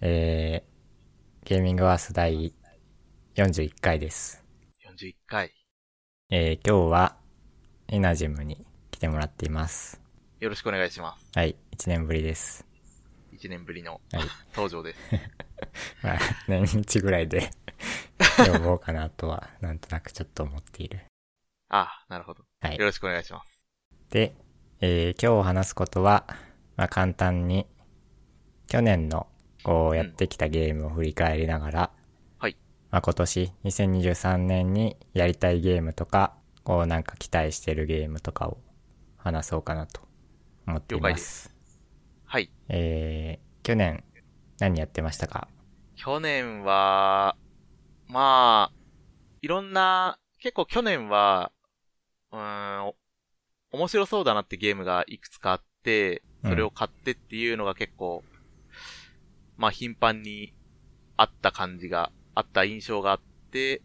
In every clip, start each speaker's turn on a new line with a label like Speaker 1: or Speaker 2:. Speaker 1: えー、ゲーミングワース第41回です。
Speaker 2: 41回。
Speaker 1: えー、今日は、エナジムに来てもらっています。
Speaker 2: よろしくお願いします。
Speaker 1: はい、1年ぶりです。
Speaker 2: 1年ぶりの、
Speaker 1: はい
Speaker 2: 登場です。
Speaker 1: まあ、 年一ぐらいで 呼ぼうかなとは、なんとなくちょっと思っている。
Speaker 2: ああ、なるほど。
Speaker 1: はい
Speaker 2: よろしくお願いします。
Speaker 1: で、えー今日話すことは、まあ、簡単に、去年の、こう、やってきたゲームを振り返りながら、
Speaker 2: はい
Speaker 1: まあ、今年、2023年にやりたいゲームとか、こう、なんか期待してるゲームとかを話そうかなと思ってい
Speaker 2: 了解
Speaker 1: ま。
Speaker 2: ですはい。
Speaker 1: えー、去年、何やってましたか
Speaker 2: 去年は、まあ、いろんな、結構去年は、うーん、お面白そうだなってゲームがいくつかあって、それを買ってっていうのが結構、まあ頻繁にあった感じが、あった印象があって、っ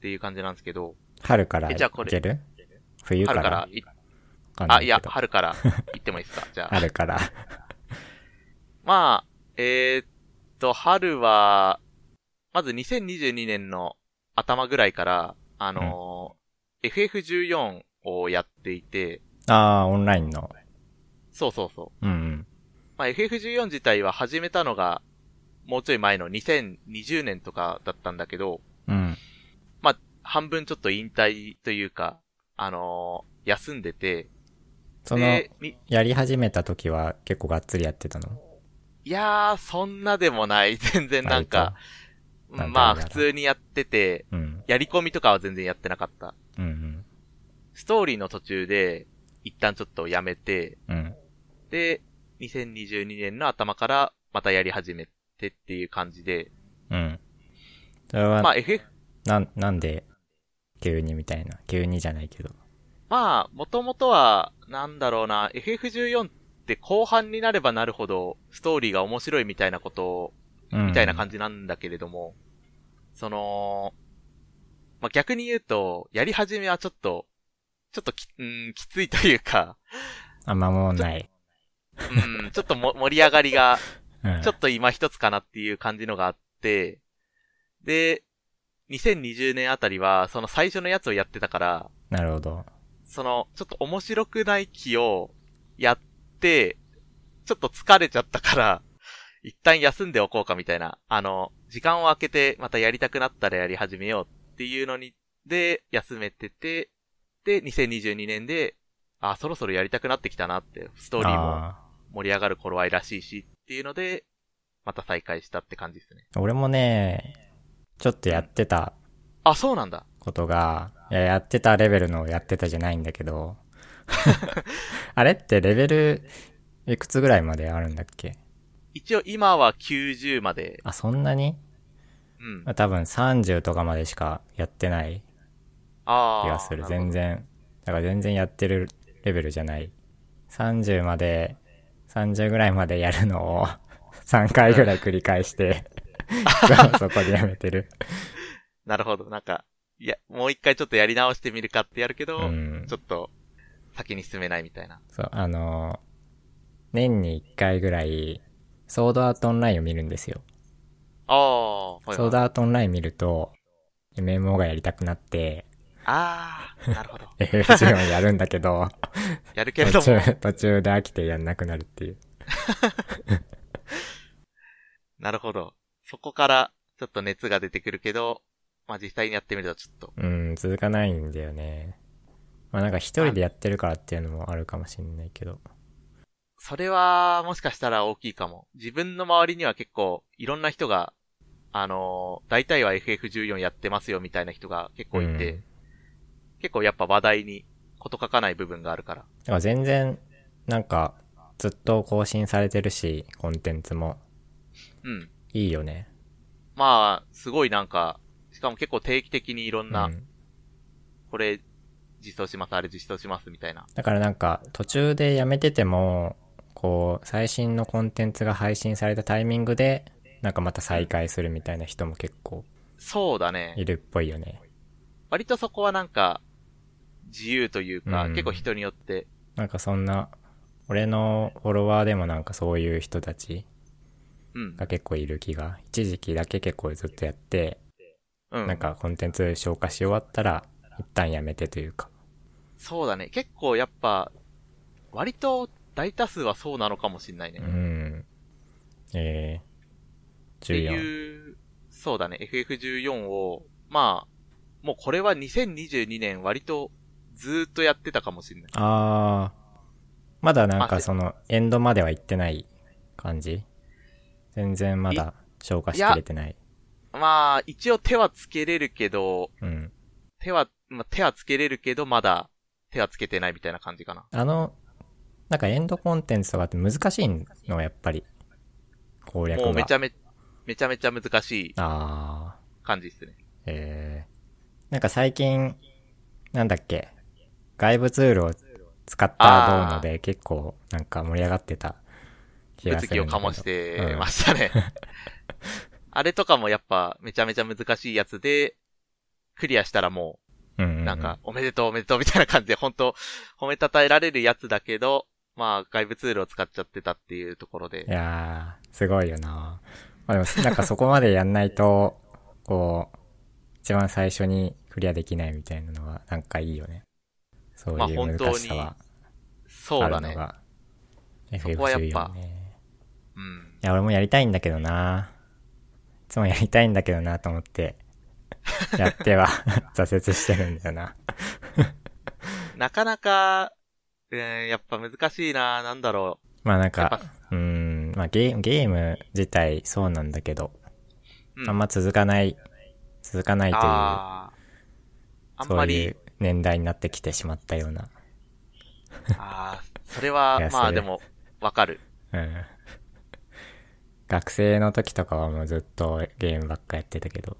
Speaker 2: ていう感じなんですけど、
Speaker 1: 春からい
Speaker 2: えじゃあこれ
Speaker 1: ける冬から
Speaker 2: 春からい、
Speaker 1: わかんな
Speaker 2: あ、
Speaker 1: いけ
Speaker 2: い
Speaker 1: ど
Speaker 2: や、春から行ってもいいですか じゃあ。
Speaker 1: 春から。
Speaker 2: まあ、えーっと、春は、まず2022年の頭ぐらいから、あのー FF14 をやっていて、
Speaker 1: あー、オンラインの。
Speaker 2: そうそうそう。
Speaker 1: うんうん。
Speaker 2: まあ、FF14 自体は始めたのが、もうちょい前の2020年とかだったんだけど、
Speaker 1: うん。
Speaker 2: 半分ちょっと引退というか、あのー休んでて、
Speaker 1: その、
Speaker 2: で、み
Speaker 1: やり始めた時は結構がっつりやってたの
Speaker 2: いやー、そんなでもない。全然なんか、、
Speaker 1: 割と
Speaker 2: ま
Speaker 1: な
Speaker 2: あ
Speaker 1: んだろうな
Speaker 2: 普通にやってて、
Speaker 1: うん。
Speaker 2: やり込みとかは全然やってなかった。
Speaker 1: うん
Speaker 2: ストーリーの途中で、一旦ちょっとやめて、
Speaker 1: うん。うん。
Speaker 2: で、2022年の頭からまたやり始めてっていう感じで、
Speaker 1: うん。それ
Speaker 2: ま
Speaker 1: は、
Speaker 2: あ FF、
Speaker 1: なん、なんで、急にみたいな。急にじゃないけど。
Speaker 2: まあ、もともとは、なんだろうな、FF14 って後半になればなるほど、ストーリーが面白いみたいなことを、
Speaker 1: うん。
Speaker 2: みたいな感
Speaker 1: じ。
Speaker 2: じなんだけれども、その、まあ逆に言うと、やり始めはちょっと、ちょっとき、うん、きついというか、
Speaker 1: あ、間もない。
Speaker 2: うん、 ちょっとも盛り上がりが
Speaker 1: うん。
Speaker 2: ちょっと今一つかなっていう感じのがあって、で、2020年あたりは、その最初のやつをやってたから、
Speaker 1: なるほど。
Speaker 2: その、ちょっと面白くない気をやって、ちょっと疲れちゃったから、一旦休んでおこうかみたいな、あの、時間を空けてまたやりたくなったらやり始めようっていうのに、で、休めてて、で、2022年で、あ、そろそろやりたくなってきたなって、ストーリーも
Speaker 1: あ
Speaker 2: 盛り上がる頃合いらしいしっていうので、また再開したって感じですね。
Speaker 1: ー俺もね、ちょっとやってた
Speaker 2: あ、そうなんだ。
Speaker 1: ことが、いや、やってたレベルのやってたじゃないんだけど。あれってレベル、いくつぐらいまであるんだっけ
Speaker 2: 一応今は90まで。
Speaker 1: あ、そんなに
Speaker 2: うん。
Speaker 1: まあ多分30とかまでしかやってない
Speaker 2: ああ。
Speaker 1: 気がする。
Speaker 2: なほど
Speaker 1: 全。然。だから全然やってるレベルじゃない。30まで、30ぐらいまでやるのを 3回ぐらい繰り返 して、そこでやめてる。
Speaker 2: なるほど。なんか、いや、もう一回ちょっとやり直してみるかってやるけど、
Speaker 1: うん
Speaker 2: ち。ょっと、先に進めないみたいな。
Speaker 1: そう、あのー年に1回ぐらい、ソードアートオンラインを見るんですよ。
Speaker 2: ああ、はいはい
Speaker 1: ソードアートオンライン見ると、MMO がやりたくな って、
Speaker 2: ああ、なるほど。
Speaker 1: FF14 やるんだけど、
Speaker 2: やるけれど
Speaker 1: 途
Speaker 2: も、
Speaker 1: 中、途中で飽きてやんなくなるっていう。
Speaker 2: なるほど。そこから、ちょっと熱が出てくるけど、まあ、実際にやってみるとちょっと。
Speaker 1: うん、続かないんだよね。まあなんか一人でやってるからっていうのもあるかもしんないけど。
Speaker 2: それは、もしかしたら大きいかも。自分の周りには結構、いろんな人が、あのー大体は FF14 やってますよみたいな人が結構いて、
Speaker 1: うん
Speaker 2: 結構やっぱ話題にこと書かない部分があるから。
Speaker 1: だから全然、なんか、ずっと更新されてるし、コンテンツも。
Speaker 2: うん。
Speaker 1: いいよね。
Speaker 2: まあ、すごいなんか、しかも結構定期的にいろんな、
Speaker 1: うん。
Speaker 2: これ、実装します、あれ実装しますみたいな。
Speaker 1: だからなんか、途中でやめてても、こう、最新のコンテンツが配信されたタイミングで、なんかまた再開するみたいな人も結構
Speaker 2: そうだね。
Speaker 1: いるっぽいよね。
Speaker 2: 割とそこはなんか、自由というか、
Speaker 1: うん
Speaker 2: 結構人によって、
Speaker 1: なんかそんな、俺のフォロワーでもなんかそういう人たち
Speaker 2: うん。
Speaker 1: が結構いる気が、一時期だけ結構ずっとやって、
Speaker 2: うん。
Speaker 1: なんかコンテンツ消化し終わったら、一旦やめてというか。
Speaker 2: そうだね。結構やっぱ、割と大多数はそうなのかもしんないね。
Speaker 1: う
Speaker 2: っ
Speaker 1: ん。えー、
Speaker 2: て
Speaker 1: 14。
Speaker 2: いう、そうだね。FF14 を、まあ、もうこれは2022年割とずーっとやってたかもしんない。
Speaker 1: あー、まだなん
Speaker 2: あ
Speaker 1: か
Speaker 2: せ
Speaker 1: その、エンドまでは行ってない感じ全然まだ消化しきれてない。
Speaker 2: まあ、一応手はつけれるけど、
Speaker 1: うん。
Speaker 2: 手は、まあ、手はつけれるけど、まだ手はつけてないみたいな感じかな。
Speaker 1: あの、なんかエンドコンテンツとかって難しいの、やっぱり。攻略
Speaker 2: もうめ
Speaker 1: が
Speaker 2: ち。ゃめ、めちゃめちゃ難しい
Speaker 1: あ
Speaker 2: 感じですね。
Speaker 1: ー、えー。なんか最近、なんだっけ、外部ツールを使ったどうので結構なんか盛り上がってた気が
Speaker 2: 物
Speaker 1: する
Speaker 2: 議を
Speaker 1: んだけど。
Speaker 2: 醸してましたね。あれとかもやっぱめちゃめちゃ難しいやつで、クリアしたらも
Speaker 1: うんうんう
Speaker 2: う、
Speaker 1: ん
Speaker 2: なんか、おめでとうおめでとうみたいな感じで、本当褒めたたえられるやつだけど、まあ、外部ツールを使っちゃってたっていうところ
Speaker 1: い
Speaker 2: で。
Speaker 1: やー、すごいよな。まあでも、なんかそこまでやんないと、 こう、一番最初にクリアできないみたいなのは、なんかいいよね。そう
Speaker 2: まあ
Speaker 1: いう
Speaker 2: 本当
Speaker 1: 難
Speaker 2: に
Speaker 1: しさは
Speaker 2: そ
Speaker 1: あ
Speaker 2: う
Speaker 1: る
Speaker 2: だ
Speaker 1: の
Speaker 2: ね。
Speaker 1: が、
Speaker 2: そこはやっ
Speaker 1: FF14
Speaker 2: ぱ
Speaker 1: ね。
Speaker 2: うん。
Speaker 1: いや、俺もやりたいんだけどな。いつもやりたいんだけどなと思 って、やっては 挫折してるんだよな。
Speaker 2: なかなか、うん、やっぱ難しいななんだろ
Speaker 1: まあなん
Speaker 2: う。やっ
Speaker 1: か
Speaker 2: ぱ、、
Speaker 1: うーん、まあゲーム、ゲーム自体そうなんだけど、
Speaker 2: うん
Speaker 1: あんま続かない、続かないという
Speaker 2: ああ。あん
Speaker 1: そ
Speaker 2: ま
Speaker 1: うい
Speaker 2: り
Speaker 1: う、年代になってきてしまったような。
Speaker 2: ああ、それ
Speaker 1: い
Speaker 2: は
Speaker 1: や、
Speaker 2: ま
Speaker 1: そ
Speaker 2: あ
Speaker 1: れ
Speaker 2: でも、わかる。
Speaker 1: うん。 学生の時とかはもうずっとゲームばっかやってたけど。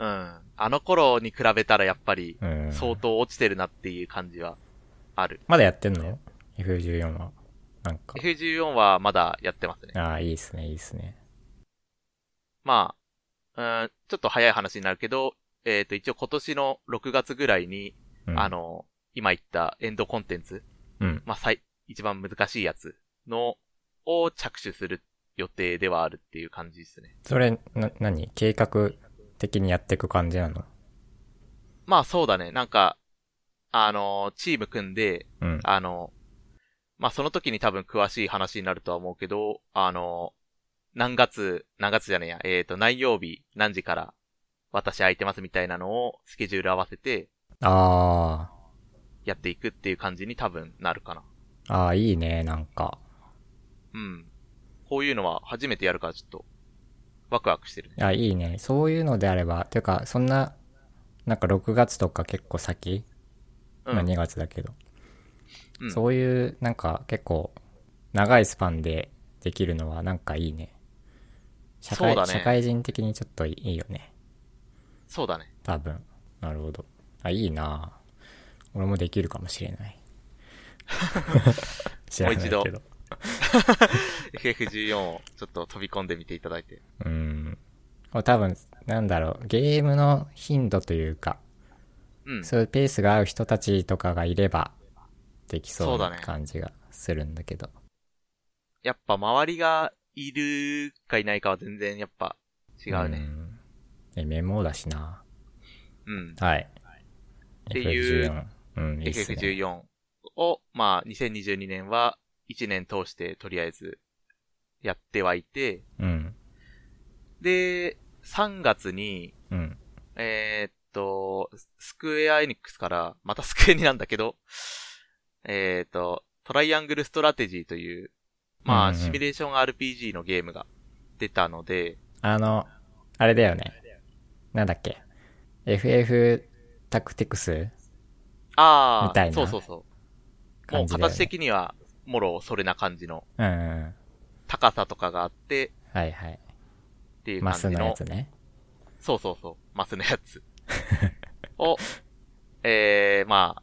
Speaker 2: うん。あの頃に比べたらやっぱり、
Speaker 1: うん。
Speaker 2: 相当落ちてるなっていう感じはある。
Speaker 1: まだやってんの ?F14 は。なんか。
Speaker 2: F14 はまだやってますね。
Speaker 1: ああ、いいっすね、いいっすね。
Speaker 2: まあ、うん、ちょっと早い話になるけど、えっ、と、一応今年の6月ぐらいに、
Speaker 1: うん、
Speaker 2: あ。の、今言ったエンドコンテンツ、
Speaker 1: うん。
Speaker 2: まあ、最、一番難しいやつの、を着手する予定ではあるっていう感じですね。
Speaker 1: それ、な、何計画的にやっていく感じなの
Speaker 2: まあそうだね、なんか、あの、チーム組んで、
Speaker 1: うん。
Speaker 2: あの、まあ、その時に多分詳しい話になるとは思うけど、あの、何月、何月じゃねえや、えっ、と、何曜日、何時から、私空いてますみたいなのをスケジュール合わせて
Speaker 1: あ
Speaker 2: やっていくっていう感じに多分なるかな。
Speaker 1: あ、ああ、いいね、なんか。
Speaker 2: うん。こういうのは初めてやるからちょっと、ワクワクしてるね。
Speaker 1: あ、いいね。そういうのであれば、ていうか、そんな、なんか6月とか結構先
Speaker 2: うん。
Speaker 1: まあ2月だけど、
Speaker 2: うん
Speaker 1: そういうなんか結構長いスパンでできるのはなんかいいね社会
Speaker 2: そうだね
Speaker 1: 社会人的にちょっといいよね
Speaker 2: そうだね。
Speaker 1: 多分なるほどあいいなあ俺もできるかもしれない 知らないけど
Speaker 2: もう一 FF14 をちょっと飛び込んでみていただいて。
Speaker 1: うんこれ多分なんだろうゲームの頻度というか
Speaker 2: うん。
Speaker 1: そういうペースが合う人たちとかがいればできそ
Speaker 2: そううだ
Speaker 1: な
Speaker 2: ね
Speaker 1: 感じがするんだけど
Speaker 2: やっぱ周りがいるかいないかは全然やっぱ違うね。
Speaker 1: んえメモだしな
Speaker 2: うん。
Speaker 1: はい。
Speaker 2: っていう
Speaker 1: FF14。うん、いいっすね。
Speaker 2: FF14 を、まあ、2022年は1年通してとりあえずやってはいて、
Speaker 1: うん。
Speaker 2: で、3月に、
Speaker 1: うん。
Speaker 2: えーっと、スクエアエニックスから、またスクエニなんだけど、えーっと、トライアングルストラテジーという、
Speaker 1: う
Speaker 2: まあ、
Speaker 1: んうん
Speaker 2: シミュレーション RPG のゲームが出たので、
Speaker 1: あの、あれだよね。なんだっけ。FF タクティクス
Speaker 2: あ
Speaker 1: みたい
Speaker 2: あ、
Speaker 1: な
Speaker 2: そうそうそう。も
Speaker 1: 感
Speaker 2: う
Speaker 1: じだよね
Speaker 2: 形的には、もろそれな感じの、
Speaker 1: うんうんうん。
Speaker 2: 高さとかがあって、
Speaker 1: はいはい。
Speaker 2: っていう
Speaker 1: マ
Speaker 2: 感じ
Speaker 1: ス
Speaker 2: の。
Speaker 1: のやつね。
Speaker 2: そうそうそう、マスのやつ。を、えー、まあ、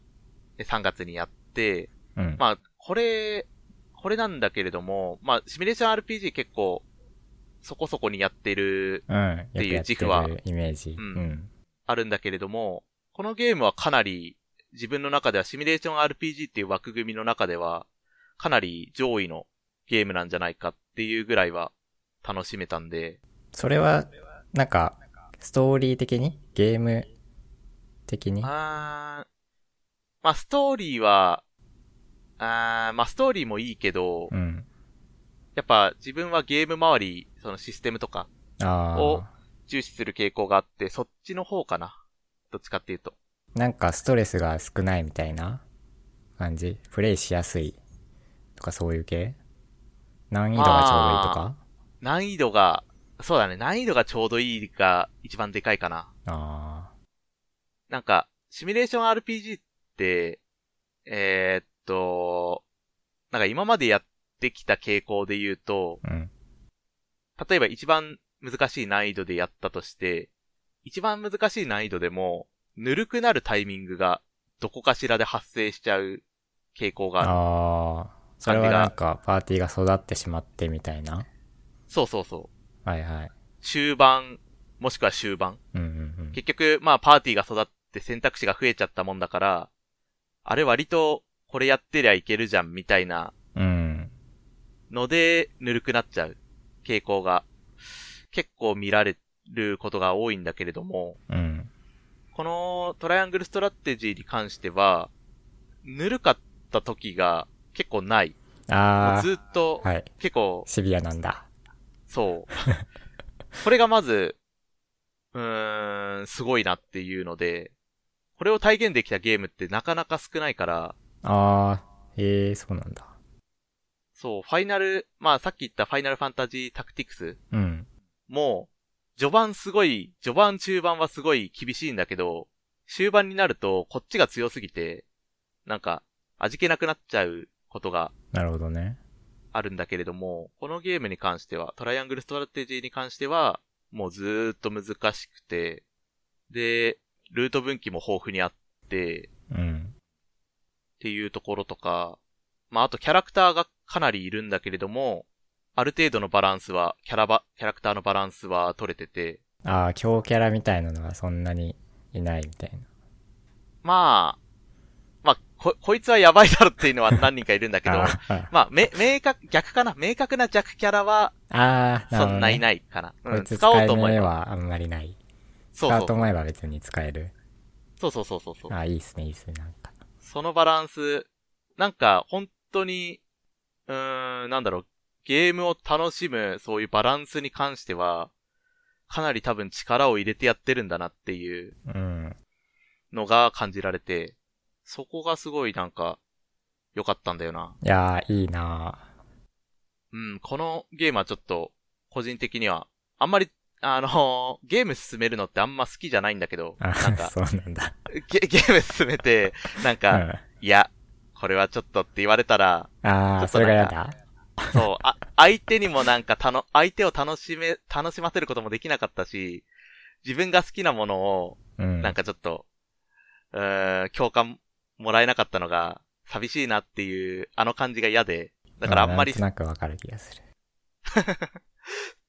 Speaker 2: 3月にやって、
Speaker 1: うん。
Speaker 2: まあ、これ、これなんだけれども、まあ、シミュレーション RPG 結構、そこそこにやってる、
Speaker 1: うん。よ
Speaker 2: て
Speaker 1: く
Speaker 2: いう
Speaker 1: やって
Speaker 2: 軸は
Speaker 1: るイメージ。う
Speaker 2: うん
Speaker 1: ん。
Speaker 2: あるんだけれども、このゲームはかなり、自分の中ではシミュレーション RPG っていう枠組みの中では、かなり上位のゲームなんじゃないかっていうぐらいは、楽しめたんで、
Speaker 1: それは、なんか、ストーリー的にゲーム的に
Speaker 2: あーまあ、ストーリーは、あーまあ、ストーリーもいいけど、
Speaker 1: うん。
Speaker 2: やっぱ自分はゲーム周り、そのシステムとか
Speaker 1: あ
Speaker 2: を
Speaker 1: あ。
Speaker 2: 重視する傾向があって、そっちの方かな。どっちかっていうと。
Speaker 1: なんかストレスが少ないみたいな感じプレイしやすいとかそういう系難易度がちょうどいいとか
Speaker 2: 難易度が、そうだね、難易度がちょうどいいが一番でかいかな。
Speaker 1: あ
Speaker 2: なんか、シミュレーション RPG って、えーっと、なんか今までやってきた傾向で言うと、
Speaker 1: あー。うん。
Speaker 2: 例えば一番難しい難易度でやったとして、一番難しい難易度でも、ぬるくなるタイミングがどこかしらで発生しちゃう傾向がある。
Speaker 1: ああ。それはなんかパーティーが育ってしまってみたいな
Speaker 2: そうそうそう。
Speaker 1: はいはい。
Speaker 2: 中盤、もしくは終盤。
Speaker 1: うんうん
Speaker 2: 結局、まあパーティーが育って選択肢が増えちゃったもんだから、あれ割とこれやってりゃいけるじゃんみたいな
Speaker 1: うん。うん。
Speaker 2: ので、ぬるくなっちゃう傾向が結構見られることが多いんだけれども、
Speaker 1: うん。
Speaker 2: このトライアングルストラテジーに関しては、ぬるかった時が結構ない。もう
Speaker 1: あ
Speaker 2: ずっと
Speaker 1: あ。はい。
Speaker 2: 結構、
Speaker 1: シビアなんだ。
Speaker 2: そう。これがまず、うーん、すごいなっていうので、これを体現できたゲームってなかなか少ないから、
Speaker 1: ああ。へえ、そうなんだ。
Speaker 2: そう、ファイナル、まあさっき言ったファイナルファンタジータクティクス
Speaker 1: うん。
Speaker 2: もう、序盤すごい、序盤中盤はすごい厳しいんだけど、終盤になるとこっちが強すぎて、なんか、味気なくなっちゃうことが
Speaker 1: なるほどね。
Speaker 2: あるんだけれども、このゲームに関しては、トライアングルストラテジーに関しては、もうずーっと難しくて、で、ルート分岐も豊富にあって、
Speaker 1: うん。
Speaker 2: っていうところとか、まあ、あとキャラクターがかなりいるんだけれども、ある程度のバランスは、キャラバ、キャラクターのバランスは取れてて、
Speaker 1: ああ、強キャラみたいなのはそんなにいないみたいな。
Speaker 2: まあ、まあ、こ、こいつはやばいだろっていうのは何人かいるんだけど、
Speaker 1: あ ー
Speaker 2: まあ、め、明確、逆かな明確な弱キャラは、
Speaker 1: あー、なる
Speaker 2: そ
Speaker 1: ほど、ね。
Speaker 2: んないないかな。
Speaker 1: こ
Speaker 2: う
Speaker 1: い
Speaker 2: ん、
Speaker 1: つ
Speaker 2: 使
Speaker 1: 使
Speaker 2: おう
Speaker 1: い
Speaker 2: と思え
Speaker 1: 目
Speaker 2: ば。
Speaker 1: はあんまりない。
Speaker 2: そう
Speaker 1: 使
Speaker 2: そう
Speaker 1: うと思えば別に使える。
Speaker 2: そうそうそうそうそう。
Speaker 1: ああ、いいっすね、いいっすね、なんか。
Speaker 2: そのバランス、なんか、本当に、うーん、なんだろう、ゲームを楽しむ、そういうバランスに関しては、かなり多分力を入れてやってるんだなっていう
Speaker 1: うん。
Speaker 2: のが感じられて、そこがすごいなんか、良かったんだよな。
Speaker 1: いやー、いいな
Speaker 2: うん、このゲームはちょっと、個人的には、あんまり、あの ーゲーム進めるのってあんま好きじゃないんだけど、
Speaker 1: ーあ
Speaker 2: なんか、
Speaker 1: そうなんだ。
Speaker 2: ゲゲーム進めて、なん
Speaker 1: うん。
Speaker 2: か、
Speaker 1: あ
Speaker 2: いや、これはちょっとって言われたら、
Speaker 1: あ
Speaker 2: ちょ
Speaker 1: ー、
Speaker 2: っとなんか
Speaker 1: それがやだ。
Speaker 2: そう、あ、相手にもなんかたの、相手を楽しめ、楽しませることもできなかったし、自分が好きなものを、
Speaker 1: うん。
Speaker 2: なんかちょっと、うーん、共感もらえなかったのが、寂しいなっていう、あの感じが嫌で、だからあんまり
Speaker 1: う、なんとなくわかる気がする。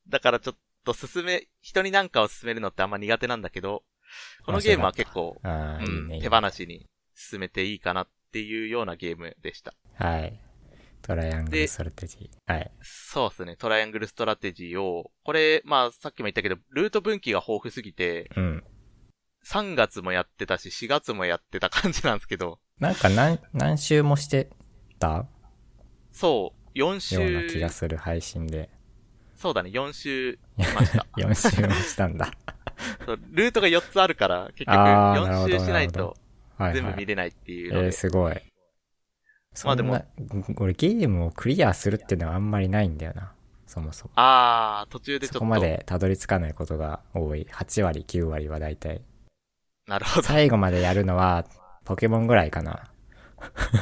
Speaker 2: だからちょっと進め、人になんかを進めるのってあんま苦手なんだけど、このゲームは結構、
Speaker 1: ああ、いいうね。
Speaker 2: ん、手放しに進めていいかなっていうようなゲームでした。
Speaker 1: はい。トライアングルストラテジー。はい。
Speaker 2: そうですね、トライアングルストラテジーを、これ、まあさっきも言ったけど、ルート分岐が豊富すぎて、
Speaker 1: うん。
Speaker 2: 3月もやってたし、4月もやってた感じなんですけど、
Speaker 1: なんか何、何周もしてた
Speaker 2: そう、4
Speaker 1: ような気
Speaker 2: 週
Speaker 1: が、する配信で。。
Speaker 2: そうだね、4週しました
Speaker 1: 4周 もしたんだ。
Speaker 2: そうルートが4つあるから、結局
Speaker 1: あーなるほ
Speaker 2: 4
Speaker 1: ど
Speaker 2: 周しない
Speaker 1: なる
Speaker 2: と
Speaker 1: はい、
Speaker 2: 全
Speaker 1: は
Speaker 2: 部
Speaker 1: い
Speaker 2: 見。れないっていうの
Speaker 1: え
Speaker 2: で
Speaker 1: ー、すごい。
Speaker 2: まあでも
Speaker 1: そんな、俺ゲームをクリアするってのはあんまりないんだよな。そもそも。
Speaker 2: あー、途中でち
Speaker 1: そ
Speaker 2: ょ
Speaker 1: こ
Speaker 2: っ
Speaker 1: ま
Speaker 2: と、
Speaker 1: でたどり着かないことが多い。8割、9割は大体。
Speaker 2: なるほど。
Speaker 1: 最後までやるの は、ポケモンぐらいかな。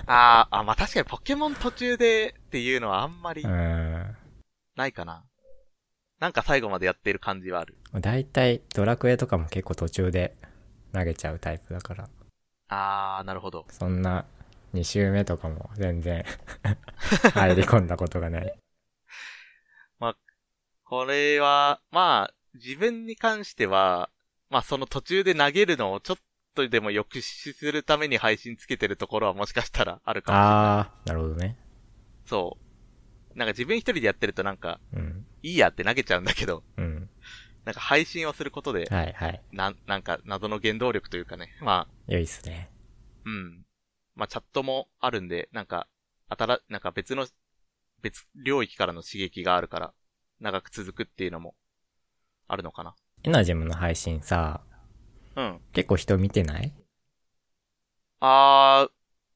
Speaker 2: あー、あ、まあ確かにポケモン途中でっていうのはあんまり
Speaker 1: うーん。
Speaker 2: ないかな。なんか最後までやってる感じはある。
Speaker 1: 大体、ドラクエとかも結構途中で投げちゃうタイプだから。
Speaker 2: あー、なるほど。
Speaker 1: そんな、2周目とかも全然、 入り込んだことが ない。
Speaker 2: これは、まあ、自分に関しては、まあその途中で投げるのをちょっとでも抑止するために配信つけてるところはもしかしたらあるかもしれない。
Speaker 1: あー、なるほどね。
Speaker 2: そう。なんか自分一人でやってるとなんか、
Speaker 1: うん。
Speaker 2: いいやって投げちゃうんだけど、
Speaker 1: うん。
Speaker 2: なんか配信をすることで、
Speaker 1: はいはい。
Speaker 2: なん、なんか謎の原動力というかね。まあ、
Speaker 1: 良いっすね。
Speaker 2: うん。まあチャットもあるんで、なんか、新、なんか別の、別領域からの刺激があるから、長く続くっていうのも、あるのかな。
Speaker 1: エナジムの配信さ、
Speaker 2: うん。
Speaker 1: 結構人見てない
Speaker 2: あー、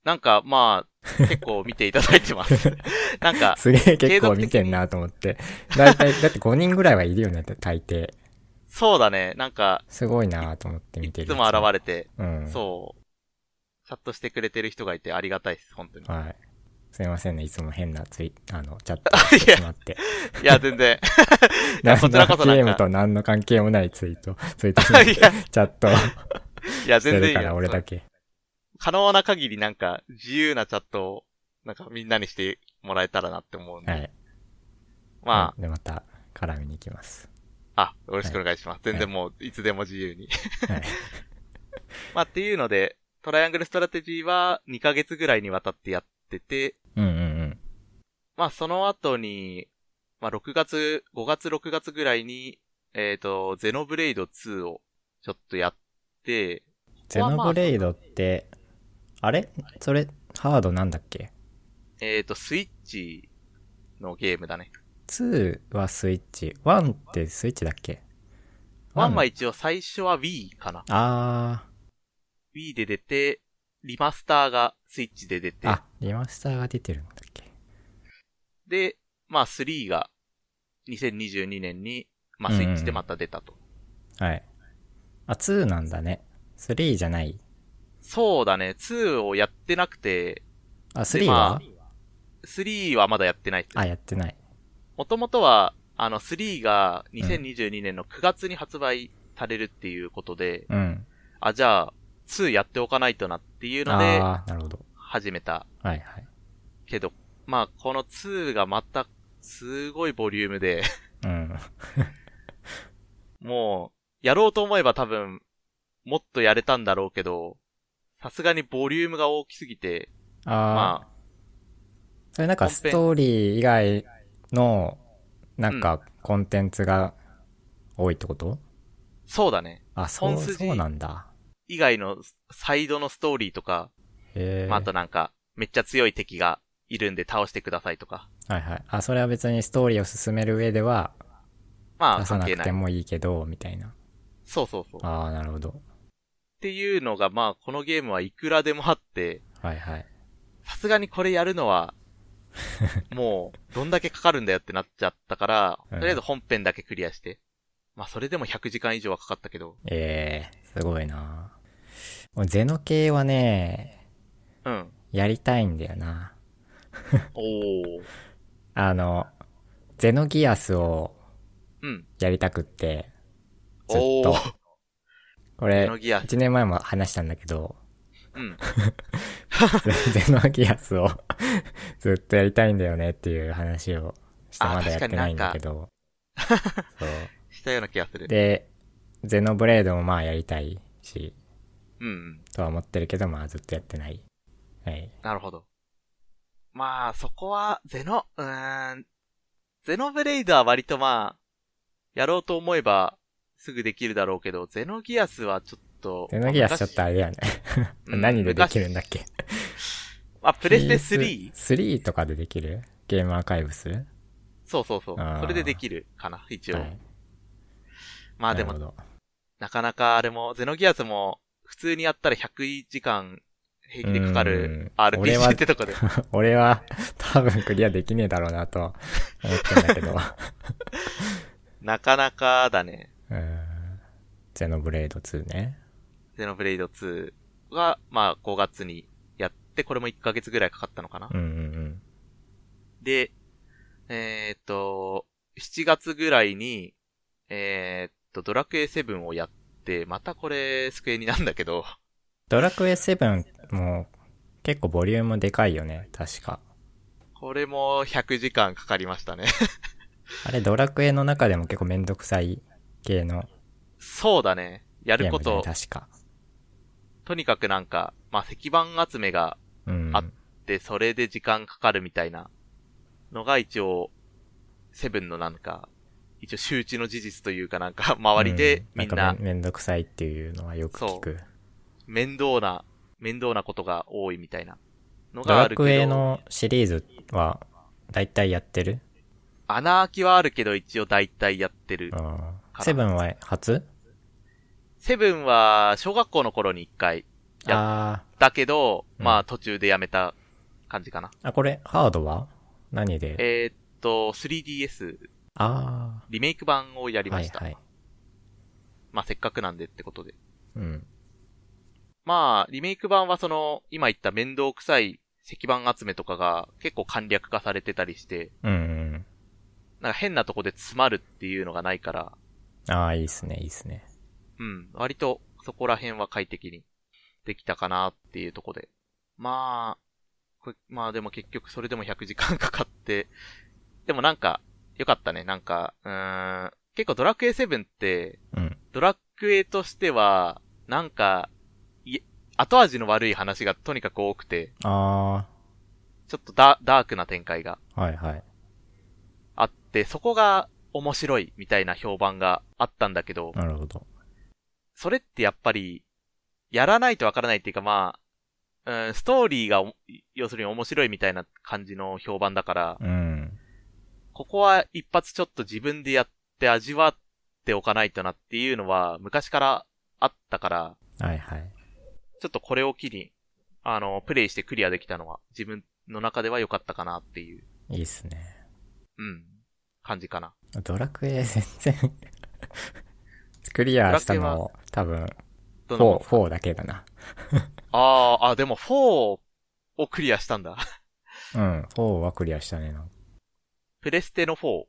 Speaker 2: なんかまあ、結構見ていただいて ます。なんか、
Speaker 1: すげえ結構見てんなと思って。だいたい、だって5人ぐらいはいるよね、大抵。
Speaker 2: そうだね。なんか、
Speaker 1: すごいなと思って見
Speaker 2: い
Speaker 1: てる。
Speaker 2: つも現れて、
Speaker 1: れうん。
Speaker 2: そう。チャットしてくれてる人がいてありがたいです、本 当に。
Speaker 1: はい。すいませんね、いつも変なツイ、あの、チャット
Speaker 2: い
Speaker 1: してしまって。
Speaker 2: や、いや、全然。いや
Speaker 1: 何
Speaker 2: こ
Speaker 1: の
Speaker 2: ちらこそなんか
Speaker 1: ゲームと何の関係もないツイート、ツイートし まって
Speaker 2: いや
Speaker 1: チャットし
Speaker 2: いや、
Speaker 1: て
Speaker 2: 全然
Speaker 1: る
Speaker 2: いい
Speaker 1: か
Speaker 2: よ
Speaker 1: ら、俺だけ。
Speaker 2: 可能な限りなんか、自由なチャットを、なんかみんなにしてもらえたらなって思うんで。
Speaker 1: はい。
Speaker 2: ま
Speaker 1: で、また、絡みに行きます。
Speaker 2: あ、あ、よろしくお願いします。全然もう、いつでも自由に。
Speaker 1: はい。
Speaker 2: まあっていうので、トライアングルストラテジーは2ヶ月ぐらいにわたってやってて、
Speaker 1: うんうんうん。
Speaker 2: まあその後に、まあ6月、5月6月ぐらいに、えっ、と、ゼノブレイド2をちょっとやって、
Speaker 1: ゼノブレイドって、あれそれ、ハードなんだっけ
Speaker 2: えっ、と、スイッチのゲームだね。
Speaker 1: 2はスイッチ。1ってスイッチだっけ
Speaker 2: ワンは一応最初は Wii かな。
Speaker 1: あ
Speaker 2: Wii で出て、リマスターがスイッチで出て
Speaker 1: ー、、あ、リマスターが出てるんだっけ
Speaker 2: で、まあ3が2022年に、まあ
Speaker 1: うん
Speaker 2: ス
Speaker 1: うん
Speaker 2: イッチでまた出たと。
Speaker 1: はい。あ、2なんだね。3じゃない。
Speaker 2: そうだね、2をやってなくて、
Speaker 1: あ、
Speaker 2: で
Speaker 1: 3
Speaker 2: ま
Speaker 1: は
Speaker 2: あ、3はまだやってない。
Speaker 1: あ、やってない。
Speaker 2: もともとは、あの、3が2022年の9月に発売されるっていうことで、
Speaker 1: うん。
Speaker 2: あ、じゃあ、2やっておかないとなっていうので、
Speaker 1: ああ、なるほど。
Speaker 2: 始めた
Speaker 1: はいはい。
Speaker 2: けど、まあ、この2がまた、すごいボリュームで、
Speaker 1: うん。
Speaker 2: もう、やろうと思えば多分、もっとやれたんだろうけど、さすがにボリュームが大きすぎて、
Speaker 1: あー、
Speaker 2: ま
Speaker 1: それなんか
Speaker 2: 本
Speaker 1: ス
Speaker 2: 編
Speaker 1: トーリー以外の、なんかコンテンツが多いってこと、
Speaker 2: あ、そうだね。
Speaker 1: あ、そう、
Speaker 2: 本筋
Speaker 1: そうなんだ。
Speaker 2: 以外のサイドのストーリーとか、
Speaker 1: へえ。
Speaker 2: まあ、あとなんか、めっちゃ強い敵がいるんで倒してくださいとか。
Speaker 1: はいはい。あ、それは別にストーリーを進める上では
Speaker 2: まあ、
Speaker 1: 出さ
Speaker 2: 関
Speaker 1: な
Speaker 2: 係
Speaker 1: く
Speaker 2: ない
Speaker 1: て。もいいけど、みたいな。
Speaker 2: そうそうそう。っ
Speaker 1: ああ、なるほど。
Speaker 2: ていうのが、まあ、このゲームはいくらでもあって、
Speaker 1: はいはい。
Speaker 2: さすがにこれやる のは、もう、どんだけかかるんだよってなっちゃったから、
Speaker 1: うん
Speaker 2: とりあえず本編だけクリアして。まあ、それでも100時間以上はかかったけど。
Speaker 1: ええすごいなもうゼノ系はね、
Speaker 2: うん。
Speaker 1: やりたいんだよな。
Speaker 2: おー。
Speaker 1: あの、ゼノギアスを
Speaker 2: うん。
Speaker 1: やりたくって、ずっ
Speaker 2: お
Speaker 1: と
Speaker 2: ー。
Speaker 1: こ
Speaker 2: ゼ
Speaker 1: れ
Speaker 2: ノ、ギア。
Speaker 1: 1年前も話したんだけど、
Speaker 2: うん。
Speaker 1: ゼノギアスを ずっとやりたいんだよねっていう話をして
Speaker 2: あ
Speaker 1: まだやってないんだけど。そう。
Speaker 2: したような気がする。
Speaker 1: で、ゼノブレードもまあやりたいし、
Speaker 2: うんうん。
Speaker 1: とは思ってるけど、まあずっとやってない。はい。
Speaker 2: なるほど。まあ、そこは、ゼノ、うーん。ゼノブレイドは割とまあ、やろうと思えば、すぐできるだろうけど、ゼノギアスはちょっと。
Speaker 1: ゼノギアスちょっとあれだよね。
Speaker 2: うん
Speaker 1: 何でできるんだっけ
Speaker 2: あ、プ
Speaker 1: プ
Speaker 2: レステ 3?
Speaker 1: 3とかでできるゲームアーカイブスはい。
Speaker 2: そうそうそう
Speaker 1: あ。ー
Speaker 2: それでできるかな、一応。まあで
Speaker 1: な
Speaker 2: も
Speaker 1: るほ、ど
Speaker 2: なかなかあれも、ゼノギアスも、普通にやったら100時間平気でかかる
Speaker 1: うん俺は
Speaker 2: RPG ってとこで。
Speaker 1: 俺は多分クリアできねえだろうなと思ってんだけど。
Speaker 2: なかなかだね。
Speaker 1: うんゼノブレード2ね。
Speaker 2: ゼノブレイド2が、まあ5月にやって、これも1ヶ月ぐらいかかったのかな。
Speaker 1: うんうん
Speaker 2: で、えーっと、7月ぐらいに、えーっと、ドラクエ7をやって、またこれ、スクエニなんだけど、
Speaker 1: ドラクエ7も結構ボリュームでかいよね、確か。
Speaker 2: これも100時間かかりましたね。
Speaker 1: あれ、ドラクエの中でも結構めんどくさい系の
Speaker 2: そうだね。や
Speaker 1: ゲ
Speaker 2: る
Speaker 1: ー
Speaker 2: こ
Speaker 1: ムで、ね
Speaker 2: と、、
Speaker 1: 確か。
Speaker 2: とにかくなんか、まあ、石板集めが
Speaker 1: うん。
Speaker 2: あで、それで時間かかるみたいなのが一応、セブンのなんか、一応周知の事実というかなんか、 周りでみん
Speaker 1: う
Speaker 2: な
Speaker 1: かめめんどくさいっていうのはよく聞く。
Speaker 2: 面倒な、面倒なことが多いみたいなの
Speaker 1: ド
Speaker 2: があ
Speaker 1: ラ
Speaker 2: る
Speaker 1: クエ
Speaker 2: けど、
Speaker 1: のシリーズは、だいたいやってる
Speaker 2: 穴開きはあるけど一応大体やってる
Speaker 1: う。ん。
Speaker 2: ら
Speaker 1: セブンは初
Speaker 2: セブンは小学校の頃に一回やっ
Speaker 1: あ
Speaker 2: だけど、
Speaker 1: うん
Speaker 2: まあ途中でやめた感じかな。
Speaker 1: ーあ、これ、ハードは何で
Speaker 2: えーっと、3DS
Speaker 1: あ
Speaker 2: リメイク版をや
Speaker 1: あ、
Speaker 2: り
Speaker 1: は
Speaker 2: ま
Speaker 1: い
Speaker 2: した。
Speaker 1: はい。
Speaker 2: まあせっかくなんでってことで。
Speaker 1: うん。
Speaker 2: まあ、リメイク版はその、今言った面倒くさい石版集めとかが結構簡略化されてたりして、
Speaker 1: うんうん。
Speaker 2: なんか変なとこで詰まるっていうのがないから、
Speaker 1: ああ、いいっすね、いいっすね。
Speaker 2: うん、割とそこら辺は快適にできたかなっていうとこで。まあ、これまあでも結局それでも100時間かかって、でもなんか、よかったね。なんか、うーん、結構ドラクエ7って、
Speaker 1: うん。
Speaker 2: ドラクエとしては、なんか、い後味の悪い話がとにかく多くて、
Speaker 1: あ
Speaker 2: ちょっとダダークな展開が
Speaker 1: あ、はいはい。
Speaker 2: あって、そこが面白いみたいな評判があったんだけど、
Speaker 1: なるほど。
Speaker 2: それってやっぱり、やらないとわからないっていうかまあ、うん、ストーリーがお、要するに面白いみたいな感じの評判だから、
Speaker 1: うん。
Speaker 2: ここは一発ちょっと自分でやって味わっておかないとなっていうのは昔からあったから、
Speaker 1: はいはい。
Speaker 2: ちょっとこれを機に、あの、プレイしてクリアできたのは自分の中では良かったかなっていう、
Speaker 1: いいっすね。
Speaker 2: うん、感じかな。
Speaker 1: ドラクエ全然、 クリアしたの多分、
Speaker 2: どんなもん
Speaker 1: 4、4だけだな。
Speaker 2: あーあ、でも4をクリアしたんだ。
Speaker 1: うん、4はクリアしたねなんか。
Speaker 2: プレステの4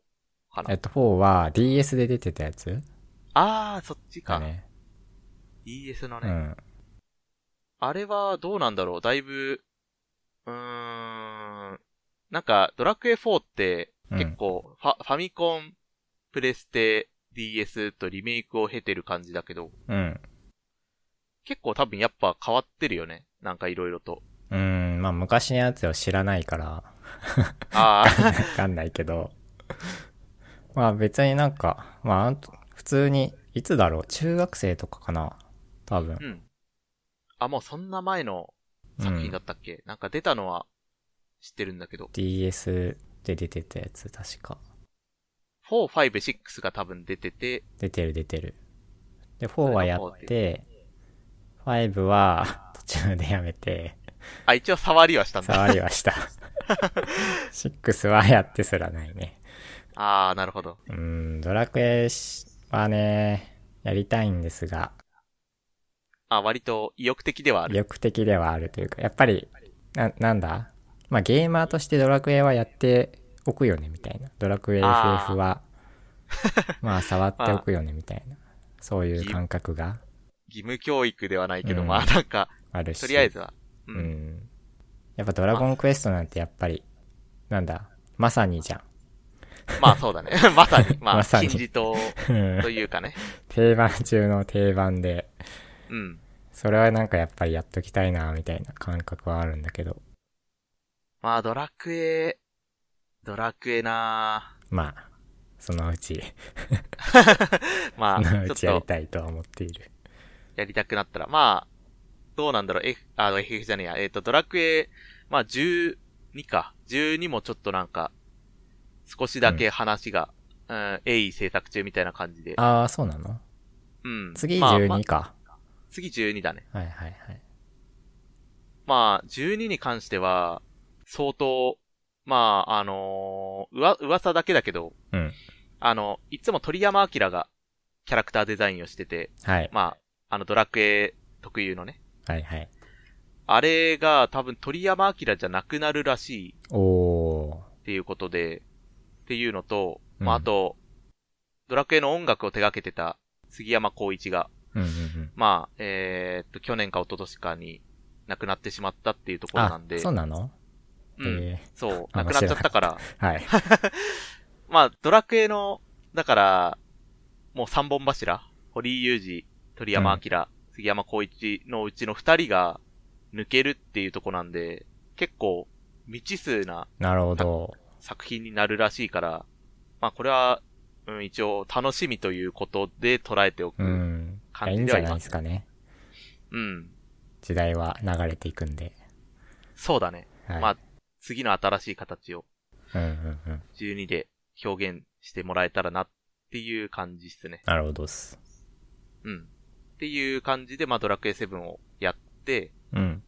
Speaker 2: か
Speaker 1: え
Speaker 2: な
Speaker 1: っ。と、4は DS で出てたやつ
Speaker 2: ああ、そっち
Speaker 1: か
Speaker 2: か。
Speaker 1: ね。
Speaker 2: DS の
Speaker 1: う
Speaker 2: ね。
Speaker 1: ん。
Speaker 2: あれはどうなんだろうだいぶ、うーん、なんか、ドラクエ4って
Speaker 1: うん
Speaker 2: 結構ファ、ファミコン、プレステ、DS とリメイクを経てる感じだけど、
Speaker 1: うん。
Speaker 2: 結構多分やっぱ変わってるよね。なんかいろいろと。
Speaker 1: うん、まあ昔のやつを知らないから、
Speaker 2: あ
Speaker 1: わ
Speaker 2: あ、
Speaker 1: かんないけど。 まあ別になんか、まああんと普通に、いつだろう中学生とかかな多分。
Speaker 2: うん。あ、もうそんな前の
Speaker 1: う
Speaker 2: 作品だ
Speaker 1: ん、
Speaker 2: ったっけ、なんか出たのは知ってるんだけど、
Speaker 1: DS で出てたやつ、確か。
Speaker 2: 4、5、6が多分出てて、
Speaker 1: 出てる出てる。で、4はや
Speaker 2: それが
Speaker 1: っ
Speaker 2: 4
Speaker 1: て、5は 途中でやめて、
Speaker 2: あ、一応触りはしたんだ。
Speaker 1: 触りは した。6はやってすらないね。
Speaker 2: ああ、なるほど。
Speaker 1: うん、ドラクエはね、やりたいんですが、
Speaker 2: あ、割と意欲的ではあ
Speaker 1: 魅
Speaker 2: る。
Speaker 1: 力的ではあるというか、やっぱり、な、なんだまあゲーマーとしてドラクエはやっておくよね、みたいな。ドラクエ
Speaker 2: あー
Speaker 1: FF は、まあ触っておくよね、みたい な。そういう感覚が
Speaker 2: 義務教育ではないけど、
Speaker 1: うん
Speaker 2: まあなんか、
Speaker 1: あるし。
Speaker 2: とりあえずは。う。
Speaker 1: うんん。やっぱドラゴンクエストなんてやっぱり、なんだ、まさにじゃん。
Speaker 2: まあそうだね。 まさに。ま
Speaker 1: ま
Speaker 2: あ、
Speaker 1: さに
Speaker 2: 金字塔というかね。
Speaker 1: 定番中の定番で、
Speaker 2: うん。
Speaker 1: それはなんかやっぱりやっときたいな、みたいな感覚はあるんだけど。
Speaker 2: まあ、ドラクエ、ドラクエな
Speaker 1: まあ、そのうち、
Speaker 2: ぁま
Speaker 1: そ
Speaker 2: あ、
Speaker 1: のうち
Speaker 2: ち
Speaker 1: やり
Speaker 2: ょっと
Speaker 1: たいとは思っている。
Speaker 2: やりたくなったら。まあ、どうなんだろう。F、あ、FF じゃねえや。えっ、と、ドラクエ、まあ12か。12もちょっとなんか、少しだけ話が、うん、鋭意制作中みたいな感じで。
Speaker 1: ああ、そうなの
Speaker 2: うん。
Speaker 1: 次
Speaker 2: まあまあ
Speaker 1: 12か。
Speaker 2: 次12だね。
Speaker 1: はいはいはい。
Speaker 2: まあ、12に関しては、相当、まあ、あのーうわ、噂だけだけど、
Speaker 1: うん。
Speaker 2: あの、いつも鳥山明がキャラクターデザインをしてて、
Speaker 1: はい。
Speaker 2: まあ、あの、ドラクエ特有のね。
Speaker 1: はいはい。
Speaker 2: あれが多分鳥山明じゃなくなるらしい
Speaker 1: おお
Speaker 2: っていうことで、っていうのと、
Speaker 1: うん
Speaker 2: まあ、あと、ドラクエの音楽を手掛けてた杉山光一が、
Speaker 1: ー。うんうんうん。
Speaker 2: まあ、えーっと、去年か一昨年かに亡くなってしまったっていうところな
Speaker 1: あ
Speaker 2: んで、、
Speaker 1: そうなの
Speaker 2: うん、
Speaker 1: え
Speaker 2: そう、
Speaker 1: あ
Speaker 2: 亡くなっちゃったから、
Speaker 1: ーはい。
Speaker 2: まあ、ドラクエの、だから、もう三本柱、堀井雄二、鳥山明、杉山光一のうちの二人が抜けるっていうとこなんで、結構未知数な
Speaker 1: なるほど。
Speaker 2: 作品になるらしいから、まあこれは、うん、一応楽しみということで捉えておく。
Speaker 1: うん。いやいいんじゃないですかね。
Speaker 2: うん
Speaker 1: 時代は流れていくんで。
Speaker 2: そうだね。
Speaker 1: はい。
Speaker 2: まあ次の新しい形を
Speaker 1: うんうんうん。
Speaker 2: 12で表現してもらえたらなっていう感じっすね。
Speaker 1: なるほどっす。
Speaker 2: うん。っていう感じで、まあドラクエ7をやって、
Speaker 1: うん。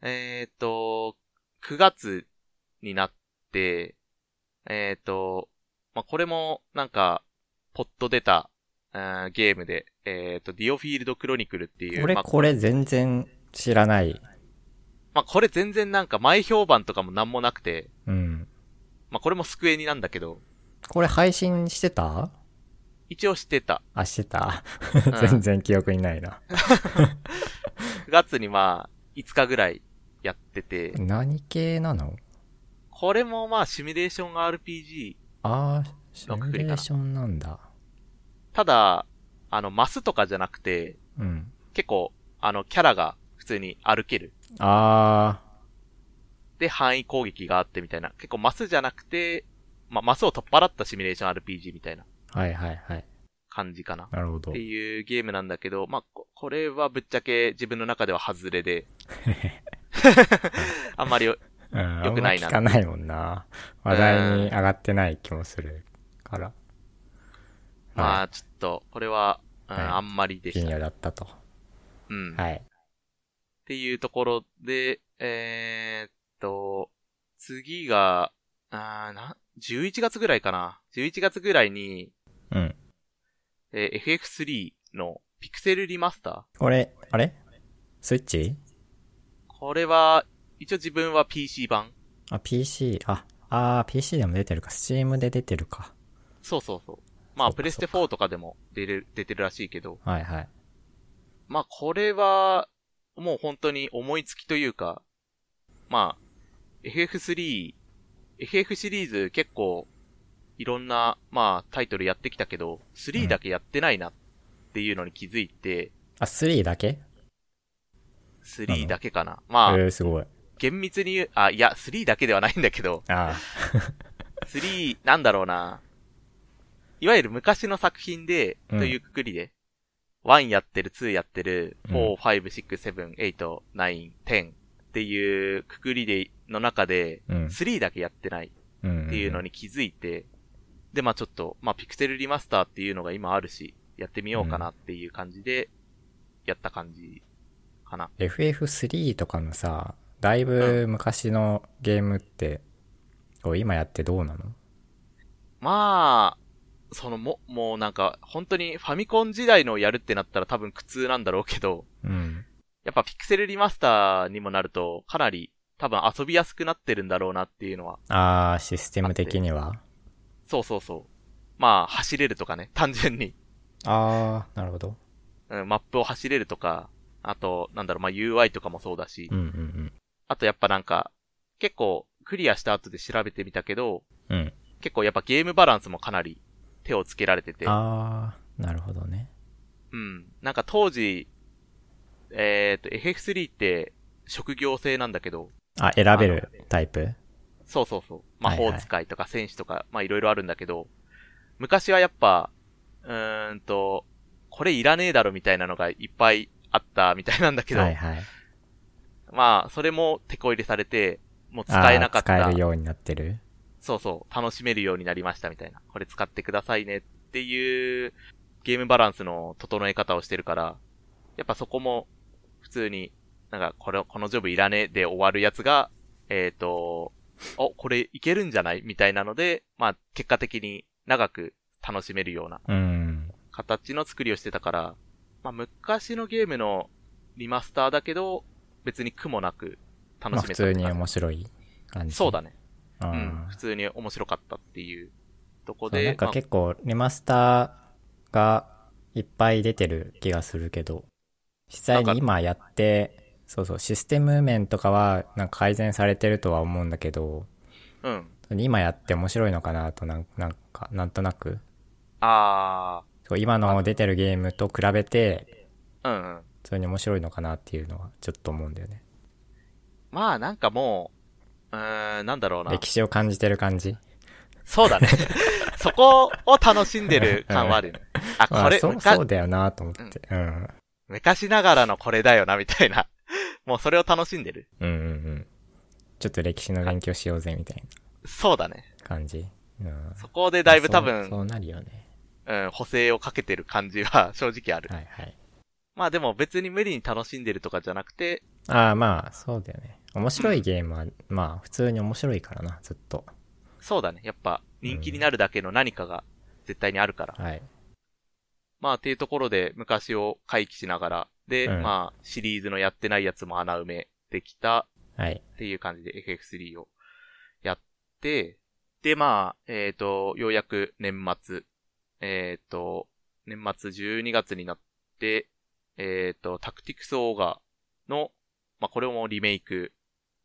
Speaker 2: えっ、と、9月になって、えっ、と、まあ、これも、なんか、ポッと出た、うんゲームで、えっ、と、ディオフィールドクロニクルっていう、
Speaker 1: 俺、
Speaker 2: まあ、
Speaker 1: これ全然知らない。
Speaker 2: まあ、これ全然なんか前評判とかもなんもなくて、
Speaker 1: うん。
Speaker 2: まあ、これもスクエニなんだけど、
Speaker 1: これ配信してた
Speaker 2: 一応し てた。
Speaker 1: あ、してた。
Speaker 2: ん
Speaker 1: 全然記憶にないな。
Speaker 2: 9月にまあ、5日ぐらいやってて、
Speaker 1: 何系なの
Speaker 2: これもまあ、シミュレーション RPG。
Speaker 1: あー、シミ
Speaker 2: ロック
Speaker 1: ュ
Speaker 2: フリ
Speaker 1: レ
Speaker 2: かな
Speaker 1: ーションなんだ。
Speaker 2: ただ、あの、マスとかじゃなくて、
Speaker 1: うん。
Speaker 2: 結構、あの、キャラが普通に歩ける。
Speaker 1: あ
Speaker 2: で、範囲攻撃があってみたいな。結構マスじゃなくて、まあ、マスを取っ払ったシミュレーション RPG みたいな
Speaker 1: ー、はいはいはい。
Speaker 2: 感じかな。っ
Speaker 1: なるほど
Speaker 2: て。いうゲームなんだけど、まあ、ここれはぶっちゃけ自分の中では外 れで。あんまり、う
Speaker 1: うん、あ
Speaker 2: 良
Speaker 1: ん
Speaker 2: く
Speaker 1: ま
Speaker 2: ない
Speaker 1: 聞
Speaker 2: な
Speaker 1: かないもんな。話題に上がってない気もするから。
Speaker 2: ま
Speaker 1: は
Speaker 2: あ、ちょっと、これは、うん、
Speaker 1: はい
Speaker 2: あんまり
Speaker 1: い。
Speaker 2: でし
Speaker 1: 金
Speaker 2: た。
Speaker 1: 魚だったと。
Speaker 2: うん。っ
Speaker 1: はい。
Speaker 2: ていうところで、えー、っと、次が、あーな、11月ぐらいかな。11月ぐらいに、
Speaker 1: うん。
Speaker 2: えー FF3 のピクセルリマスター
Speaker 1: これ、あれスイッチ
Speaker 2: これは、一応自分は PC 版。
Speaker 1: あ、PC、あ、あー PC でも出てるか。Steam で出てるか。
Speaker 2: そうそうそう。まあ、
Speaker 1: そうか
Speaker 2: プレステ4とかでも出る、出てるらしいけど、
Speaker 1: はいはい。
Speaker 2: まあ、これは、もう本当に思いつきというか、まあ、FF3、FF シリーズ結構、いろんな、まあ、タイトルやってきたけど、3だけやってないなっていうのに気づいて、
Speaker 1: あ、3だけ
Speaker 2: 3だけかな。まあ、
Speaker 1: えー、すごい。
Speaker 2: 厳密に言う、あ、いや、3だけではないんだけど、
Speaker 1: あ
Speaker 2: 3、なんだろうな。いわゆる昔の作品で、
Speaker 1: うん
Speaker 2: というくくりで、1やってる、2やってる、
Speaker 1: う
Speaker 2: 4、5、6、7、8、9、10っていうくくりで、の中で、
Speaker 1: ー、うん。
Speaker 2: 3だけやってない
Speaker 1: っ
Speaker 2: っていうの
Speaker 1: に
Speaker 2: に気づいて、で、まあちょっと、まあピクセルリマスターっていうのが今あるし、やってみようかなっていう感じで、やった感じかな。
Speaker 1: FF3 とかのさ、だいぶ昔のゲームって、こう今やってどうなの
Speaker 2: まあ、そのも、もうなんか、本当にファミコン時代のをやるってなったら多分苦痛なんだろうけど、
Speaker 1: うん。
Speaker 2: やっぱピクセルリマスターにもなると、かなり多分遊びやすくなってるんだろうなっていうのは。
Speaker 1: あー、システム的には
Speaker 2: そうそうそう。まあ、走れるとかね、単純に。
Speaker 1: あー、なるほど。
Speaker 2: うん、マップを走れるとか、あと、なんだろう、まあ UI とかもそうだし
Speaker 1: う、んうん
Speaker 2: あとやっぱなんか、結構クリアした後で調べてみたけど、
Speaker 1: うん。うん。
Speaker 2: 結構やっぱゲームバランスもかなり手をつけられてて、
Speaker 1: あー、なるほどね。
Speaker 2: うん。なんか当時、えっ、と、FF3 って職業制なんだけど、
Speaker 1: あ、選べるタイプ
Speaker 2: そうそうそう。魔
Speaker 1: はいはい
Speaker 2: 法使いとか戦士とか、まあいろいろあるんだけど、昔はやっぱ、うーんと、これいらねえだろみたいなのがいっぱいあったみたいなんだけど、
Speaker 1: はいはい。
Speaker 2: まあそれも手こ入れされて、もう使えなかっ
Speaker 1: あー
Speaker 2: た
Speaker 1: 使える。ようになってる
Speaker 2: そうそう、楽しめるようになりましたみたいな。これ使ってくださいねっていうゲームバランスの整え方をしてるから、やっぱそこも普通に、なんかこれ、このジョブいらねえで終わるやつが、えっ、と、お、これいけるんじゃないみたいなので、まあ結果的に長く楽しめるような
Speaker 1: うん。
Speaker 2: 形の作りをしてたから、まあ昔のゲームのリマスターだけど、別に苦もなく楽
Speaker 1: まあ
Speaker 2: し
Speaker 1: 普
Speaker 2: めた
Speaker 1: 通に
Speaker 2: って感じ
Speaker 1: 面白い感じ。
Speaker 2: そうだ
Speaker 1: ね。
Speaker 2: ね。
Speaker 1: う
Speaker 2: うん
Speaker 1: ん。
Speaker 2: 普通に面白かったっていうとこ
Speaker 1: そう
Speaker 2: で。
Speaker 1: なんか
Speaker 2: まあ
Speaker 1: 結構リマスターがいっぱい出てる気がするけど、実際
Speaker 2: な
Speaker 1: に
Speaker 2: んか
Speaker 1: 今やって、そうそう、システム面とかはなんか改善されてるとは思うんだけど、
Speaker 2: うん。
Speaker 1: 今やって面白いのかなとなんなんか、なんとなく、
Speaker 2: あ
Speaker 1: そう今の出てるゲームと比べて、
Speaker 2: ー、うんうん。
Speaker 1: それに面白いのかなっていうのはちょっと思うんだよね。
Speaker 2: まあなんかもう、うーん、なんだろうな。
Speaker 1: 歴史を感じてる感じ
Speaker 2: そ うだね。そこを楽しんでる感はあるよね。あ、
Speaker 1: ま
Speaker 2: こ
Speaker 1: あ
Speaker 2: れ、
Speaker 1: そう、
Speaker 2: むか
Speaker 1: そうだよなと思って。うん。
Speaker 2: 昔ながらのこれだよな、みたいな。もうそれを楽しんでる。
Speaker 1: うんうんうん。ちょっと歴史の勉強しようぜみたい
Speaker 2: そうだね。
Speaker 1: な感じ。うん。
Speaker 2: そこでだいぶ多
Speaker 1: そうそ
Speaker 2: 分、
Speaker 1: うなるよね。
Speaker 2: うん、補正をかけてる感じは正直ある。
Speaker 1: はいはい。
Speaker 2: まあでも別に無理に楽しんでるとかじゃなくて、
Speaker 1: ああ、まあ、そうだよね。面白いゲームは、まあ、普通に面白いからな、ずっと。
Speaker 2: そうだね。やっぱ人気になるだけの何かが絶対にあるから。
Speaker 1: はい。
Speaker 2: まあっていうところで昔を回帰しながら、で、
Speaker 1: うん
Speaker 2: まあシリーズのやってないやつも穴埋めできた
Speaker 1: はい。
Speaker 2: っていう感じで FF3 をやって、で、まあ、えっ、と、ようやく年末、えっ、と、年末12月になって、えっ、と、タクティクスオーガの、まあ、これもリメイク、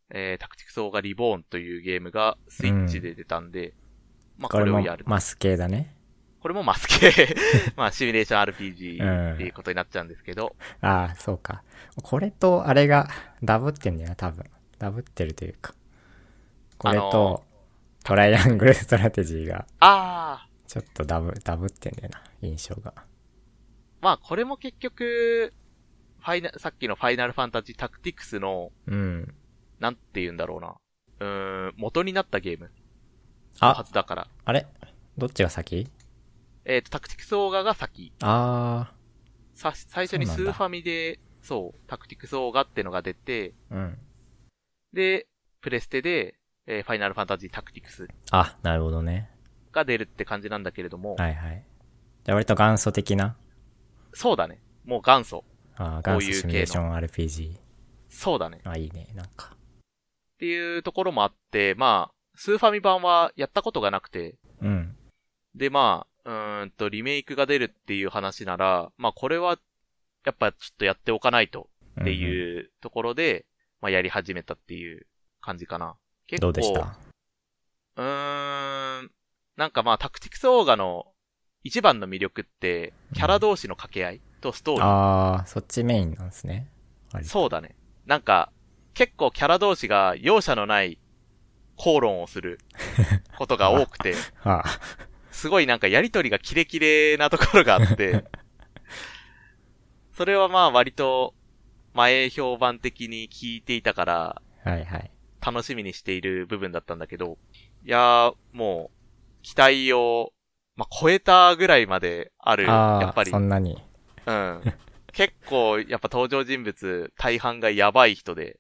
Speaker 2: えータクティクスオーガリボーンというゲームがスイッチで出たんで、まあ、
Speaker 1: こ
Speaker 2: こ
Speaker 1: れ
Speaker 2: れを
Speaker 1: も
Speaker 2: やる。
Speaker 1: マス系だね。
Speaker 2: これもマスケ。 まあ、シミュレーション
Speaker 1: うん
Speaker 2: RPG っていうことになっちゃうんですけど、
Speaker 1: ああ、そうか。これとあれがダブってんだよな、多分。ダブってるというか。これ
Speaker 2: あ
Speaker 1: と
Speaker 2: の、
Speaker 1: トライアングルストラテジーが、
Speaker 2: ああ、
Speaker 1: ちょっとダブ、ダブってんだよな、印象が。
Speaker 2: まあ、これも結局、ファイナ、さっきのファイナルファンタジータクティクスの、
Speaker 1: うん。
Speaker 2: なんて言うんだろうな。うーん、元になったゲームのは
Speaker 1: あ、
Speaker 2: ずだから。
Speaker 1: あれどっちが先
Speaker 2: えっ、と、タクティクスオーガが先。
Speaker 1: あ
Speaker 2: さ、最初に
Speaker 1: そうな
Speaker 2: ス
Speaker 1: んだ
Speaker 2: ーファミで、そうタクティクスオーガってのが出て、
Speaker 1: あ、うん。
Speaker 2: で、プレステで、えーファイナルファンタジータクティクス
Speaker 1: あ、なるほどね。
Speaker 2: が出るって感じなんだけれども、
Speaker 1: はいはい。じゃあ割と元祖的な、
Speaker 2: そうだね。もう元祖。
Speaker 1: ああ、
Speaker 2: こ
Speaker 1: 元
Speaker 2: う
Speaker 1: 祖
Speaker 2: いう系の
Speaker 1: シミュレーション RPG。
Speaker 2: そうだね。
Speaker 1: あ、いいね、なんか。
Speaker 2: っていうところもあって、まあ、スーファミ版はやったことがなくて、
Speaker 1: うん。
Speaker 2: で、まあ、うーんと、リメイクが出るっていう話なら、まあ、これは、やっぱちょっとやっておかないと
Speaker 1: う
Speaker 2: って
Speaker 1: ん
Speaker 2: いうところで、まあ、やり始めたっていう感じかな。
Speaker 1: うん。
Speaker 2: 結
Speaker 1: ど
Speaker 2: 構、
Speaker 1: うでした
Speaker 2: うーん、なんかまあ、タクティクスオーガの一番の魅力って、キャラ同士の掛け合いとストーリー。
Speaker 1: ああ、そっちメインなんですね。割と
Speaker 2: そうだね。なんか、結構キャラ同士が容赦のない口論をすることが 多くて、
Speaker 1: ああ、
Speaker 2: すごいなんかやりとりがキレキレなところがあって、それはまあ割と前評判的に聞いていたから
Speaker 1: はいはい。
Speaker 2: 楽しみにしている部分だったんだけど、いやーもう期待を、まあ、超えたぐらいまである、
Speaker 1: ああ、
Speaker 2: やっぱり、う
Speaker 1: そんなに。
Speaker 2: ん。結構やっぱ登場人物大半がやばい人で、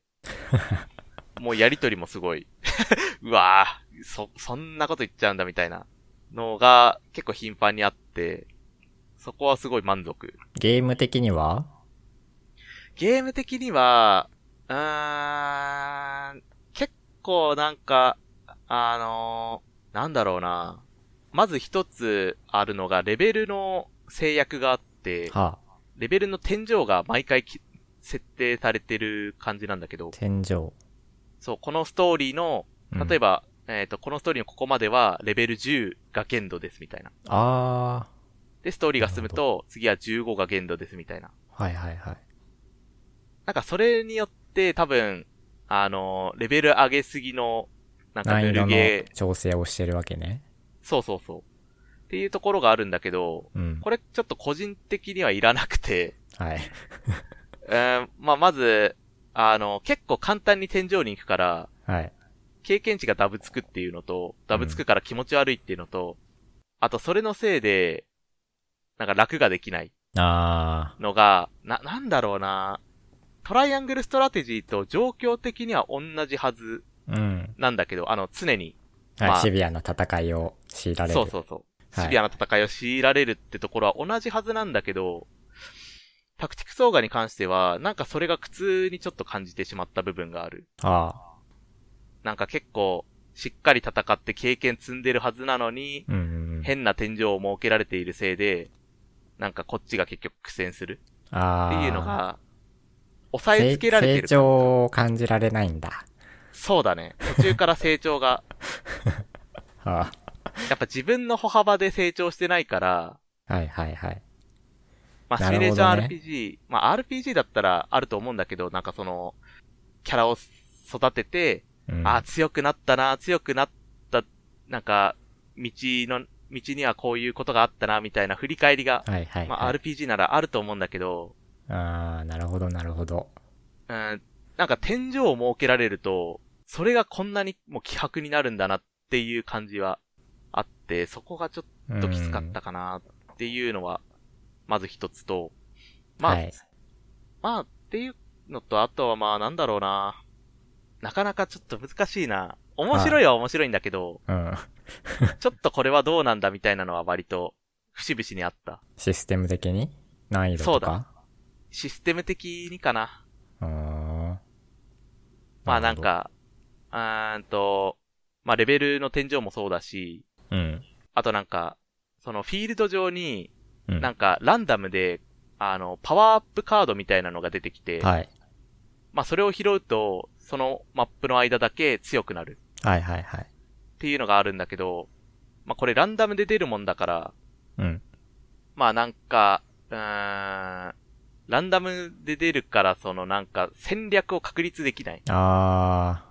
Speaker 2: もうやりとりもすごい。 うわぁ、そ、そんなこと言っちゃうんだみたいなのが結構頻繁にあって、そこはすごい満足。
Speaker 1: ゲーム的には
Speaker 2: ゲーム的には、うーん、結構なんか、あのなんだろうな。まず一つあるのが、レベルの制約があって、
Speaker 1: はあ、
Speaker 2: レベルの天井が毎回き設定されてる感じなんだけど、
Speaker 1: 天井。
Speaker 2: そう、このストーリーの例え
Speaker 1: ば。
Speaker 2: ば、えっ、と、このストーリーのここまではレベル10が限度ですみたいな。
Speaker 1: あ
Speaker 2: で、ストーリーが進むと、次は15が限度ですみたいな。
Speaker 1: あ、はいはいはい。
Speaker 2: なんかそれによって多分、あのーレベル上げすぎの、なんか
Speaker 1: 難
Speaker 2: ぬ
Speaker 1: 易度
Speaker 2: る
Speaker 1: の
Speaker 2: ゲー、
Speaker 1: 調整をしてるわけね。
Speaker 2: そうそうそう。っていうところがあるんだけど、
Speaker 1: うん。
Speaker 2: これちょっと個人的にはいらなくて、
Speaker 1: はい。
Speaker 2: うーん、まあ、まず、あの、結構簡単に天井に行くから、
Speaker 1: はい。
Speaker 2: 経験値がダブつくっていうのと、ダブつくから気持ち悪いっていうのと、あとそれのせいで、なんか楽ができない
Speaker 1: あ
Speaker 2: のが、な、なんだろうな。トライアングルストラテジーと状況的には同じはず
Speaker 1: あ、うん。
Speaker 2: なんだけど、あの、常に、
Speaker 1: はい、
Speaker 2: まあ
Speaker 1: シビアな戦いを強いられる。
Speaker 2: そうそうそう、
Speaker 1: はい
Speaker 2: シビアな戦いを強いられるってところは同じはずなんだけど、タクティクスオーガに関しては、なんかそれが苦痛にちょっと感じてしまった部分がある。
Speaker 1: あ
Speaker 2: なんか結構、しっかり戦って経験積んでるはずなのに、
Speaker 1: あ、うんうんうん。
Speaker 2: 変な天井を設けられているせいで、なんかこっちが結局苦戦する
Speaker 1: あ
Speaker 2: っ
Speaker 1: あ。
Speaker 2: ていうのが、抑えつけられて
Speaker 1: 成
Speaker 2: る。
Speaker 1: 長を感じられないんだ。
Speaker 2: そうだね。途中から成長が、
Speaker 1: あ
Speaker 2: やっぱ自分の歩幅で成長してないから、
Speaker 1: あ、はいはいはい。
Speaker 2: まあ、
Speaker 1: な
Speaker 2: シ
Speaker 1: る
Speaker 2: ミュ
Speaker 1: ほど
Speaker 2: レーショ
Speaker 1: ね
Speaker 2: ン RPG、まあ、RPG だったらあると思うんだけど、なんかその、キャラを育てて、
Speaker 1: うん。
Speaker 2: あ、強くなったな、強くなった、なんか、道の、道にはこういうことがあったな、みたいな振り返りが、
Speaker 1: はいはい。
Speaker 2: まあ、RPG ならあると思うんだけど、
Speaker 1: ああ、なるほど、なるほど。
Speaker 2: うん、なんか天井を設けられると、それがこんなにもう希薄になるんだなっていう感じはあって、そこがちょ
Speaker 1: う
Speaker 2: っ
Speaker 1: ん
Speaker 2: ときつかったかなっていうのは、まず一つと、まあ、
Speaker 1: はい。
Speaker 2: まあっていうのと、あとはまあなんだろうな。なかなかちょっと難しいな。面白いは面白いんだけど、
Speaker 1: うん。
Speaker 2: ちょっとこれはどうなんだみたいなのは割と、節々にあった。
Speaker 1: システム的に難易度とか
Speaker 2: システム的にかな。
Speaker 1: うーん。
Speaker 2: まあなん。か、うーんと、まあレベルの天井もそうだし、
Speaker 1: うん。
Speaker 2: あとなんか、そのフィールド上に、
Speaker 1: うん。
Speaker 2: なんかランダムで、あの、パワーアップカードみたいなのが出てきて、
Speaker 1: はい。
Speaker 2: まあそれを拾うと、そのマップの間だけ強くなる。
Speaker 1: はいはいはい。
Speaker 2: っていうのがあるんだけど、まあ、これランダムで出るもんだから、
Speaker 1: うん。
Speaker 2: まあなんか、うーん、ランダムで出るから、そのなんか戦略を確立できない。
Speaker 1: あ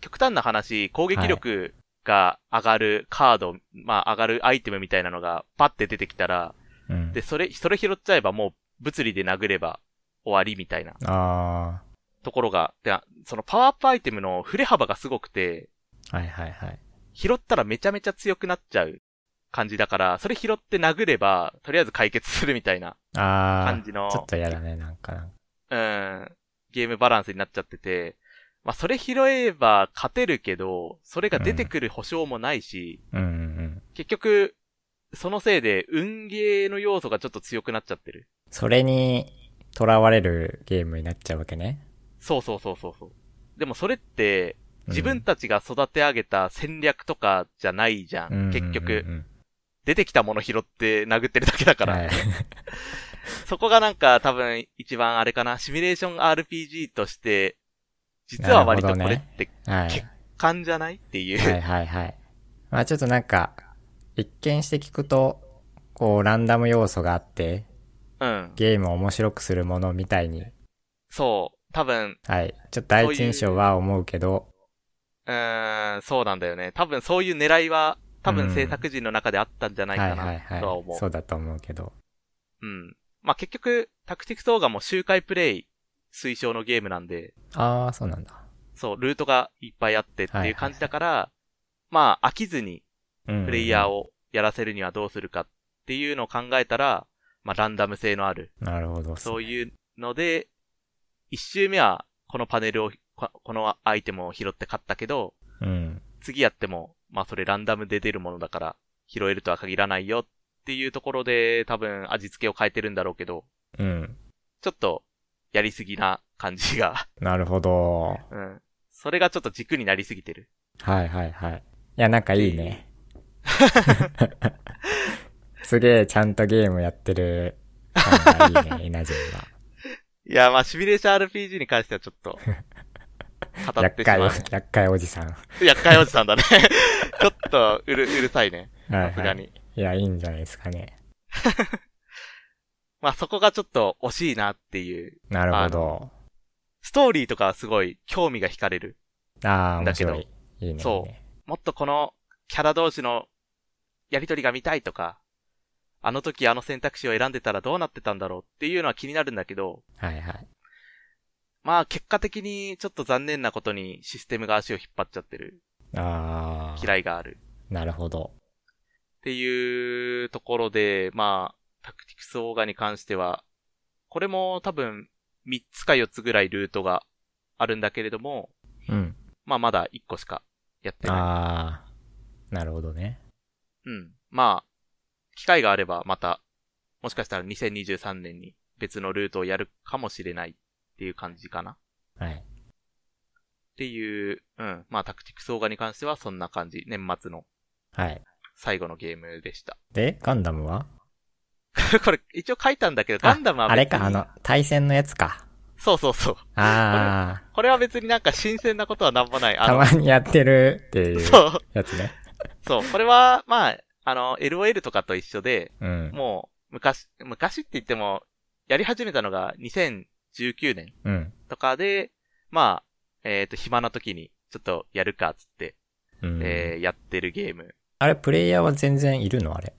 Speaker 2: 極端な話、攻撃力が上がるカード、まあ上がるアイテムみたいなのがパッて出てきたら、
Speaker 1: ー。うん
Speaker 2: で、。それ、それ拾っちゃえばもう物理で殴れば終わりみたいな
Speaker 1: あ
Speaker 2: ところが、でそのパワーアップアイテムの振れ幅がすごくて、
Speaker 1: ー。はいはいはい。
Speaker 2: 拾ったらめちゃめちゃ強くなっちゃう感じだから、それ拾って殴れば、とりあえず解決するみたいな、
Speaker 1: あ
Speaker 2: 感じ
Speaker 1: ー。
Speaker 2: の
Speaker 1: ちょっとやだね、なんかな。
Speaker 2: うん、ゲームバランスになっちゃってて、まあ、それ拾えば勝てるけど、それが出てくる保証もないし、
Speaker 1: うんうんうん。
Speaker 2: 結局、そのせいで、運ゲーの要素がちょっと強くなっちゃってる。
Speaker 1: それに、囚われるゲームになっちゃうわけね。
Speaker 2: そうそうそうそうそう。でもそれって、
Speaker 1: うん
Speaker 2: 自分たちが育て上げた戦略とかじゃないじゃ
Speaker 1: うん
Speaker 2: ん。
Speaker 1: うんうんうん
Speaker 2: 結局、。出てきたもの拾って殴ってるだけだから。
Speaker 1: はい。
Speaker 2: そこがなんか多分一番あれかな、シミュレーション RPG として、実は割とこれって
Speaker 1: は
Speaker 2: 結
Speaker 1: い。
Speaker 2: 感じゃないっていう。
Speaker 1: はいはいはい。まあちょっとなんか、一見して聞くと、こう、ランダム要素があって、
Speaker 2: うん。
Speaker 1: ゲームを面白くするものみたいに、
Speaker 2: そう。多分、
Speaker 1: はい。ちょっと第一印象は思うけど、
Speaker 2: うーん、そうなんだよね。多分そういう狙いは、多
Speaker 1: うん
Speaker 2: 分制作陣の中であったんじゃない
Speaker 1: はい
Speaker 2: か
Speaker 1: はい
Speaker 2: な、とは
Speaker 1: は
Speaker 2: 思
Speaker 1: い。
Speaker 2: う。
Speaker 1: そうだと思うけど。
Speaker 2: うん。まあ、結局、タクティクスオーガも周回プレイ推奨のゲームなんで、
Speaker 1: ああ、そうなんだ。
Speaker 2: そう、ルートがいっぱいあってっていう感じだから、まあ、飽きずに
Speaker 1: うん
Speaker 2: プレイヤーをやらせるにはどうするかっていうのを考えたら、まあ、ランダム性のある、
Speaker 1: なるほど。
Speaker 2: そういうので、一周目はこのパネルを、ここのアイテムを拾って買ったけど、
Speaker 1: う。うん。
Speaker 2: 次やっても、まあそれランダムで出るものだから、拾えるとは限らないよっていうところで、多分味付けを変えてるんだろうけど、
Speaker 1: うん。
Speaker 2: ちょっと、やりすぎな感じが、
Speaker 1: なるほど。
Speaker 2: うん。それがちょっと軸になりすぎてる。
Speaker 1: はいはいはい。いや、なんかいいね。 すげえちゃんとゲームやってる感がいい ね、イナジンは。
Speaker 2: いや、まあシミュレーション RPG に関してはちょっと、語っ
Speaker 1: 厄
Speaker 2: て
Speaker 1: 介
Speaker 2: しまう
Speaker 1: お、
Speaker 2: ね。
Speaker 1: 厄介おじさん。は
Speaker 2: 厄介おじさんだね。 ちょっと、うる、うるさいね。
Speaker 1: い、は
Speaker 2: さすが
Speaker 1: い。
Speaker 2: に。
Speaker 1: いや、いいんじゃないですかね。
Speaker 2: まあそこがちょっと惜しいなっていう。
Speaker 1: なるほど。
Speaker 2: ストーリーとかはすごい興味が惹かれる。
Speaker 1: ああー、面
Speaker 2: だけど
Speaker 1: 白い。いいね。
Speaker 2: そう
Speaker 1: いいね
Speaker 2: もっとこのキャラ同士のやりとりが見たいとか、あの時あの選択肢を選んでたらどうなってたんだろうっていうのは気になるんだけど、
Speaker 1: はいはい。
Speaker 2: まあ結果的にちょっと残念なことにシステムが足を引っ張っちゃってる。
Speaker 1: ああ、
Speaker 2: 嫌いがある。
Speaker 1: なるほど。
Speaker 2: っていうところで、まあ、タクティクスオーガに関しては、これも多分3つか4つぐらいルートがあるんだけれども、
Speaker 1: うん。
Speaker 2: まあまだ1個しかやってな
Speaker 1: ああ、なるほどね。
Speaker 2: い。うん。まあ、機会があればまた、もしかしたら2023年に別のルートをやるかもしれないっていう感じかな。っ
Speaker 1: はい。
Speaker 2: ていう、うん。まあタクティクスオーガに関してはそんな感じ。年末の
Speaker 1: はい。
Speaker 2: 最後のゲームでした。
Speaker 1: で、ガンダムは
Speaker 2: これ一応書いたんだけど、ガンダムは
Speaker 1: ああれ
Speaker 2: 別に
Speaker 1: か、あの、対戦のやつか。
Speaker 2: そうそうそう。
Speaker 1: あ
Speaker 2: これは別になんか新鮮なことはなんもない。
Speaker 1: あ、
Speaker 2: あ
Speaker 1: た
Speaker 2: の、
Speaker 1: まにやってるっていう
Speaker 2: そう、
Speaker 1: やつね。
Speaker 2: そう。これは、まあ、あの、LOL とかと一緒で、
Speaker 1: うん。
Speaker 2: もう、昔、昔って言っても、やり始めたのが2019年
Speaker 1: うん。
Speaker 2: とかで、まあ、えっ、と、暇な時にちょっとやるか、つって、
Speaker 1: うん。
Speaker 2: えーやってるゲーム。
Speaker 1: あれ、プレイヤーは全然いるのあれ。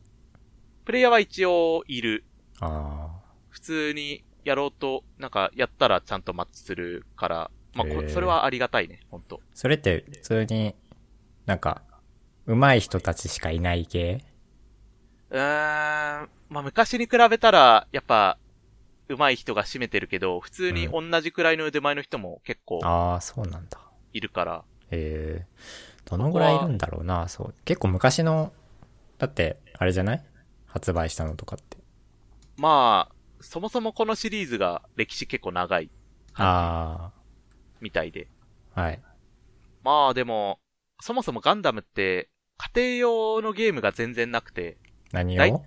Speaker 2: プレイヤーは一応いる。
Speaker 1: あ
Speaker 2: 普通にやろうと、なんかやったらちゃんとマッチするから、まあこ
Speaker 1: へー
Speaker 2: それはありがたいね、ほんと
Speaker 1: あ。。それって、普通に、なんか、上手い人たちしかいない系
Speaker 2: うーん、まあ昔に比べたら、やっぱ、上手い人が占めてるけど、普通に同じくらいの腕前の人も結構
Speaker 1: ああ、そうなんだ。
Speaker 2: いるから。
Speaker 1: えー、どのぐらいいるんだろうな、そう。結構昔の、だって、あれじゃない発売したのとかって。
Speaker 2: まあ、そもそもこのシリーズが歴史結構長い
Speaker 1: あ
Speaker 2: みたいで。
Speaker 1: あ、はい。
Speaker 2: まあでも、そもそもガンダムって、家庭用のゲームが全然なくて、
Speaker 1: 何
Speaker 2: 大
Speaker 1: を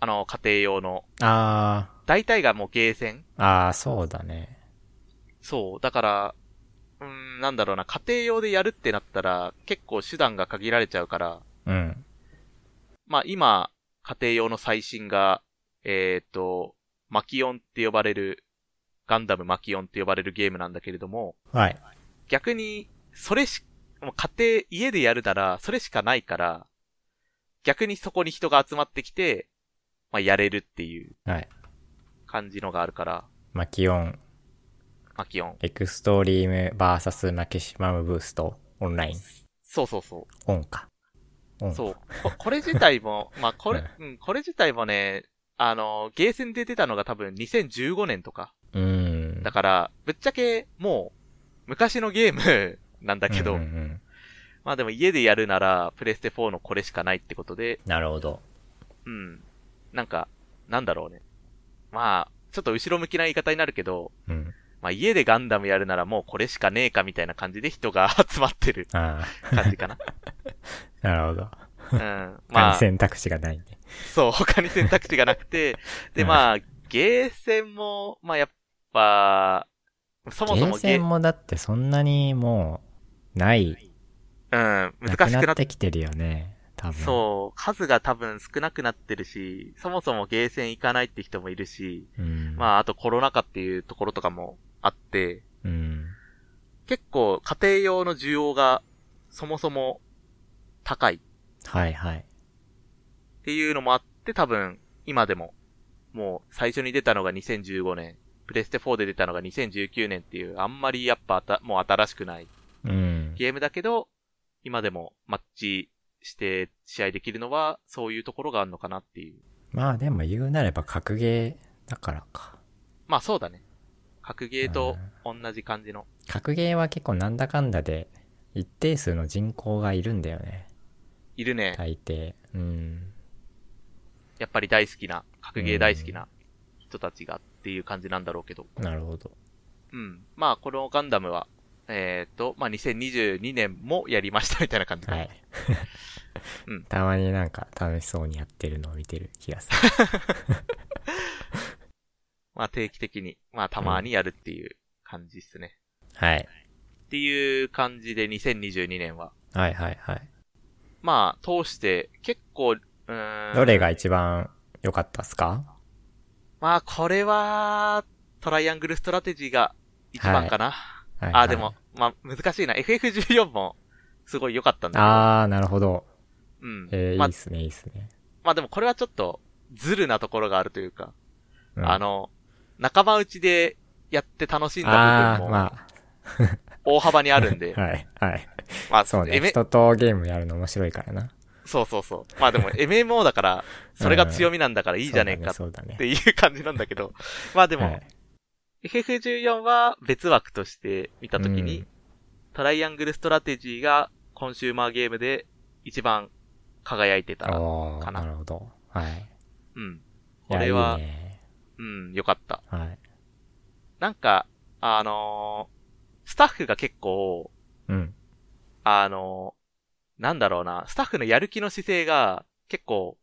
Speaker 2: あの、家庭用の、
Speaker 1: あ
Speaker 2: 大体がもうゲーセン
Speaker 1: あ、ああ、そうだね。
Speaker 2: そう、だから、うーん、なんだろうな、家庭用でやるってなったら、結構手段が限られちゃうから、
Speaker 1: うん。
Speaker 2: まあ今、家庭用の最新が、えっ、と、マキオンって呼ばれる、ガンダムマキオンって呼ばれるゲームなんだけれども、
Speaker 1: はい。
Speaker 2: 逆に、それし、もう家庭、家でやるなら、それしかないから、逆にそこに人が集まってきて、まあやれるっていう
Speaker 1: はい。
Speaker 2: 感じのがあるから、
Speaker 1: マキオン、
Speaker 2: マキオン。
Speaker 1: エクストリームバーサスマキシマムブースト、オンライン。
Speaker 2: そうそうそう。
Speaker 1: オンか。オン。。
Speaker 2: そうう。ここれ自体も、まあ、これ
Speaker 1: は、
Speaker 2: うん、これ自体もね、あの、ゲーセンで出たのが多分2015年とか。
Speaker 1: うーん。
Speaker 2: だから、ぶっちゃけ、もう、昔のゲーム なんだけど、
Speaker 1: うんうんうん
Speaker 2: まあでも家でやるなら、プレステ4のこれしかないってことで、
Speaker 1: なるほど。
Speaker 2: うん。なんか、なんだろうね。まあ、ちょっと後ろ向きな言い方になるけど、
Speaker 1: うん。
Speaker 2: まあ家でガンダムやるならもうこれしかねえかみたいな感じで人が 集まってる
Speaker 1: ああ、
Speaker 2: 感じかな。
Speaker 1: なるほど。
Speaker 2: うん。
Speaker 1: ま
Speaker 2: ま
Speaker 1: あ、
Speaker 2: あ、
Speaker 1: 選択肢がないね。
Speaker 2: そう、他に選択肢がなくて、で、
Speaker 1: うん
Speaker 2: まあ、ゲーセンも、まあ、やっぱ、そも
Speaker 1: ゲ
Speaker 2: そも
Speaker 1: ーセンもだってそんなにもう、ない、
Speaker 2: うん、
Speaker 1: な
Speaker 2: 難
Speaker 1: く
Speaker 2: しく
Speaker 1: な
Speaker 2: なっ、
Speaker 1: っててきてるよね。多分。
Speaker 2: そう、数が多分少なくなってるし、そもそもゲーセン行かないって人もいるし、
Speaker 1: う。うん。あ。
Speaker 2: まあ、あとコロナ禍っていうところとかもあって、
Speaker 1: うん。
Speaker 2: 結構家庭用の需要がそもそも高いっ
Speaker 1: はいはい。
Speaker 2: ていうのもあって、多分、今でも、もう最初に出たのが2015年、プレステ4で出たのが2019年っていう、あんまりやっぱあたもう新しくない
Speaker 1: うん。
Speaker 2: ゲームだけど、今でもマッチして試合できるのは、そういうところがあるのかなっていう。
Speaker 1: まあでも言うなれば格ゲーだからか。
Speaker 2: まあそうだね。格ゲーと同じ感じの。
Speaker 1: 格ゲーは結構なんだかんだで一定数の人口がいるんだよね。
Speaker 2: いるね。
Speaker 1: 大抵。うん。
Speaker 2: やっぱり大好きな、格ゲー大好きな人たちがっていう感じなんだろうけど。
Speaker 1: なるほど。
Speaker 2: うん。まあこのガンダムは、えっ、と、まあ2022年もやりましたみたいな感じかな
Speaker 1: はい。
Speaker 2: う ん
Speaker 1: たまになんか楽しそうにやってるのを見てる気がす る。
Speaker 2: まあ定期的に、まあたまにやるっていう感じっすね。
Speaker 1: はい。
Speaker 2: っていう感じで2022年は、
Speaker 1: はいはいはい。
Speaker 2: まあ通して結構、うーん。
Speaker 1: どれが一番良かったっすか
Speaker 2: まあ、これは、トライアングルストラテジーが一番か
Speaker 1: は
Speaker 2: な。
Speaker 1: いはい
Speaker 2: ああ、でも、。まあ、難しいな。FF14 も、すごい良かったんだ
Speaker 1: あー、なるほど。
Speaker 2: けど。うん。
Speaker 1: えー、
Speaker 2: ま
Speaker 1: い
Speaker 2: あ
Speaker 1: いっ、すね、いいっすね。
Speaker 2: まあでもこれはちょっと、ずるなところがあるというか、
Speaker 1: うん
Speaker 2: あ、の、仲間内でやって楽しんだ
Speaker 1: あー、
Speaker 2: 部分も、
Speaker 1: ま
Speaker 2: 大幅にあるん
Speaker 1: あ、
Speaker 2: で、
Speaker 1: はい、はい。
Speaker 2: まあ、
Speaker 1: そうね、
Speaker 2: エメ
Speaker 1: 人とゲームやるの面白いからな。
Speaker 2: そうそうそう。まあでも、MMO だから、それが強みなんだからいいじゃねえかっ
Speaker 1: そうだね。そうだ
Speaker 2: て
Speaker 1: ね
Speaker 2: いう感じなんだけど、 まあで
Speaker 1: は
Speaker 2: も
Speaker 1: い、
Speaker 2: FF14 は別枠として見たときに、
Speaker 1: うん
Speaker 2: トライアングルストラテジーがコンシューマーゲームで一番輝いてた。
Speaker 1: お
Speaker 2: か
Speaker 1: ー
Speaker 2: な
Speaker 1: なるほど。はい。
Speaker 2: うん。
Speaker 1: い
Speaker 2: こ
Speaker 1: や
Speaker 2: れは、
Speaker 1: いいね。
Speaker 2: うん、よかった。
Speaker 1: はい。
Speaker 2: なんか、あのースタッフが結構、
Speaker 1: うん。
Speaker 2: あのーなんだろうな、スタッフのやる気の姿勢が結構、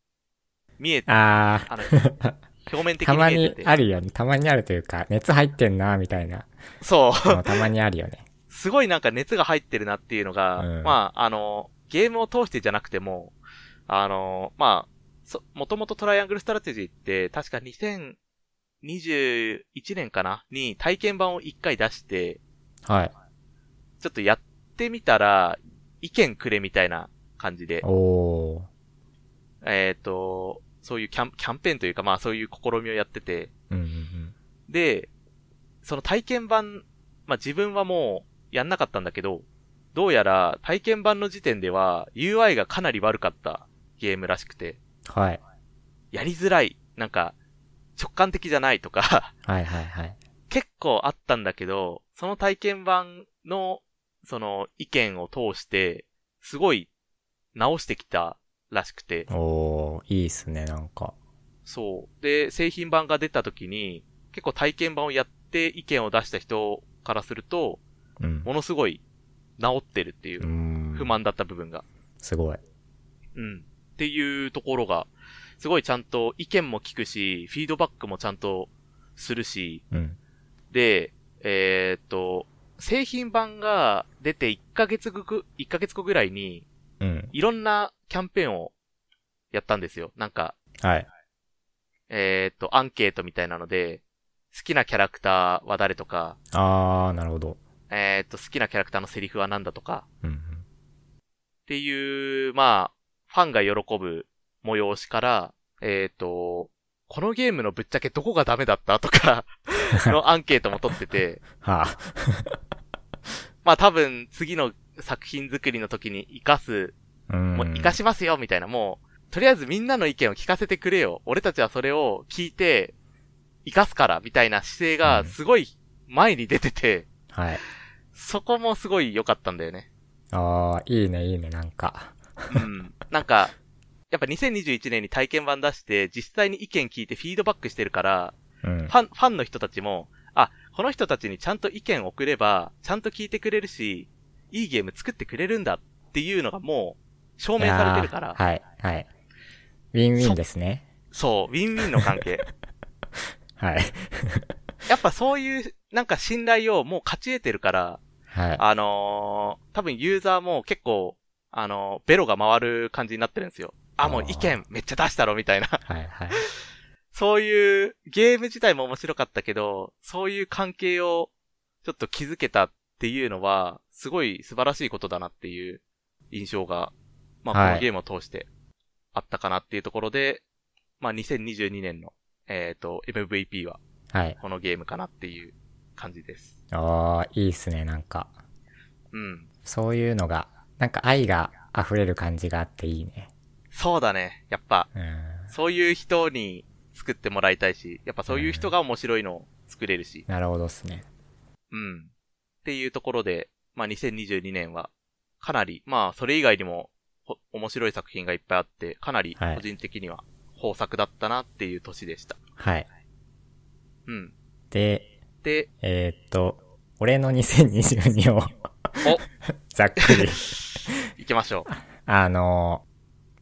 Speaker 2: 見え、
Speaker 1: あ
Speaker 2: あの、
Speaker 1: ー、
Speaker 2: 表 面的
Speaker 1: た
Speaker 2: に
Speaker 1: ま
Speaker 2: 見え
Speaker 1: に
Speaker 2: てて。
Speaker 1: あるよね。たまにあるというか、熱入ってんな、みたい な。
Speaker 2: そう。
Speaker 1: のたまにあるよね。
Speaker 2: すごいなんか熱が入ってるなっていうのが、
Speaker 1: うん
Speaker 2: まあ、あの、ゲームを通してじゃなくても、あの、まあ、そ、もともとトライアングルストラテジーって、確か2021年かなに体験版を1回出して、
Speaker 1: はい。
Speaker 2: ちょっとやっってみたら、意見くれみたいな感じで、
Speaker 1: おー。
Speaker 2: えっ、と、そういうキャンキャンペーンというか、まあそういう試みをやってて、
Speaker 1: うんうんうん。
Speaker 2: で、その体験版、まあ自分はもうやんなかったんだけど、どうやら体験版の時点では UI がかなり悪かったゲームらしくて、
Speaker 1: はい。
Speaker 2: やりづらい、なんか直感的じゃないとか、
Speaker 1: はいはいはい。
Speaker 2: 結構あったんだけど、その体験版の、その、意見を通して、すごい、直してきたらしくて、
Speaker 1: おー、いいっすね、なんか。
Speaker 2: そう。で、製品版が出た時に、結構体験版をやって意見を出した人からすると、
Speaker 1: うん。
Speaker 2: ものすごい、直ってるっていうう、
Speaker 1: ん。
Speaker 2: 不。満だった部分が。
Speaker 1: すごい。
Speaker 2: うん。っていうところが、すごいちゃんと意見も聞くし、フィードバックもちゃんとするし、
Speaker 1: うん。
Speaker 2: で、えーっと、製品版が出て1ヶ月ぐく、1ヶ月後ぐらいに、
Speaker 1: うん。
Speaker 2: いろんなキャンペーンをやったんですよ。なんか、
Speaker 1: はい。
Speaker 2: えーっと、アンケートみたいなので、好きなキャラクターは誰とか、
Speaker 1: あー、なるほど。
Speaker 2: えーっと、好きなキャラクターのセリフは何だとか、
Speaker 1: うんうん。
Speaker 2: っていう、まあ、ファンが喜ぶ催しから、えーっと、このゲームのぶっちゃけどこがダメだったとか、のアンケートも取ってて、
Speaker 1: はあ。
Speaker 2: まあ多分次の作品作りの時に活かす、
Speaker 1: うん。
Speaker 2: もう活かしますよみたいな、もう、とりあえずみんなの意見を聞かせてくれよ。俺たちはそれを聞いて、活かすから、みたいな姿勢
Speaker 1: う
Speaker 2: が
Speaker 1: ん
Speaker 2: すごい前に出てて、
Speaker 1: はい。
Speaker 2: そこもすごい良かったんだよね。
Speaker 1: あー、いいね、いいね、なんか。
Speaker 2: うん。なんか、やっぱ2021年に体験版出して、実際に意見聞いてフィードバックしてるから、
Speaker 1: うん
Speaker 2: フ。ァン、ファンの人たちも、あ、この人たちにちゃんと意見を送れば、ちゃんと聞いてくれるし、いいゲーム作ってくれるんだっていうのがもう、証明されてるから
Speaker 1: いや、ーはい、はい。ウィンウィンですね。
Speaker 2: そう、ウィンウィンの関係。
Speaker 1: はい。
Speaker 2: やっぱそういう、なんか信頼をもう勝ち得てるから、
Speaker 1: はい。
Speaker 2: あのー、多分ユーザーも結構、あのーベロが回る感じになってるんですよ。あ、もう意見めっちゃ出したろみたいな。
Speaker 1: はい、はい。
Speaker 2: そういうゲーム自体も面白かったけど、そういう関係をちょっと築けたっていうのは、すごい素晴らしいことだなっていう印象が、まあ、
Speaker 1: はい
Speaker 2: このゲームを通してあったかなっていうところで、まあ、2022年の、えっ、と、MVP は
Speaker 1: はい。
Speaker 2: このゲームかなっていう感じです。
Speaker 1: あー、いいっすね、なんか。
Speaker 2: うん。
Speaker 1: そういうのが、なんか愛が溢れる感じがあっていいね。
Speaker 2: そうだね。やっぱ、
Speaker 1: うん。
Speaker 2: そういう人に作ってもらいたいし、やっぱそういう人が面白いのを作れるし、
Speaker 1: なるほどっすね。
Speaker 2: うん。っていうところで、まあ、2022年は、かなり、まあ、それ以外にも、ほ面白い作品がいっぱいあって、かなり、
Speaker 1: はい
Speaker 2: 個人的には、豊作だったなっていう年でした。
Speaker 1: はい。
Speaker 2: うん。
Speaker 1: で、
Speaker 2: で、
Speaker 1: えー、っと、俺の2022を
Speaker 2: お、
Speaker 1: ざっくり。
Speaker 2: 行きましょ
Speaker 1: あの、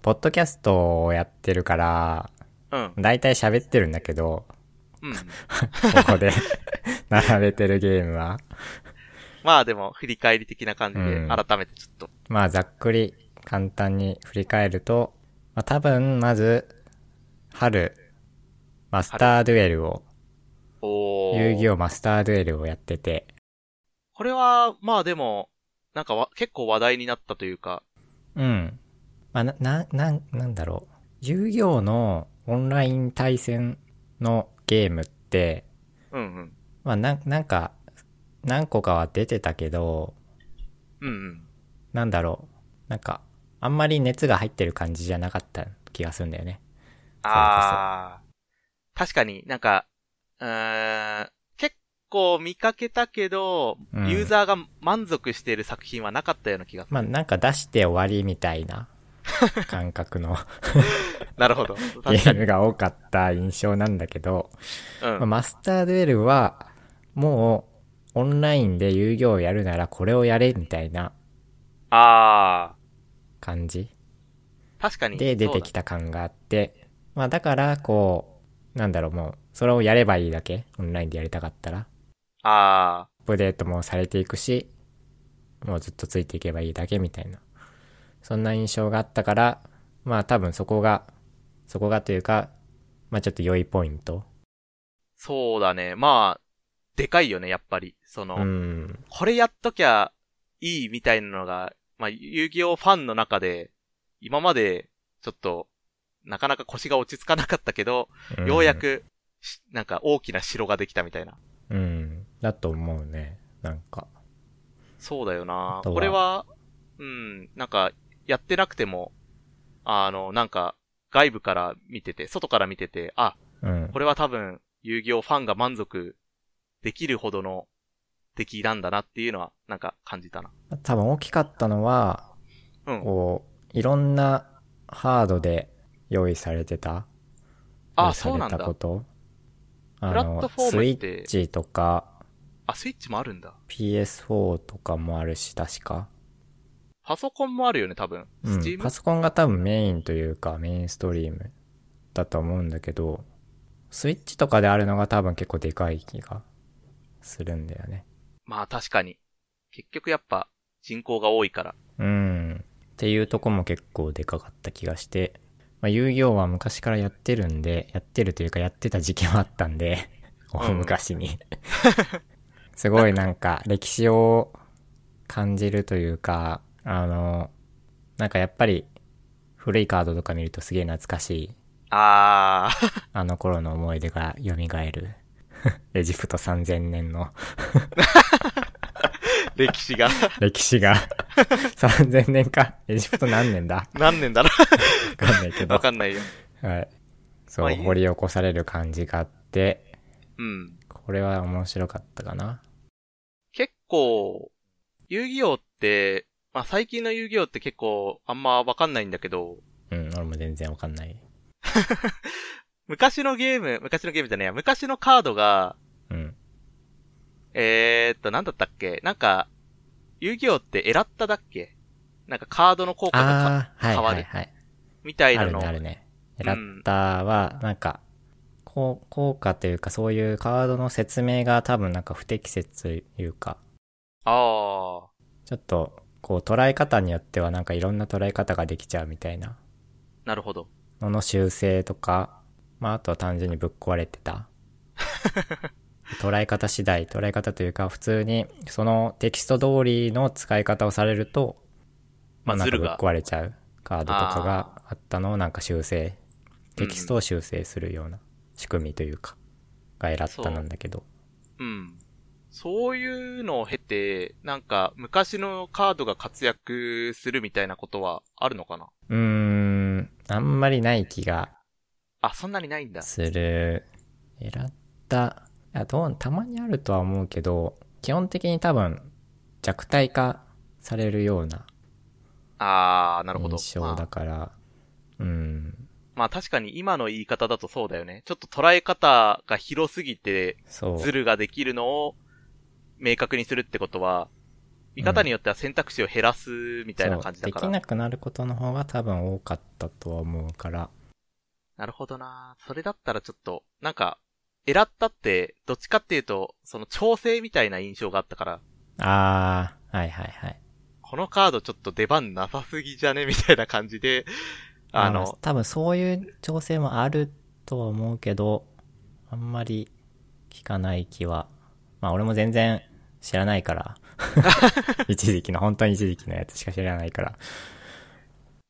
Speaker 1: ポッドキャストをやってるから、
Speaker 2: う。うん。
Speaker 1: だいたい喋ってるんだけど、
Speaker 2: うん。
Speaker 1: ここで 並べてるゲームは。
Speaker 2: まあ、でも、振り返り的な感じ
Speaker 1: う
Speaker 2: で、
Speaker 1: ん
Speaker 2: 改めてちょっと。
Speaker 1: まあざっくり簡単に振り返ると、まあ、多分まず、春、マスターデュエルを、
Speaker 2: お
Speaker 1: 遊戯
Speaker 2: 王。
Speaker 1: 王マスターデュエルをやってて、
Speaker 2: これは、まあでも、なんかわ、結構話題になったというか、
Speaker 1: うん。まあ、な、な、なん、なんだろう。遊戯王のオンライン対戦のゲームって、
Speaker 2: うんうん。
Speaker 1: まあ、なん、なんか、何個かは出てたけど、
Speaker 2: うんうん。
Speaker 1: なんだろう。なんか、あんまり熱が入ってる感じじゃなかった気がするんだよね。
Speaker 2: ああ。確かになんか、うーん、結構見かけたけど、
Speaker 1: うん
Speaker 2: ユーザーが満足してる作品はなかったような気がする。
Speaker 1: まあ、なんか出して終わりみたいな感覚の
Speaker 2: なるほど。
Speaker 1: ゲ
Speaker 2: 確か
Speaker 1: ー
Speaker 2: に。
Speaker 1: ムが多かった印象なんだけど、
Speaker 2: う
Speaker 1: まあ
Speaker 2: ん。
Speaker 1: マスターデュエルは、もう、オンラインで遊戯王やるならこれをやれみたいな
Speaker 2: ああ。
Speaker 1: 感じ
Speaker 2: 確かに。
Speaker 1: で出てきた感があって、まあだからこう、なんだろうもう、それをやればいいだけ、オンラインでやりたかったら、
Speaker 2: た。あ
Speaker 1: アップデートもされていくし、もうずっとついていけばいいだけみたいな、そんな印象があったから、まあ多分そこが、そこがというか、まあちょっと良いポイント。
Speaker 2: あ。そうだね。まあ、でかいよね、やっぱり。その、
Speaker 1: うん。
Speaker 2: これやっときゃ、いいみたいなのが、まあ、遊戯王ファンの中で、今まで、ちょっと、なかなか腰が落ち着かなかったけど、
Speaker 1: ん
Speaker 2: ようや。くし、なんか大きな城ができたみたいな。
Speaker 1: うん。だと思うね。なんか。
Speaker 2: そうだよな
Speaker 1: あ。とは
Speaker 2: これは、うん、なんか、やってなくても、あの、なんか、外部から見てて、外から見てて、あ、
Speaker 1: うん
Speaker 2: こ。れは多分、遊戯王ファンが満足できるほどの出来なんだなっていうのは、なんか感じたな。
Speaker 1: 多分大きかったのは、
Speaker 2: うん。
Speaker 1: こう、いろんなハードで用意されてた。用
Speaker 2: あ、
Speaker 1: 意さ
Speaker 2: そう
Speaker 1: れ
Speaker 2: なん
Speaker 1: た
Speaker 2: だ
Speaker 1: こ。と。
Speaker 2: プラットフォー
Speaker 1: スイ
Speaker 2: ムって
Speaker 1: ッチとか
Speaker 2: あ、スイッチもあるんだ。
Speaker 1: PS4 とかもあるし、確か。
Speaker 2: パソコンもあるよね、多分。
Speaker 1: う
Speaker 2: ス
Speaker 1: ん
Speaker 2: チーム
Speaker 1: パソコンが多分メインというかメインストリームだと思うんだけどスイッチとかであるのが多分結構でかい気がするんだよね
Speaker 2: まあ確かに。結局やっぱ人口が多いから。
Speaker 1: うんっていうとこも結構でかかった気がして、まあ、遊戯王は昔からやってるんでやってるというかやってた時期もあったんで 大昔に すごいなんか歴史を感じるというかあのなんかやっぱり古いカードとか見るとすげえ懐かしい
Speaker 2: あー、
Speaker 1: あの頃の思い出が蘇る。 エジプト3000年の
Speaker 2: 歴史が
Speaker 1: 歴史が3000年か。エジプト何年だ
Speaker 2: 何年だろ
Speaker 1: わかんないけ
Speaker 2: うわ
Speaker 1: ど。
Speaker 2: かんないよ。
Speaker 1: はい。そ
Speaker 2: まあ
Speaker 1: う、
Speaker 2: いい
Speaker 1: 掘り起こされる感じがあって、
Speaker 2: うん。
Speaker 1: これは面白かったかな。
Speaker 2: 結構、遊戯王って、まあ最近の遊戯王って結構あんまわかんないんだけど、
Speaker 1: うん、俺も全然わかんない。
Speaker 2: 昔のゲーム、昔のゲームじゃねえや、昔のカードが、
Speaker 1: うん。
Speaker 2: えーっと、なんだったっけなんか、遊戯王ってエラッタだっけなんかカードの効果がか
Speaker 1: ああー、はい
Speaker 2: 変わ
Speaker 1: は
Speaker 2: る
Speaker 1: いはい。
Speaker 2: みたい
Speaker 1: あ
Speaker 2: な
Speaker 1: る
Speaker 2: の
Speaker 1: ね、あるね。
Speaker 2: うん
Speaker 1: ラッターは、なんか、こう効果というか、そういうカードの説明が多分なんか不適切というか、
Speaker 2: あ
Speaker 1: ち
Speaker 2: あ、
Speaker 1: ょっと、こう、捉え方によってはなんかいろんな捉え方ができちゃうみたいな
Speaker 2: なるほど。
Speaker 1: のの修正とか、まあ、あとは単純にぶっ壊れて た。捉え方次第、捉え方というか、普通に、そのテキスト通りの使い方をされると、
Speaker 2: まあ
Speaker 1: なんか
Speaker 2: ズル
Speaker 1: ぶっ
Speaker 2: が
Speaker 1: 壊れちゃうカードとかがあったのをなんか修正、テキストを修正するような仕組みというか、が選ったなんだけど。
Speaker 2: うん。そういうのを経て、なんか、昔のカードが活躍するみたいなことはあるのかな
Speaker 1: うーん、あんまりない気が
Speaker 2: あ、そんなにないんだ。
Speaker 1: する。選った。いや、どう、たまにあるとは思うけど、基本的に多分弱体化されるような
Speaker 2: あー、なるほど。
Speaker 1: 印象だ
Speaker 2: まあ、
Speaker 1: から、うん、
Speaker 2: まあ確かに今の言い方だとそうだよね。ちょっと捉え方が広すぎて、
Speaker 1: そう。
Speaker 2: ズルができるのを明確にするってことは、見方によっては選択肢を減らすみたいな感じ
Speaker 1: そう
Speaker 2: だ
Speaker 1: で
Speaker 2: か
Speaker 1: き
Speaker 2: ら。
Speaker 1: なくなることの方が多分多かったとは思うから、
Speaker 2: なるほどなそれだったらちょっと、なんか、エラったって、どっちかっていうと、その調整みたいな印象があったから、
Speaker 1: あー、はいはいはい。
Speaker 2: このカードちょっと出番なさすぎじゃねみたいな感 じで、あ
Speaker 1: ま
Speaker 2: の、
Speaker 1: 多分そういう調整もあるとは思うけど、あんまり聞かない気は。まあ俺も全然知らない から。一時期の、本当に一時期のやつしか知らないから。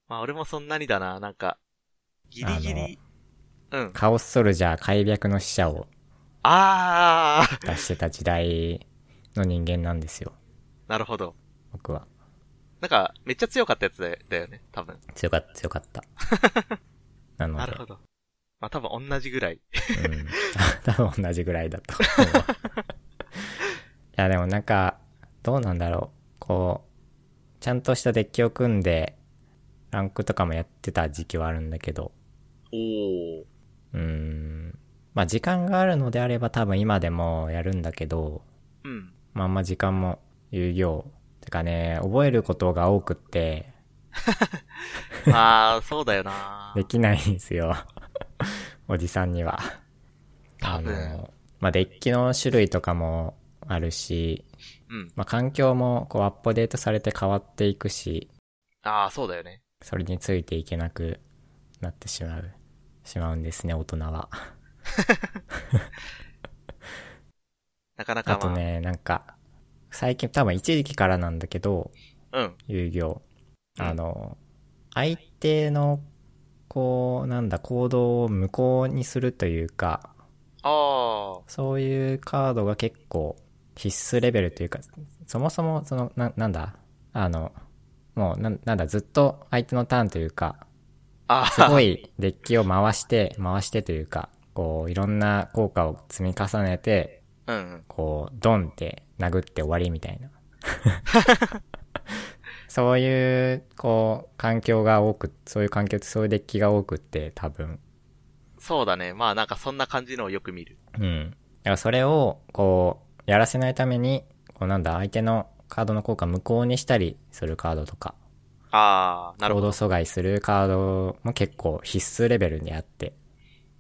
Speaker 2: まあ俺もそんなにだな、なんか、ギリギリ。うん。
Speaker 1: カオスソルジャー開闢の使者を
Speaker 2: あー、
Speaker 1: 出してた時代の人間なんですよ。
Speaker 2: なるほど。
Speaker 1: 僕は。
Speaker 2: なんか、めっちゃ強かったやつだだよね、多分。
Speaker 1: 強かった、強かった。なの
Speaker 2: な
Speaker 1: で
Speaker 2: る、ほど。まあ多分同じぐらい。
Speaker 1: うん。 多分同じぐらいだと思う。いや、でもなんか、どうなんだろう。こう、ちゃんとしたデッキを組んで、ランクとかもやってた時期はあるんだけど、
Speaker 2: おー。
Speaker 1: うーん。まあ、時間があるのであれば多分今でもやるんだけど、
Speaker 2: うん。
Speaker 1: まあ、あんま時間も有用。てかね、覚えることが多くって、
Speaker 2: まあ、そうだよな
Speaker 1: できないんですよ。おじさんには。
Speaker 2: 多分
Speaker 1: あの、まあ、デッキの種類とかもあるし、
Speaker 2: うん。
Speaker 1: まあ、環境もこうアップデートされて変わっていくし、
Speaker 2: ああ、そうだよね。
Speaker 1: それについていけなくなってしまう、しまうんですね、大人は。
Speaker 2: なかな
Speaker 1: あ
Speaker 2: かまあ。
Speaker 1: とね、なんか、最近、多分一時期からなんだけど、
Speaker 2: うん。
Speaker 1: 遊戯王。
Speaker 2: うん
Speaker 1: あの、相手の、こう、なんだ、行動を無効にするというか、
Speaker 2: あ
Speaker 1: そういうカードが結構必須レベルというか、そもそも、その、な、なんだあの、もう、なんなんだ、ずっと相手のターンというか、
Speaker 2: あ。ああ。
Speaker 1: すごいデッキを回して、回してというか、こう、いろんな効果を積み重ねて、
Speaker 2: うんうん。
Speaker 1: こう、ドンって殴って終わりみたいな。 そういう、こう、環境が多く、そういう環境ってそういうデッキが多くって、多分、
Speaker 2: そうだね。まあなんかそんな感じのをよく見る。
Speaker 1: うん。だからそれを、こう、やらせないために、こうなんだ、相手のカードの効果無効にしたりするカードとか、
Speaker 2: ああ、なる
Speaker 1: 行
Speaker 2: ほ
Speaker 1: 動
Speaker 2: ど。
Speaker 1: 阻害するカードも結構必須レベルにあって、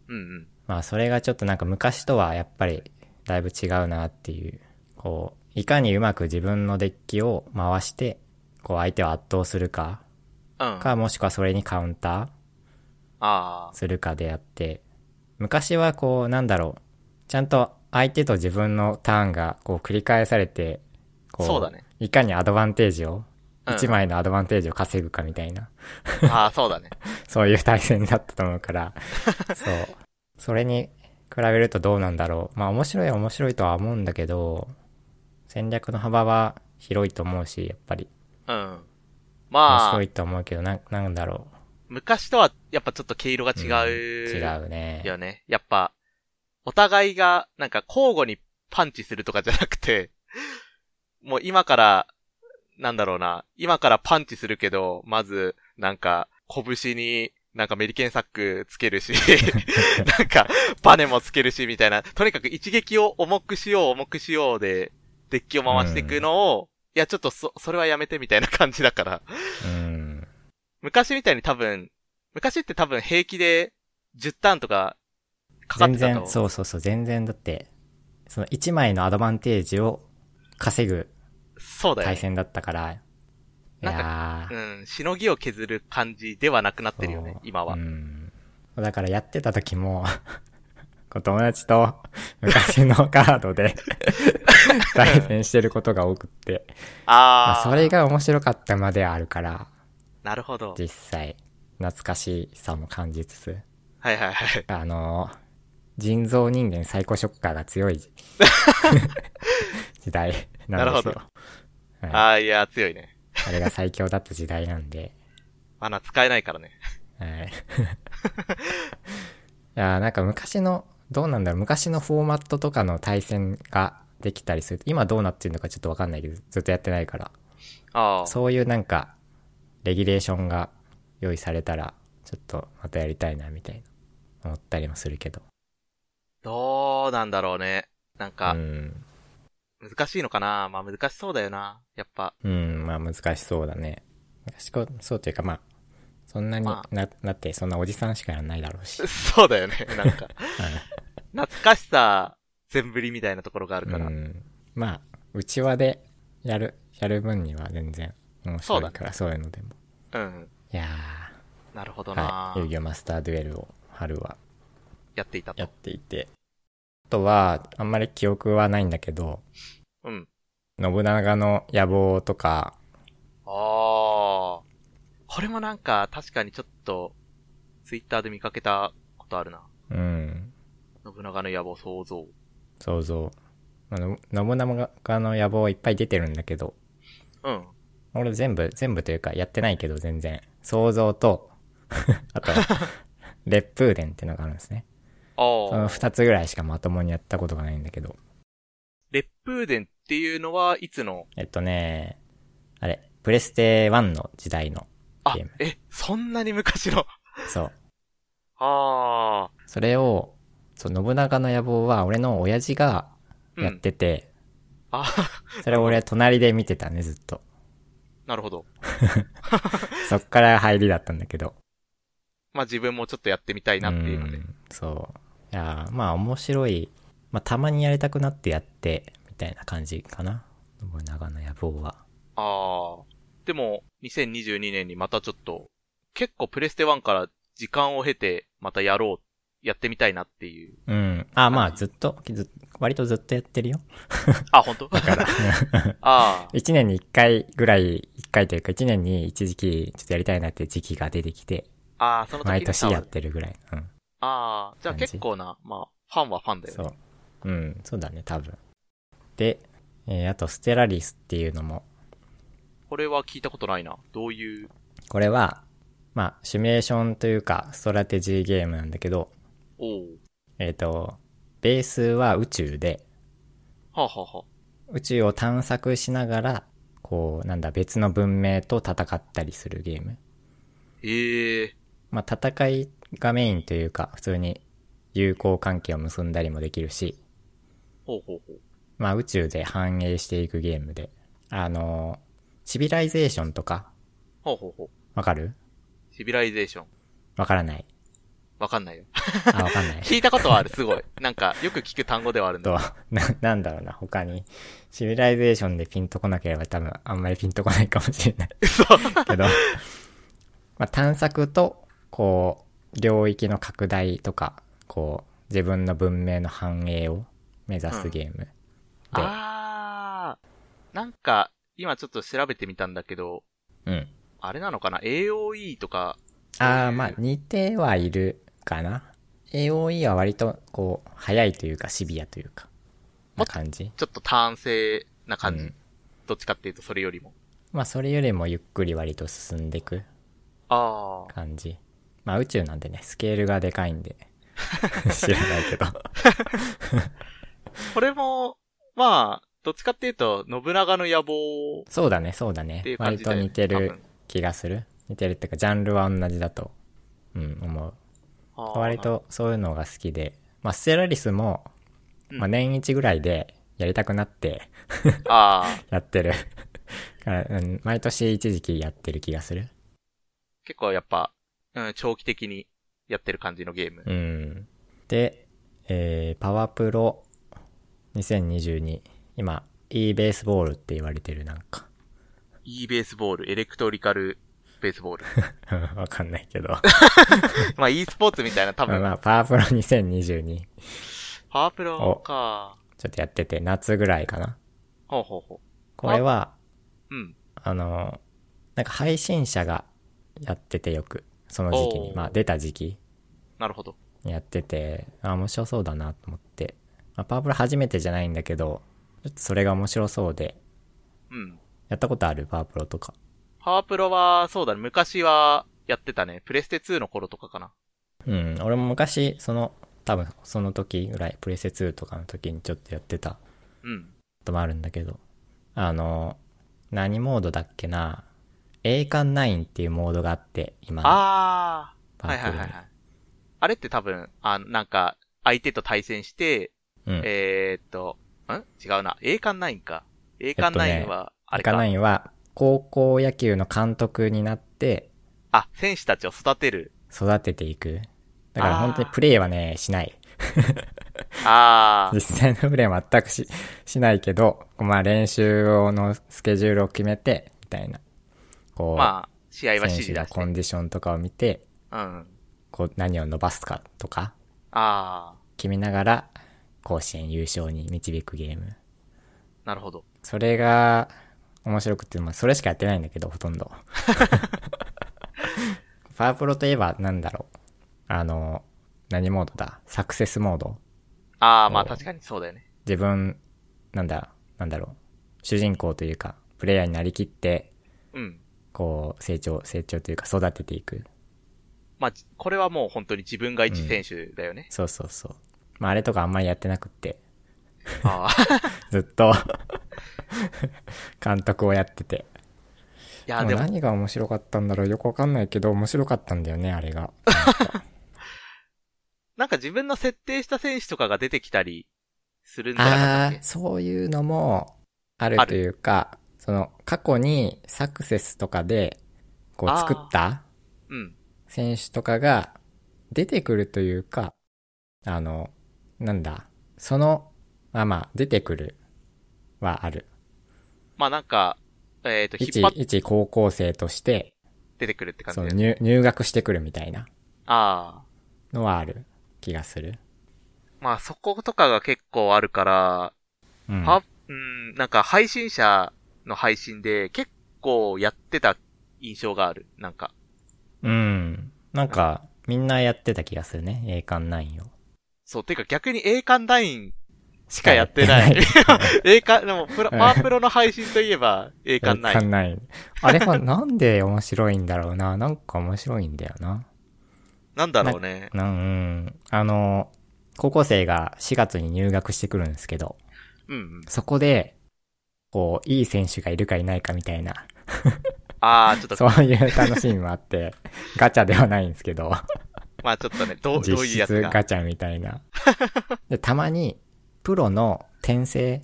Speaker 2: うんうん。
Speaker 1: まあそれがちょっとなんか昔とはやっぱりだいぶ違うなっていう、こう、いかにうまく自分のデッキを回して、こう相手を圧倒するか、
Speaker 2: うん。あ
Speaker 1: かもしくはそれにカウンター、
Speaker 2: あ。
Speaker 1: するかであって、昔はこう、なんだろう、ちゃんと相手と自分のターンがこう繰り返されて、こ
Speaker 2: そうだね
Speaker 1: いかにアドバンテージを、
Speaker 2: うん
Speaker 1: 一枚のアドバンテージを稼ぐかみたいな、
Speaker 2: ああ、そうだね。
Speaker 1: そういう対戦だったと思う から、そう。それに比べるとどうなんだろう。まあ面白いは面白いとは思うんだけど、戦略の幅は広いと思うし、やっぱり。
Speaker 2: うん。
Speaker 1: 面
Speaker 2: まあ
Speaker 1: 白い、と思うけど、なん、なんだろ
Speaker 2: 昔とはやっぱちょっと毛色が
Speaker 1: う。
Speaker 2: 違う。
Speaker 1: ん違うね。
Speaker 2: よね。やっぱ、お互いが、なんか交互にパンチするとかじゃなくて、 もう今から、なんだろうな、今からパンチするけど、まず、なんか、拳に、なんかメリケンサックつけるし、なんか、バネもつけるし、みたいな。とにかく一撃を重くしよう、重くしようで、デッキを回していくのを、いや、ちょっとそ、それはやめて、みたいな感じだから。
Speaker 1: うん。
Speaker 2: 昔みたいに多分、昔って多分平気で10ターンとかかかっ
Speaker 1: 全
Speaker 2: てた
Speaker 1: 然、
Speaker 2: と。
Speaker 1: そうそうそう、全然だって、その1枚のアドバンテージを稼ぐ
Speaker 2: そうだよ
Speaker 1: 対
Speaker 2: ね。
Speaker 1: 戦だったから、い
Speaker 2: なん
Speaker 1: やー
Speaker 2: うん、しのぎを削る感じではなくなってるよね
Speaker 1: そう、
Speaker 2: 今は。
Speaker 1: うん。だからやってた時も、 こう友達と昔のカード で対戦してることが多くって、ま
Speaker 2: あ
Speaker 1: あ
Speaker 2: ー、
Speaker 1: それが面白かったまではあるから、
Speaker 2: なるほど。
Speaker 1: 実際、懐かしさも感じつつ、
Speaker 2: はいはいはい。
Speaker 1: あのー、人造人間サイコショッカーが強 い時代なんですよ。
Speaker 2: なるほど
Speaker 1: はい
Speaker 2: あー、いや、強いね。
Speaker 1: あれが最強だった時代なんで。
Speaker 2: あな、使えないからね。
Speaker 1: はい。い やー、なんか昔の、どうなんだろう、昔のフォーマットとかの対戦ができたりすると。今どうなってるのかちょっとわかんないけど、ずっとやってないから。
Speaker 2: あー、
Speaker 1: そういうなんか、レギュレーションが用意されたら、ちょっとまたやりたいな、みたいな、思ったりもするけど。
Speaker 2: どうなんだろうね。なん
Speaker 1: う
Speaker 2: か、
Speaker 1: ん。
Speaker 2: 難しいのかな、まあ難しそうだよな。やっぱ、
Speaker 1: うん、まあ難しそうだね。昔こそうというかまあ、そんなに
Speaker 2: ま
Speaker 1: な、なって、そんなおじさんしかやらないだろうし。
Speaker 2: そうだよね。なんか、懐かしさ、全振りみたいなところがあるから。
Speaker 1: うん、まあうちわでやるやる分には全然面白いからそう,、いうのでも
Speaker 2: うん。
Speaker 1: いや
Speaker 2: なるほ
Speaker 1: ー
Speaker 2: どな、
Speaker 1: はい遊戯王マスターデュエルを春は
Speaker 2: やっていたと
Speaker 1: やっ。ていてあとはあんまり記憶はないんだけど
Speaker 2: うん。
Speaker 1: 信長の野望とか
Speaker 2: ああ。これもなんか、確かにちょっと、ツイッターで見かけたことあるな。
Speaker 1: うん
Speaker 2: 信長の野望想像。
Speaker 1: 想像あの信長の野望いっぱい出てるんだけど
Speaker 2: うん。
Speaker 1: 俺全部全部というかやってないけど全然想像と あと烈風伝っていうのがあるんですねそ
Speaker 2: あ
Speaker 1: の
Speaker 2: あ。
Speaker 1: 二つぐらいしかまともにやったことがないんだけど。
Speaker 2: 烈風伝っていうのは、いつの
Speaker 1: えっとね、あれ、プレステ1の時代の、
Speaker 2: あ
Speaker 1: ゲーム、
Speaker 2: え、そんなに昔の。
Speaker 1: そう。
Speaker 2: ああ。
Speaker 1: それを、そう、信長の野望は俺の親父が
Speaker 2: う
Speaker 1: やっ
Speaker 2: ん。
Speaker 1: てて、
Speaker 2: あ
Speaker 1: それを俺隣で見てたね、ずっと。
Speaker 2: なるほど。
Speaker 1: そっから入りだったんだけど。
Speaker 2: まあ、自分もちょっとやってみたいなっていうので。
Speaker 1: んそう。いやーまあ面白い。まあたまにやりたくなってやって、みたいな感じかな。信長の野望は。
Speaker 2: ああ。でも、2022年にまたちょっと、結構プレステ1から時 間を経て、またやろう、やってみたいなっていう。
Speaker 1: うん。あ、まあ、ずっと、ずっと割とずっとや ってるよ。
Speaker 2: あ、本当だから。ああ、
Speaker 1: 1年に1回ぐらい、1回というか1年に一時期ちょっとやりたいなって時期が出てきて、
Speaker 2: ああ、その時に
Speaker 1: 毎年やっ
Speaker 2: あ
Speaker 1: てるぐらい。うん。
Speaker 2: あ、じゃあ結構な、まあ、ファンはファンだよ
Speaker 1: そ
Speaker 2: ね。
Speaker 1: う。うん、そうだね、多分。で、えーあと、ステラリスっていうのも、
Speaker 2: これは聞いたことないな。どういう、
Speaker 1: これは、まあ、シミュレーションというか、ストラテジーゲームなんだけど、
Speaker 2: おう。
Speaker 1: えっ、と、ベースは宇宙で、
Speaker 2: はあ、はあは
Speaker 1: 宇宙を探索しながら、こう、なんだ、別の文明と戦ったりするゲーム。
Speaker 2: あ、ええ
Speaker 1: まあ、戦いがメインというか、普通に友好関係を結んだりもできるし、
Speaker 2: ほうほうほう。
Speaker 1: まあ、宇宙で繁栄していくゲームで、あの、シビライゼーションとか、
Speaker 2: ほうほうほ
Speaker 1: わかる
Speaker 2: う。シビライゼーション。
Speaker 1: わからない。
Speaker 2: わかんないよ。
Speaker 1: あ、わかん ない。
Speaker 2: 聞いたことはある、す ごい。なんか、よく聞く単語ではあるんだ。
Speaker 1: と、な、なんだろうな、他に。シビライゼーションでピンとこなければ多分あんまりピンとこないかもしれない。けど、まあ、探索と、こう、領域の拡大とか、こう、自分の文明の繁栄を目指すゲーム。
Speaker 2: あー。なんか、今ちょっと調べてみたんだけど、
Speaker 1: うん。
Speaker 2: あれなのかな ?AOE とか、
Speaker 1: ああ、まあ、似てはいるかな。AOE は割と、こう、早いというか、シビアというか、な感じ。
Speaker 2: ちょっとターン制な感じ。
Speaker 1: うん
Speaker 2: どっちかっていうと、それよりも。
Speaker 1: まあ、それよりもゆっくり割と進んでいく
Speaker 2: ああ。
Speaker 1: 感じ。まあ宇宙なんでね、スケールがでかい んで。知らないけど。
Speaker 2: これも、まあ、どっちかっていうと、信長の野望っ
Speaker 1: そうだね、そうだ
Speaker 2: てい
Speaker 1: ね
Speaker 2: う。感
Speaker 1: 割
Speaker 2: じ
Speaker 1: と
Speaker 2: で。
Speaker 1: 似て
Speaker 2: 多
Speaker 1: る
Speaker 2: 分
Speaker 1: 気がする。似てるっていうか、ジャンルは同じだと、うん、思う。
Speaker 2: あー
Speaker 1: 割とそういうのが好きで。まあ、ステラリスも、
Speaker 2: うん
Speaker 1: まあ年一ぐらいでやりたくなって
Speaker 2: ああ、
Speaker 1: やってる。 からうん毎年一時期やってる気がする。
Speaker 2: 結構やっぱ、うん、長期的にやってる感じのゲーム。
Speaker 1: うん。で、えー、パワープロ2022。今、e ベースボールって言われてるなんか。
Speaker 2: e ベースボール、エレクトリカルベース ボール。
Speaker 1: うんわかんないけど。
Speaker 2: まあ e スポーツみたいな多分、
Speaker 1: まあ、パワープロ2022。ち
Speaker 2: パワープロか。
Speaker 1: ょっとやってて、夏ぐらいかな。
Speaker 2: ほうほうほ
Speaker 1: これは、
Speaker 2: う。うん。
Speaker 1: あの、なんか配信者がやっててよく、その時期
Speaker 2: お
Speaker 1: に、
Speaker 2: ー
Speaker 1: まあ出た時期
Speaker 2: なるほど。
Speaker 1: にやってて、あ、面白そうだなと思って。まあ、パワープロ初めてじゃないんだけど、ちょっとそれが面白そうで、
Speaker 2: うん。
Speaker 1: やったことあるパワープロとか。
Speaker 2: パワープロは、そうだね、昔はやってたね。プレステ2の頃とかかな。
Speaker 1: うん、俺も昔、その、多分その時ぐらい、プレセ2とかの時にちょっとやってた
Speaker 2: うん。
Speaker 1: こともあるんだけど、あの、何モードだっけな、栄冠9っていうモードがあって、今の
Speaker 2: ああ、
Speaker 1: パ
Speaker 2: は
Speaker 1: ー
Speaker 2: い
Speaker 1: ク
Speaker 2: は
Speaker 1: で
Speaker 2: いはいはい。あれって多分、あの、なんか、相手と対戦して、
Speaker 1: うん。栄
Speaker 2: えー、っと、ん違うな。栄冠9か。栄冠9は、あれか、
Speaker 1: 冠9は、高校野球の監督になって
Speaker 2: あ、選手たちを育てる。
Speaker 1: 育てていく。だから
Speaker 2: あー
Speaker 1: 本当にプレーはね、しない。
Speaker 2: ああ
Speaker 1: 実、際のプレーは全くし、しないけど、まあ練習をのスケジュールを決めて、みたいな。こう、
Speaker 2: まあ、試合は指
Speaker 1: 選手
Speaker 2: 示
Speaker 1: が
Speaker 2: だし
Speaker 1: コ
Speaker 2: ね、
Speaker 1: ンディションとかを見て、
Speaker 2: うん。
Speaker 1: こう何を伸ばすかとか
Speaker 2: ああ、
Speaker 1: 決めながら甲子園優勝に導くゲーム。
Speaker 2: なるほど。
Speaker 1: それが面白くて、まあそれしかやってないんだけど、ほとん ど。パワープロといえばなんだろう。あの、何モードだサクセスモード
Speaker 2: ああ、まあ
Speaker 1: お
Speaker 2: 確かにそうだよね。
Speaker 1: 自分、なんだ、なんだろう。主人公というか、プレイヤーになりきって、
Speaker 2: うん。
Speaker 1: こう、成長、成長というか育てていく。
Speaker 2: まあ、じこれはもう本当に自分が一選手だ よね。
Speaker 1: そうそうそう。まああれとかあんまりやってなくって。
Speaker 2: ああ。
Speaker 1: ずっと 監督をやってて
Speaker 2: いや、で
Speaker 1: で
Speaker 2: も
Speaker 1: も、何が面白かったんだろうよくわかんないけど面白かったんだよねあれが
Speaker 2: なんか自分の設定した選手とかが出てきたりするんじゃなか
Speaker 1: あ
Speaker 2: ったっ
Speaker 1: あそういうのもあるというかその過去にサクセスとかでこ
Speaker 2: あ
Speaker 1: う
Speaker 2: ー
Speaker 1: 作った
Speaker 2: けうん。
Speaker 1: 選手とかが出てくるというかあのなんだそのまあまあ出てくるはある
Speaker 2: まあなんか、えっ、と、
Speaker 1: 一
Speaker 2: 引っ張っ
Speaker 1: 一高校生として
Speaker 2: ててくるって感じ
Speaker 1: そ
Speaker 2: だ
Speaker 1: の
Speaker 2: よね。
Speaker 1: 入入学してくるみたいな
Speaker 2: ああ。
Speaker 1: のはある気がする。
Speaker 2: まあそことかが結構あるから、
Speaker 1: うん。
Speaker 2: はうん、なんか配信者の配信で結構やってた印象がある。なんか。
Speaker 1: うん。なんか、みんなやってた気がするね。栄冠ナインを。
Speaker 2: そう、てか逆に栄冠ライン、
Speaker 1: し
Speaker 2: かやっ てない
Speaker 1: やってない
Speaker 2: 栄冠、でもプロ、パワープロの配信といえば栄
Speaker 1: 栄
Speaker 2: 冠ライ
Speaker 1: 冠
Speaker 2: ン。
Speaker 1: ナイン。あれはなんで面白いんだろうな。なんか面白いんだよな。
Speaker 2: なんだろうね。
Speaker 1: なんうん。あの、高校生が4月に入学してくるんですけど、
Speaker 2: うんうん。
Speaker 1: そこで、こう、いい選手がいるかいないかみたいな、
Speaker 2: ああ、ちょっと、
Speaker 1: そういう楽しみもあって、 ガチャではないんですけど、
Speaker 2: まあちょっとね、どう、ど
Speaker 1: 実
Speaker 2: ういうや
Speaker 1: 質
Speaker 2: つが。
Speaker 1: ガチャみたいな。で、たまに、プロの転生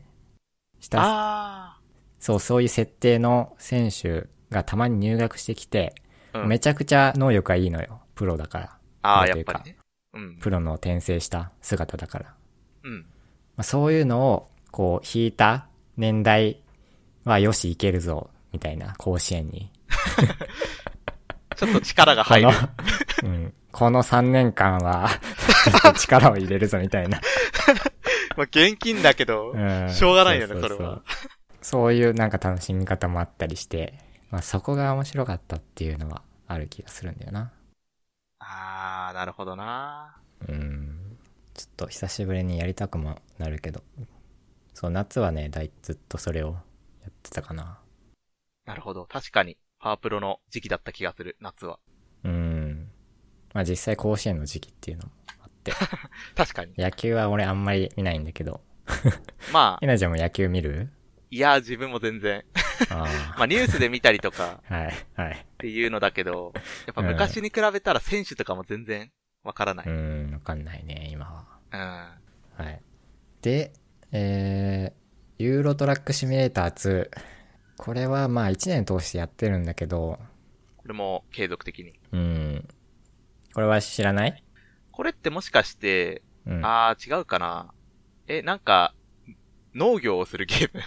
Speaker 1: した
Speaker 2: あ
Speaker 1: そう、そういう設定の選手がたまに入学してきて、
Speaker 2: あ、うん
Speaker 1: めちゃくちゃ能力がいいのよ。プロだから。
Speaker 2: ああ、
Speaker 1: プロ
Speaker 2: や
Speaker 1: とい
Speaker 2: っ
Speaker 1: うか
Speaker 2: ぱりね。うん。
Speaker 1: プロの転生した姿だから。ま
Speaker 2: うん。
Speaker 1: あ、そういうのを、こう、引いた年代はよし、いけるぞ、みたいな、甲子園に。
Speaker 2: ちょっと力が入る
Speaker 1: こ。の、うん。この3年間 は、ちょっと力を入れるぞ、みたいな。
Speaker 2: まあ現金だけど、
Speaker 1: うん
Speaker 2: しょうがないよね
Speaker 1: うう
Speaker 2: それは
Speaker 1: うそういうなんか楽しみ方もあったりして、まあ、そこが面白かったっていうのはある気がするんだよな。
Speaker 2: ああ、なるほどな。
Speaker 1: うん。ちょっと久しぶりにやりたくもなるけど。そう、夏はね、だいずっとそれをやってたかな。
Speaker 2: なるほど。確かに、パワープロの時期だった気がする、夏は。
Speaker 1: うん。まあ実際甲子園の時期っていうのもあって。
Speaker 2: 確かに。
Speaker 1: 野球は俺あんまり見ないんだけど。
Speaker 2: まあ、
Speaker 1: えなちゃんも野球見る
Speaker 2: いや、自分も全然。
Speaker 1: あ
Speaker 2: まあ、ニュースで見たりとか
Speaker 1: あ。はい、はい。
Speaker 2: っていうのだけど、やっぱ昔に比べたら選手とかも全然わからな
Speaker 1: う
Speaker 2: い。
Speaker 1: ん、わかんないね、今は。
Speaker 2: うん。
Speaker 1: はい。で、えー、ユーロトラックシミュレーター2。これはまあ1年通してやってるんだけど、
Speaker 2: これも継続的に。
Speaker 1: うん。これは知らない
Speaker 2: これってもしかして、
Speaker 1: うん。
Speaker 2: ああ、違うかな。え、なんか、農業をするゲーム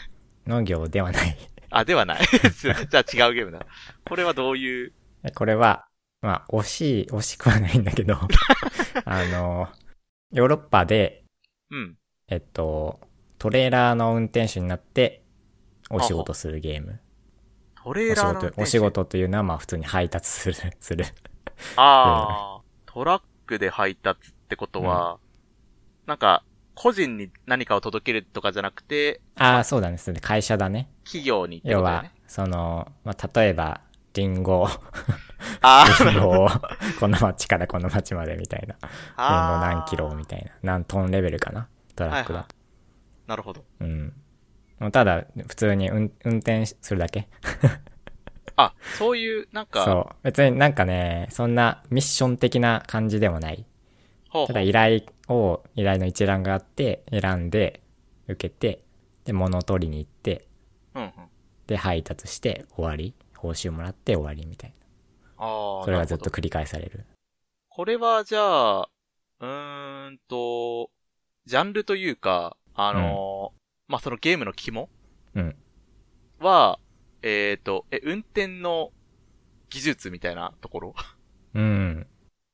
Speaker 1: 農業ではない。
Speaker 2: あ、ではない。 じゃあ違うゲームだ。これはどういう、
Speaker 1: これは、まあ、惜しい、惜しくはないんだけど、 あの、ヨーロッパで、
Speaker 2: うん。
Speaker 1: えっと、トレーラーの運転手になって、お仕事するゲーム。
Speaker 2: トレ
Speaker 1: お仕
Speaker 2: ーラーの運
Speaker 1: 事、
Speaker 2: 転手
Speaker 1: お仕事というのはまあ普通に配達する、 する。
Speaker 2: ああ、トラックで配達ってことは、なんか、個人に何かを届けるとかじゃなくて、
Speaker 1: ああ、そうだね、それで会社だね。
Speaker 2: 企業にってこ
Speaker 1: 要
Speaker 2: とだよ
Speaker 1: は
Speaker 2: ね。、
Speaker 1: その、まあ、例えば、リンゴ、
Speaker 2: あ ー
Speaker 1: リン ゴを、この町からこの町までみたいな。リンゴ
Speaker 2: あー、
Speaker 1: 何キロみたいな。何トンレベルかなトラックだと。
Speaker 2: なるほど。
Speaker 1: うん。もうただ、普通に運運転するだけ。
Speaker 2: あ、そういう、なんか、
Speaker 1: そう。別になんかね、そんなミッション的な感じでもない。
Speaker 2: ほう
Speaker 1: た
Speaker 2: ほ
Speaker 1: だ
Speaker 2: う
Speaker 1: 依頼を、依頼の一覧があって、選んで、受けて、で、物を取りに行って、
Speaker 2: うんうん。
Speaker 1: で、配達して、終わり。報酬もらって終わりみたいな。
Speaker 2: ああ、
Speaker 1: それがずっ
Speaker 2: な
Speaker 1: と
Speaker 2: るほど
Speaker 1: 繰り返される。
Speaker 2: これはじゃあ、うーんと、ジャンルというか、あのーまあ、そのゲームの肝
Speaker 1: うん。
Speaker 2: は、えっ、と、え、運転の技術みたいなところ
Speaker 1: うん。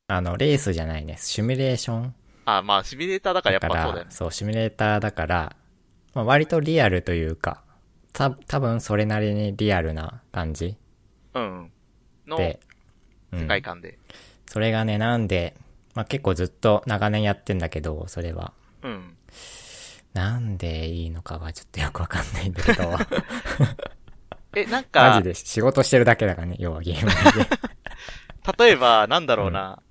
Speaker 1: あの、レースじゃないね。シミュレーション
Speaker 2: あ、まあ、シミュレーターだからや
Speaker 1: だ
Speaker 2: っ
Speaker 1: か
Speaker 2: ぱ
Speaker 1: ら、
Speaker 2: そうだよね。
Speaker 1: シミュレーターだから、まあ、割とリアルというか、た、多分それなりにリアルな感じ
Speaker 2: うんうん。の
Speaker 1: で、うん
Speaker 2: 世界観で。
Speaker 1: それがね、なんで、まあ、結構ずっと長年やってんだけど、それは。
Speaker 2: うん。
Speaker 1: なんでいいのかはちょっとよくわかんないんだけど、
Speaker 2: え、な
Speaker 1: マジ
Speaker 2: んか、
Speaker 1: で仕事してるだけだからね、要はゲーム内 で。
Speaker 2: 例えば、なんだろうな、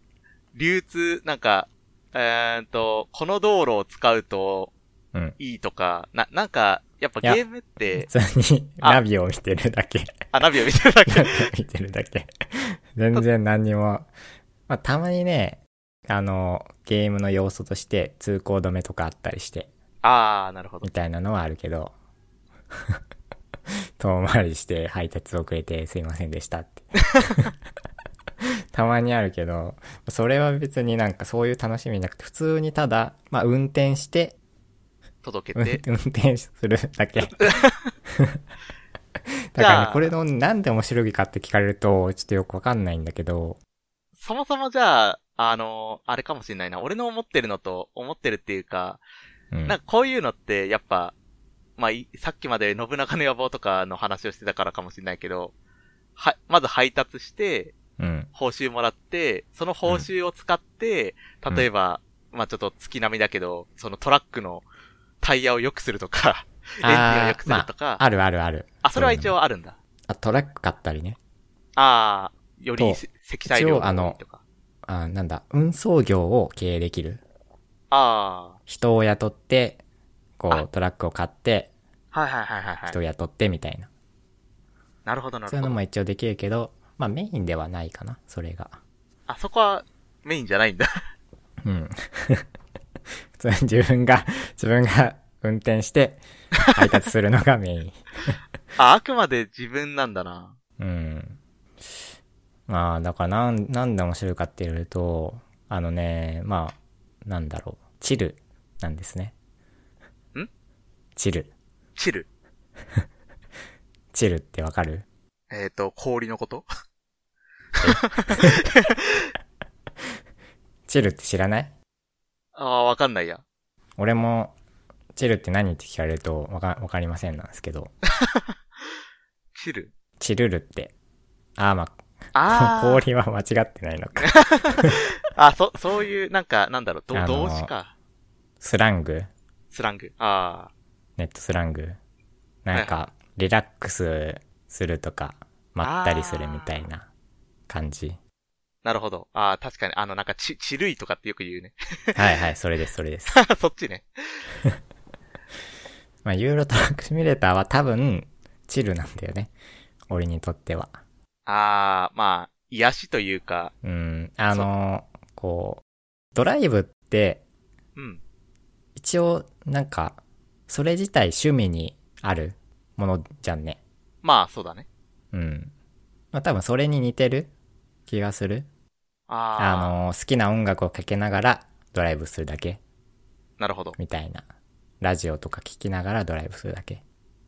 Speaker 2: 流通、なんか、えーっと、この道路を使うと
Speaker 1: うん。
Speaker 2: いいとか、な、なんか、やっぱ
Speaker 1: いや
Speaker 2: ゲームって、
Speaker 1: 普通に
Speaker 2: あ
Speaker 1: ナビを見てるだけ。
Speaker 2: あ、ナビを見てるだけ。
Speaker 1: 見てるだけ。全然何にも。まあ、たまにね、あの、ゲームの要素として通行止めとかあったりして、
Speaker 2: あー、なるほど
Speaker 1: み。たいなのはあるけど、 遠回りして配達遅れてすいませんでしたって。 たまにあるけど、それは別になんかそういう楽しみなくて、普通にただ、まあ運転して、
Speaker 2: 届
Speaker 1: 運
Speaker 2: け て。
Speaker 1: 運転するだけ。だからね、これのなんで面白いかって聞かれると、ちょっとよくわかんないんだけど、
Speaker 2: そもそもじゃあ、あの、あれかもしんないな。俺の思ってるのと、思ってるっていうか、
Speaker 1: うん
Speaker 2: なんかこういうのって、やっぱ、まあ、いさっきまで信長の野望とかの話をしてたからかもしんないけど、は、まず配達して、
Speaker 1: うん。
Speaker 2: 報酬もらって、その報酬を使って、
Speaker 1: うん
Speaker 2: 例えば、まあちょっと月並みだけど、そのトラックのタイヤを良くするとか、エンジンを
Speaker 1: あ
Speaker 2: 良
Speaker 1: ー
Speaker 2: くする
Speaker 1: ま
Speaker 2: とか、
Speaker 1: あ、あるあるある。
Speaker 2: あ、それは一応あるんだ。
Speaker 1: あ、トラック買ったりね。
Speaker 2: ああ、より
Speaker 1: と
Speaker 2: せ積載量
Speaker 1: 一応あ
Speaker 2: が多
Speaker 1: の
Speaker 2: いとか。
Speaker 1: あなんだ、運送業を経営できる。
Speaker 2: あ
Speaker 1: 人を雇って、こ
Speaker 2: あ
Speaker 1: う、トラックを買って、
Speaker 2: あ、はいはいはいはいは
Speaker 1: 人を
Speaker 2: い。
Speaker 1: 雇ってみたいな。
Speaker 2: なるほどな
Speaker 1: そうい
Speaker 2: る
Speaker 1: う
Speaker 2: ほ
Speaker 1: の
Speaker 2: ど。
Speaker 1: も一応できるけど、まあメインではないかな、それが。
Speaker 2: あそこはメインじゃないんだ。
Speaker 1: うん。 普通に自分が、自分が運転して、配達するのがメ イン。
Speaker 2: あ、あくまで自分なんだな。
Speaker 1: うん。まあ、だからなん、なんで面白いかっていうと、あのね、まあ、なんだろう。チルなんですね。
Speaker 2: ん
Speaker 1: チル。
Speaker 2: チル。
Speaker 1: チルってわかる
Speaker 2: えっ、と、氷のこと
Speaker 1: チルって知らない
Speaker 2: ああ、わかんないや。
Speaker 1: 俺も、チルって何って聞かれるとわか、わかりませんなんですけど、
Speaker 2: チル。
Speaker 1: チルルって、ああまあ、
Speaker 2: ああ。
Speaker 1: 氷は間違ってないのか。
Speaker 2: あ、そ、そういう、なんか、なんだろう、ど
Speaker 1: あの
Speaker 2: 動詞か。
Speaker 1: スラング
Speaker 2: スラング。あ
Speaker 1: ネットスラング。なんか、リラックスするとか、まったりするみたいな感じ。
Speaker 2: あ、なるほど。ああ、確かに、あの、なんか、ち、ちるいとかってよく言うね。
Speaker 1: はいはい、それです、それです。
Speaker 2: そっちね。
Speaker 1: まあ、ユーロトラックシミュレーターは多分、チルなんだよね。俺にとっては。
Speaker 2: ああ、まあ、癒しというか、
Speaker 1: うん、あのこう、ドライブって、
Speaker 2: うん。
Speaker 1: 一応、なんか、それ自体趣味にあるものじゃんね。
Speaker 2: まあ、そうだね。
Speaker 1: うん。まあ、多分それに似てる気がする。
Speaker 2: あ
Speaker 1: あ
Speaker 2: あ、
Speaker 1: の好きな音楽をかけながらドライブするだけ。
Speaker 2: なるほど。
Speaker 1: みたいな。ラジオとか聞きながらドライブするだけ。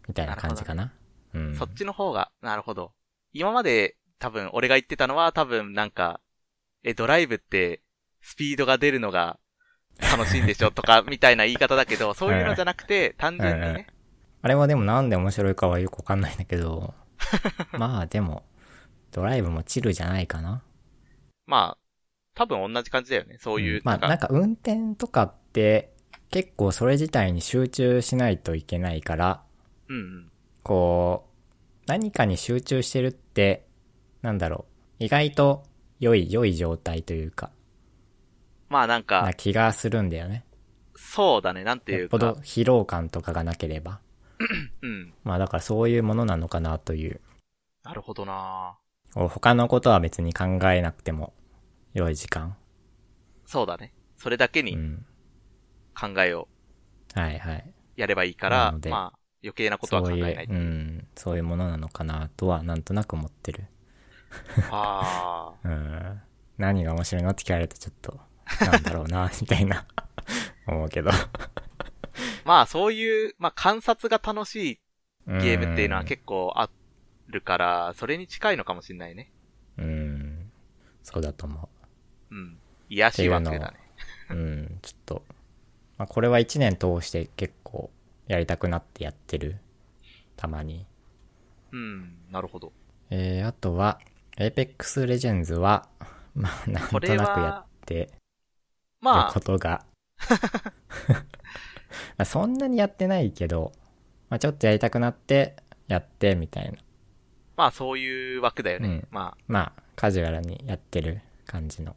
Speaker 1: みたいな感じかな。うん
Speaker 2: そ。っちの方が、なるほど。今まで、多分、俺が言ってたのは、多分、なんか、え、ドライブって、スピードが出るのが、楽しいんでしょ とか、みたいな言い方だけど、そういうのじゃなくて、単純に
Speaker 1: うんう
Speaker 2: ね
Speaker 1: ん。あれはでもなんで面白いかはよくわかんないんだけ ど。まあでも、ドライブもチルじゃないかな。
Speaker 2: まあ、多分同じ感じだよね。そういう、
Speaker 1: まあ
Speaker 2: なんか、
Speaker 1: なんか運転とかって結構それ自体に集中しないといけないから、
Speaker 2: うんうん。
Speaker 1: こう、何かに集中してるって、なんだろう、意外と良い、良い状態というか、
Speaker 2: まあなんか
Speaker 1: な、気がするんだよね。
Speaker 2: そうだね、なんてい
Speaker 1: よっ
Speaker 2: う
Speaker 1: ぽど
Speaker 2: か。
Speaker 1: 疲労感とかがなければ。
Speaker 2: うん。
Speaker 1: まあだからそういうものなのかなという。
Speaker 2: なるほどな
Speaker 1: 他のことは別に考えなくても良い時間。
Speaker 2: そうだね。それだけ
Speaker 1: う
Speaker 2: に
Speaker 1: ん。
Speaker 2: 考えを
Speaker 1: はいはい。
Speaker 2: やればいいか
Speaker 1: な
Speaker 2: ら
Speaker 1: の、で
Speaker 2: まあ、余計なことは
Speaker 1: そ
Speaker 2: 考
Speaker 1: う
Speaker 2: え
Speaker 1: い
Speaker 2: な
Speaker 1: う、
Speaker 2: いっていうう。
Speaker 1: ん、そういうものなのかなとはなんとなく思ってる。
Speaker 2: ああ。
Speaker 1: うん。何が面白いのって聞かれるとちょっと、なんだろうな、みたいな、思うけど。
Speaker 2: まあそういう、まあ観察が楽しいゲームっていうのは
Speaker 1: ん
Speaker 2: 結構あるから、それに近いのかもしれないね。
Speaker 1: うん。そうだと思
Speaker 2: うん。癒し枠だね。
Speaker 1: う。うん。ちょっと、まあ、これは一年通して結構やりたくなってやってる。たまに。
Speaker 2: うん。なるほど。
Speaker 1: えー、あとは、Apex Legends は、 まあ、なんと
Speaker 2: これ
Speaker 1: なくや
Speaker 2: は、
Speaker 1: ってる
Speaker 2: ま
Speaker 1: こ
Speaker 2: あ、
Speaker 1: とが。 まあそんなにやってないけど、まあ、ちょっとやりたくなって、やって、みたいな。
Speaker 2: まあそういう枠だよね。
Speaker 1: うん
Speaker 2: まあ、
Speaker 1: まあ、カジュアルにやってる感じの。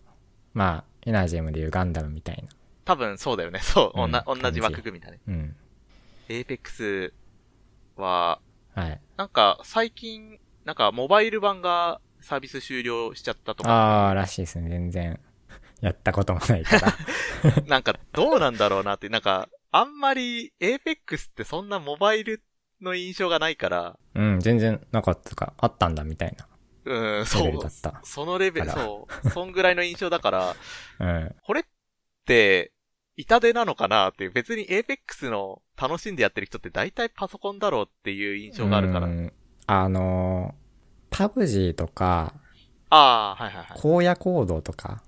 Speaker 1: まあ、エナジームでいうガンダムみたい
Speaker 2: 多分そうだよね。そう。おんな
Speaker 1: うん
Speaker 2: 同じ枠組みだね。
Speaker 1: な。うん。
Speaker 2: エーペックスは、
Speaker 1: はい。
Speaker 2: なんか最近、なんかモバイル版がサービス終了しちゃったとか、
Speaker 1: ああ、らしいですね。全然、 やったこともない から。
Speaker 2: なんかどうなんだろうなって、なんかあんまりエーペックスってそんなモバイルの印象がないから、
Speaker 1: うん、全然なかったか、あったんだみたいな
Speaker 2: うん、
Speaker 1: レ
Speaker 2: そ
Speaker 1: ベルだ
Speaker 2: う
Speaker 1: っ。た。
Speaker 2: そのレベル、
Speaker 1: あら
Speaker 2: そう。そんぐらいの印象だから、
Speaker 1: うん。
Speaker 2: これって、痛手なのかなっていう、別にエーペックスの楽しんでやってる人って大体パソコンだろうっていう印象があるから。
Speaker 1: うんあのー、パブジーとか、
Speaker 2: ああ、はいはいはい。
Speaker 1: 荒野行動とか、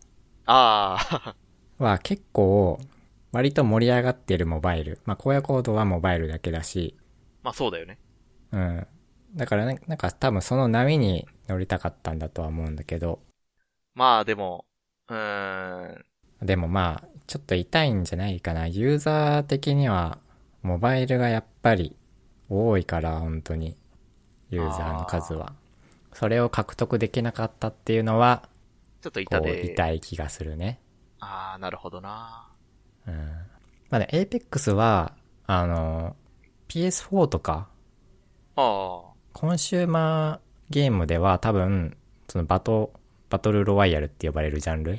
Speaker 2: ああ、
Speaker 1: は結構割と盛り上がってるモバイル。まあ、荒野行動はモバイルだけだし、
Speaker 2: まあそうだよね。
Speaker 1: うん。だからね、なんか多分その波に乗りたかったんだとは思うんだけど、
Speaker 2: まあでも、うーん、
Speaker 1: でもまあ、ちょっと痛いんじゃないかな。ユーザー的には、モバイルがやっぱり多いから、本当に。ユーザーの数は。それを獲得できなかったっていうのは、
Speaker 2: ちょっ
Speaker 1: こ
Speaker 2: と痛
Speaker 1: う、
Speaker 2: で。
Speaker 1: 痛い気がするね。
Speaker 2: ああ、なるほどな。
Speaker 1: うん。まあね、APEX は、あの、PS4 とか、
Speaker 2: ああ、
Speaker 1: コンシューマーゲームでは多分、そのバト、バトルロワイヤルって呼ばれるジャンル、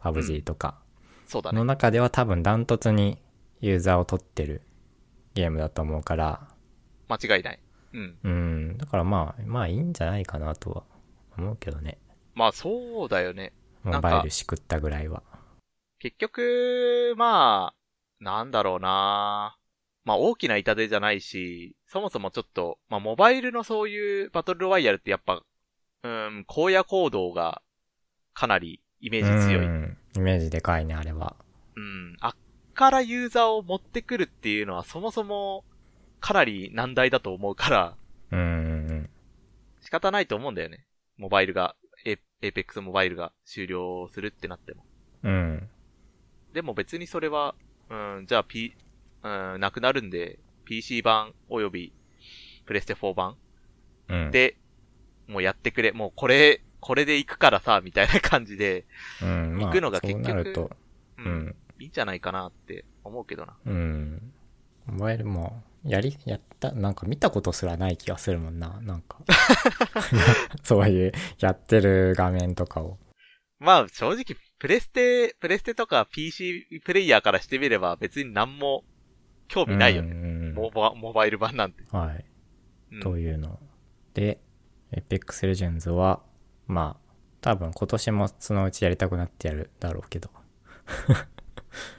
Speaker 1: パブ G とか、
Speaker 2: そうだね
Speaker 1: の。中では多分ダントツにユーザーを取ってるゲームだと思うから、
Speaker 2: 間違いない。うん。
Speaker 1: うん、だからまあ、まあいいんじゃないかなとは思うけどね。
Speaker 2: まあそうだよね。な
Speaker 1: モ
Speaker 2: んか
Speaker 1: バイルしくったぐらいは。
Speaker 2: 結局、まあ、なんだろうな。まあ大きな痛手じゃないし、そもそもちょっと、まあモバイルのそういうバトルロワイヤルってやっぱ、うん、荒野行動がかなりイメージ強い。
Speaker 1: う
Speaker 2: うん。
Speaker 1: んイメージでかいね、あれは。
Speaker 2: あっからユーザーを持ってくるっていうのはそもそもかなり難題だと思うから、
Speaker 1: うんうん
Speaker 2: 仕方ないと思うんだよね。モバイルが、エイペックスモバイルが終了するってなっても。
Speaker 1: うん。うん。
Speaker 2: でも別にそれは、うん、じゃあ P、うん、なくなるんで、PC 版およびプレステ4版
Speaker 1: うん。、
Speaker 2: で、もうやってくれ、もうこれ、これで行くからさ、みたいな感じで、
Speaker 1: うん、まあ、
Speaker 2: 行くのが結局
Speaker 1: そうなると、
Speaker 2: う、
Speaker 1: うんん、
Speaker 2: いいんじゃないかなって思うけどな。
Speaker 1: うん。モバイルも、やり、やった、なんか見たことすらない気がするもんな、なん か。そういう、やってる画面とかを。
Speaker 2: まあ正直、プレステ、プレステとか PC プレイヤーからしてみれば別に何も興味ないよね。
Speaker 1: ね
Speaker 2: モバ、モバイル版なんて。
Speaker 1: はい。
Speaker 2: うん
Speaker 1: というの。で、エペックスレジェンズは、まあ、多分今年もそのうちやりたくなってやるだろうけど、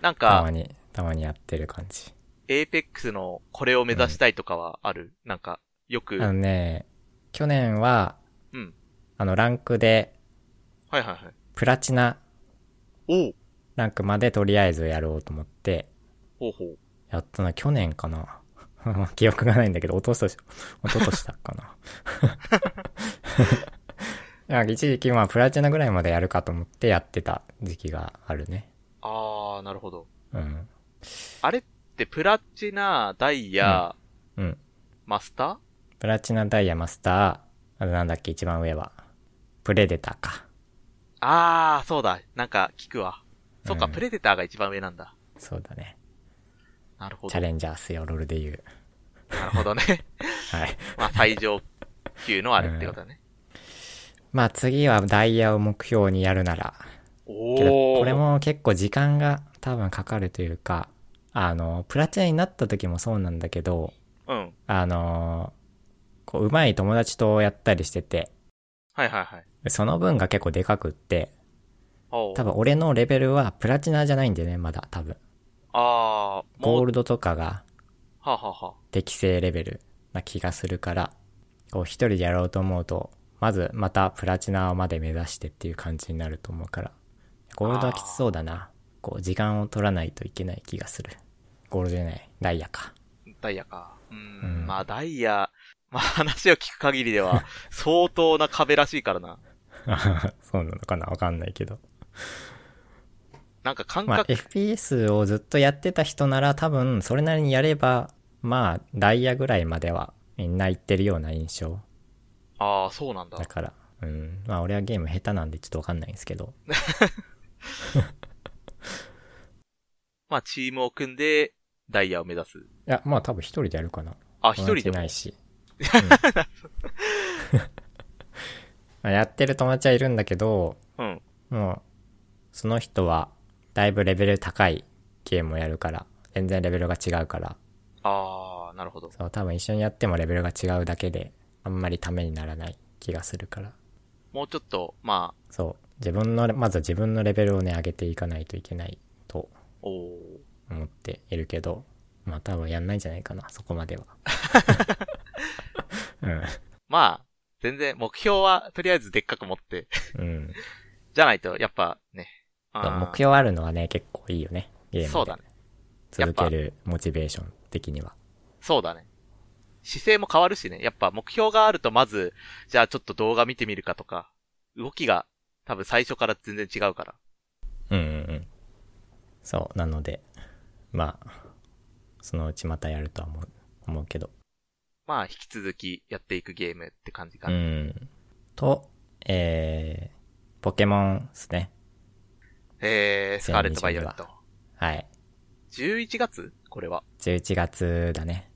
Speaker 2: なん
Speaker 1: た
Speaker 2: か
Speaker 1: ま、に、たまにやってる感じ。
Speaker 2: エイペックスのこれを目指したいとかはある、なんか、よく、
Speaker 1: あのね、去年は、
Speaker 2: うん。
Speaker 1: あの、ランクで、
Speaker 2: はいはいはい。
Speaker 1: プラチナ
Speaker 2: おう
Speaker 1: ランクまでとりあえずやろうと思って、
Speaker 2: ほうほう。
Speaker 1: やったのは去年かな。 記憶がないんだけど、おととし、おととしだっかな。 なんか一時期、まあ、プラチナぐらいまでやるかと思ってやってた時期があるね。
Speaker 2: あー、なるほど。
Speaker 1: うん。
Speaker 2: あれってプラチナ、ダイヤ、
Speaker 1: うん。
Speaker 2: マスタ
Speaker 1: プラチナダイヤマスター、あとなんだっけ、一番上は。プレデターか。
Speaker 2: ーあー、そうだ。なんか聞くわ。そっか、
Speaker 1: うん
Speaker 2: プレデターが一番上なんだ。
Speaker 1: そうだね。
Speaker 2: なるほ
Speaker 1: チャ
Speaker 2: ど。な
Speaker 1: レンジャーっすよ、ロールで言う。
Speaker 2: るほどね。
Speaker 1: はい。
Speaker 2: まあ、最上級のあれってことだね。
Speaker 1: まあ次はダイヤを目標にやるなら。 けど、
Speaker 2: おー。
Speaker 1: これ。も結構時間が多分かかるというか、あの、プラチナになった時もそうなんだけど、
Speaker 2: うん。
Speaker 1: あの、こう、うまい友達とやったりしてて、
Speaker 2: はいはいはい。
Speaker 1: その分が結構でかくって、
Speaker 2: お
Speaker 1: 多
Speaker 2: ー。
Speaker 1: 分俺のレベルはプラチナじゃないんだよね、まだ多分。
Speaker 2: あー、
Speaker 1: ゴ
Speaker 2: も
Speaker 1: ー
Speaker 2: う、
Speaker 1: ルドとかが
Speaker 2: はあはあは
Speaker 1: 適正レベルな気がするから、こう一人でやろうと思うと、まずまたプラチナまで目指してっていう感じになると思うから、ゴールドはきつそうだな。こう時間を取らないといけない気がする。ゴールドじゃない、ダイヤか。
Speaker 2: あダイヤか。うー。
Speaker 1: うんん
Speaker 2: まあ、ダイヤ、まあ、話を聞く限り では、相当な壁らしいからな。
Speaker 1: そうなのかなわかんないけど。
Speaker 2: なんか感
Speaker 1: まあ
Speaker 2: 覚、
Speaker 1: FPS をずっとやってた人なら多分それなりにやれば、まあダイヤぐらいまではみんな行ってるような印象
Speaker 2: あー、そうなんだ
Speaker 1: だ。から。うん。まあ俺はゲーム下手なんでちょっとわかんないんですけど。
Speaker 2: まあ、チームを組んで、ダイヤを目指す。
Speaker 1: いや、まあ多分一人でやるかな。
Speaker 2: あ、一人で
Speaker 1: 友達な
Speaker 2: も。
Speaker 1: い し。 まあやってる友達はいるんだけど、
Speaker 2: うん。
Speaker 1: もう、その人は、だいぶレベル高いゲームをやるから、全然レベルが違うから、
Speaker 2: あー、なるほど。
Speaker 1: そう、多分一緒にやってもレベルが違うだけで、あんまりためにならない気がするから、
Speaker 2: もうちょっと、ま
Speaker 1: そう、自分の、まずは自分のレベルをね、上げていかないといけないと
Speaker 2: あ、おー
Speaker 1: 思っているけど、まあ多分やんないんじゃないかな、そこまでは。 うん。
Speaker 2: まあ、全然目標はとりあえずでっかく持って、
Speaker 1: うん。
Speaker 2: じゃないと、やっぱね、うん
Speaker 1: 目標あるのはね、結構いいよね。ゲームで。
Speaker 2: そうだね。やっ
Speaker 1: 続け
Speaker 2: ぱ
Speaker 1: るモチベーション的には。
Speaker 2: そうだね。姿勢も変わるしね。やっぱ目標があるとまず、じゃあちょっと動画見てみるかとか、動きが多分最初から全然違うから。
Speaker 1: うんうんうん。そう、なので、まあ、そのうちまたやるとは思う思うけど。
Speaker 2: まあ引き続きやっていくゲームって感じか
Speaker 1: う
Speaker 2: な。
Speaker 1: ん。と、えー、ポケモンですね。
Speaker 2: えー、スカーレット・バイオレット。
Speaker 1: はい。
Speaker 2: 11月これは。
Speaker 1: 11月だね。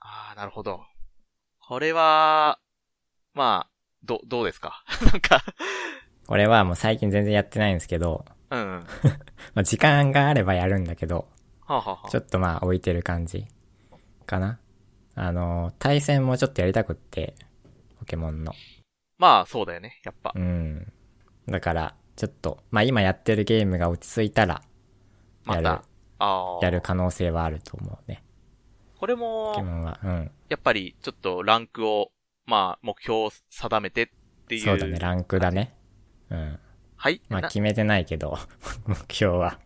Speaker 2: あー、なるほど。これは、まあ、ど、どうですか なんか、
Speaker 1: これはもう最近全然やってないんですけど、
Speaker 2: うんうん。は
Speaker 1: まあ、時間があればやるんだけど、
Speaker 2: あ、はあはあ
Speaker 1: ちょっとまあ置いてる感じかな。あの、対戦もちょっとやりたくって、ポケモンの。
Speaker 2: まあ、そうだよね。やっぱ
Speaker 1: う。ん。だから、ちょっと、まあ今やってるゲームが落ち着いたら、
Speaker 2: ま
Speaker 1: や
Speaker 2: た。
Speaker 1: る、
Speaker 2: あー
Speaker 1: やる。可能性はあると思うね。
Speaker 2: これ
Speaker 1: ポケモ
Speaker 2: も、
Speaker 1: ンは。うん。
Speaker 2: やっぱり、ちょっとランクを、まあ、目標を定めてっていう。
Speaker 1: そうだね、ランクだね。うん。
Speaker 2: はい。
Speaker 1: まあ
Speaker 2: な
Speaker 1: 決めてないけど、 目標は。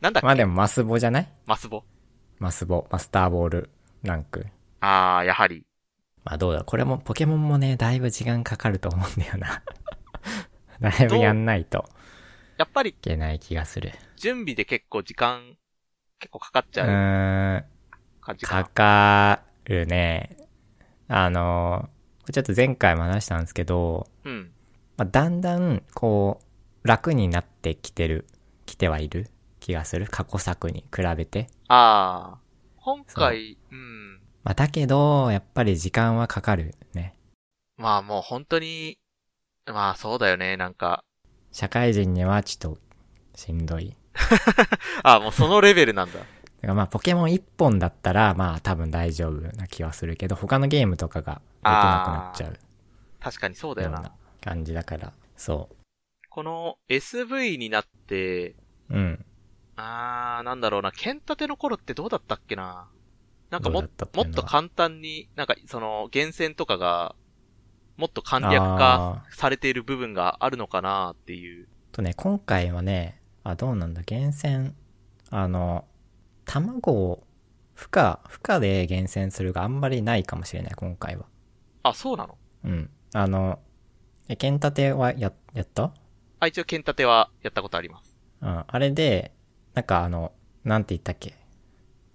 Speaker 2: なんだっけ、
Speaker 1: まあでもマスボじゃない
Speaker 2: マスボ。
Speaker 1: マスボ、マスターボールランク。
Speaker 2: ああ、やはり。
Speaker 1: まあどうだ、これも、ポケモンもね、だいぶ時間かかると思うんだよな。 だいぶやんないと
Speaker 2: やっぱり、
Speaker 1: いけない気がする。
Speaker 2: 準備で結構時間、結構かかっち
Speaker 1: う
Speaker 2: ゃう
Speaker 1: ーん、
Speaker 2: 感じかな。
Speaker 1: かかるね。あの、ちょっと前回も話したんですけど、
Speaker 2: うん。
Speaker 1: まあ、だんだん、こう、楽になってきてる、来てはいる気がする。過去作に比べて。
Speaker 2: ああ。今回、うん。
Speaker 1: まあ、だけど、やっぱり時間はかかるね。
Speaker 2: まあもう本当に、まあそうだよね、なんか。
Speaker 1: 社会人にはちょっと、しんどい。
Speaker 2: ああ、もうそのレベルなんだ。
Speaker 1: だからまあ、ポケモン1本だったら、まあ、多分大丈夫な気はするけど、他のゲームとかができなくなっちゃうよ
Speaker 2: 確かにそう
Speaker 1: う
Speaker 2: だよな
Speaker 1: な。感じだから、そ
Speaker 2: この SV になって、
Speaker 1: う。うん。
Speaker 2: あー、なんだろうな、剣立ての頃ってどうだったっけななんかも
Speaker 1: どうだったってい
Speaker 2: も
Speaker 1: うのは
Speaker 2: っと簡単に、なんかその、厳選とかが、もっと簡略化されている部分があるのかなっていう。
Speaker 1: とね、今回はね、あ、どうなんだ、厳選、あの、卵を、負荷、負荷で厳選するがあんまりないかもしれない、今回は。
Speaker 2: あ、そうなの
Speaker 1: うん。あの、え、剣立てはや、やった
Speaker 2: あ、一応剣立てはやったことあります。
Speaker 1: うん。あれで、なんかあの、なんて言ったっけ。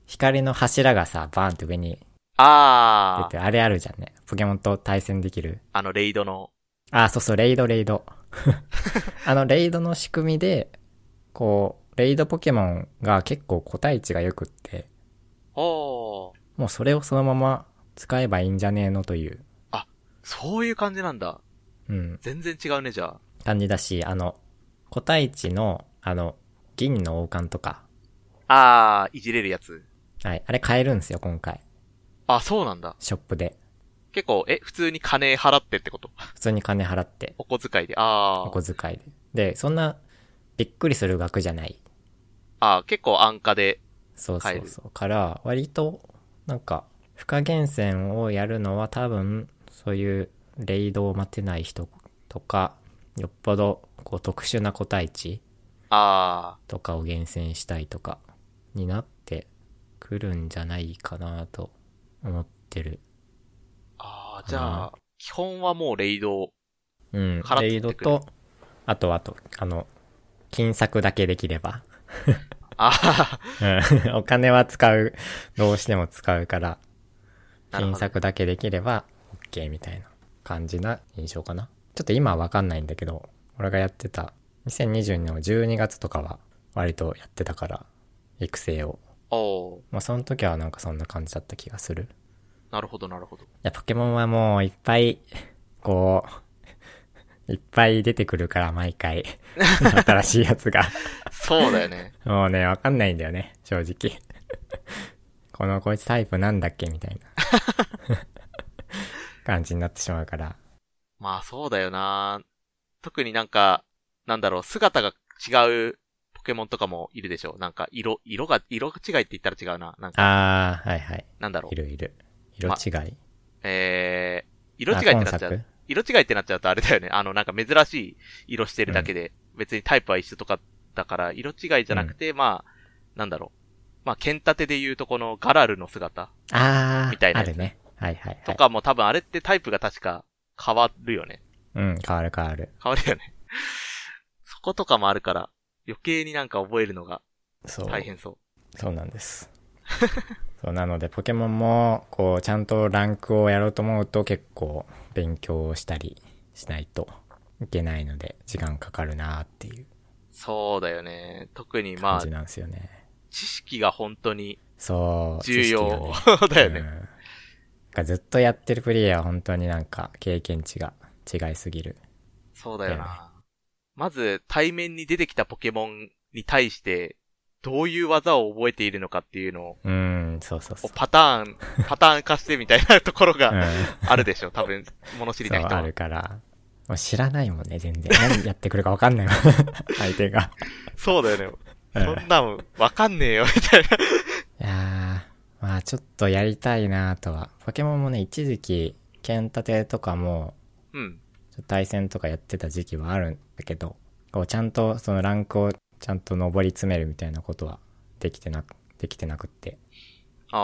Speaker 1: 光の柱がさ、バーンって上に出
Speaker 2: あー、
Speaker 1: て、あれあるじゃんね。ポケモンと対戦できる。
Speaker 2: あの、レイドの、
Speaker 1: あ、そうそう、レイド、レイド。 あの、レイドの仕組みで、こう、レイドポケモンが結構個体値が良くって、
Speaker 2: おー、
Speaker 1: もうそれをそのまま使えばいいんじゃねえのという、
Speaker 2: そういう感じなんだ。
Speaker 1: うん、
Speaker 2: 全然違うね、じゃあ。
Speaker 1: 感じだし、あの、個体値の、あの、銀の王冠とか、
Speaker 2: あー、いじれるやつ。
Speaker 1: はい、あれ買えるんですよ、今回。
Speaker 2: あ、そうなんだ。
Speaker 1: ショップで。
Speaker 2: 結構、え、普通に金払ってってこと
Speaker 1: 普通に金払って、
Speaker 2: お小遣いで。あ
Speaker 1: お
Speaker 2: ー、
Speaker 1: 小遣いで。で、そんな、びっくりする額じゃない。
Speaker 2: あー、結構安価で。
Speaker 1: そうそ
Speaker 2: 買え
Speaker 1: う
Speaker 2: る
Speaker 1: そう。から、割と、なんか、負荷厳選をやるのは多分、そういう、レイドを待てない人とか、よっぽど、こう、特殊な個体値
Speaker 2: あ
Speaker 1: とかを厳選したいとか、になってくるんじゃないかなと思ってる。
Speaker 2: ー、あー、じゃあ、基本はもうレイド。
Speaker 1: うん
Speaker 2: 払。って
Speaker 1: レイド
Speaker 2: くれる
Speaker 1: と、あとあと、あの、金策だけできれば。
Speaker 2: あー、
Speaker 1: うんお金は使う、どうしても使うから、
Speaker 2: なる
Speaker 1: 金
Speaker 2: ほど
Speaker 1: 策だけできれば OK みたいな感じな印象かな。ちょっと今はわかんないんだけど、俺がやってた2020年の12月とかは割とやってたから、育成を。
Speaker 2: おー、
Speaker 1: まあその時はなんかそんな感じだった気がする。
Speaker 2: なるほど、なるほど。
Speaker 1: いや、ポケモンはもういっぱい、こう、い っぱい出てくるから毎 回、新しいやつが。
Speaker 2: そうだよね。
Speaker 1: もうね、わかんないんだよね、正直。このこいつタイプなんだっけみたいな 感じになってしまうから。
Speaker 2: まあそうだよな特になんか、なんだろう、姿が違うポケモンとかもいるでしょなんか、色、色が、色違いって言ったら違うな。なんか、
Speaker 1: あー、はいはい。
Speaker 2: なんだろ。
Speaker 1: いうるいる。色違い。
Speaker 2: えー、色
Speaker 1: あ
Speaker 2: 違いってなっち
Speaker 1: 今
Speaker 2: ゃう
Speaker 1: 作。
Speaker 2: 色違いってなっちゃうとあれだよね。あの、なんか珍しい色してるだけで、別にタイプは一緒とかだから、色違いじゃなくて、まあ、なんだろう。まあ、剣立てで言うとこのガラルの姿
Speaker 1: あー、
Speaker 2: みたいな
Speaker 1: あ
Speaker 2: やつ
Speaker 1: るね。はいはいは
Speaker 2: と
Speaker 1: い。
Speaker 2: かも多分あれってタイプが確か変わるよね。
Speaker 1: うん、変わる変わる。
Speaker 2: 変わるよね。 そことかもあるから、余計になんか覚えるのが
Speaker 1: そう。
Speaker 2: 大変そう。
Speaker 1: そうなん です。そうなので、ポケモンも、こう、ちゃんとランクをやろうと思うと結構勉強したりしないといけないので、時間かかるなーっていう
Speaker 2: そうだよね。特にま
Speaker 1: 感
Speaker 2: あ
Speaker 1: じ、なんですよね。
Speaker 2: 知識が本当に
Speaker 1: そう。
Speaker 2: 重要
Speaker 1: 知 識が
Speaker 2: だよ
Speaker 1: ね。うん
Speaker 2: ね。
Speaker 1: なんかずっとやってるプレイヤーは本当になんか経験値が違いすぎる。
Speaker 2: そうだよ
Speaker 1: だよ
Speaker 2: な。まず、対面に出てきたポケモンに対して、どういう技を覚えているのかっていうのを、
Speaker 1: うん、そうそうそう。
Speaker 2: パ ターン、パターン化してみたいなところ
Speaker 1: うん
Speaker 2: が、あるでしょ。多分、物知り
Speaker 1: そ
Speaker 2: な
Speaker 1: う
Speaker 2: 人
Speaker 1: あ
Speaker 2: は
Speaker 1: る。から。もう知らないもんね、全 然。何やってくるかわかんないもん。相手が。
Speaker 2: そうだよね。
Speaker 1: うん
Speaker 2: そんなん、わかんねえよ、みたいな。
Speaker 1: いやー、まあちょっとやりたいなとは。ポケモンもね、一時期、剣立てとかも、
Speaker 2: うん。
Speaker 1: ちょっと対戦とかやってた時期はあるんだけど、こうちゃんとそのランクをちゃんと上り詰めるみたいなことはできてなく、できてなくって。
Speaker 2: あ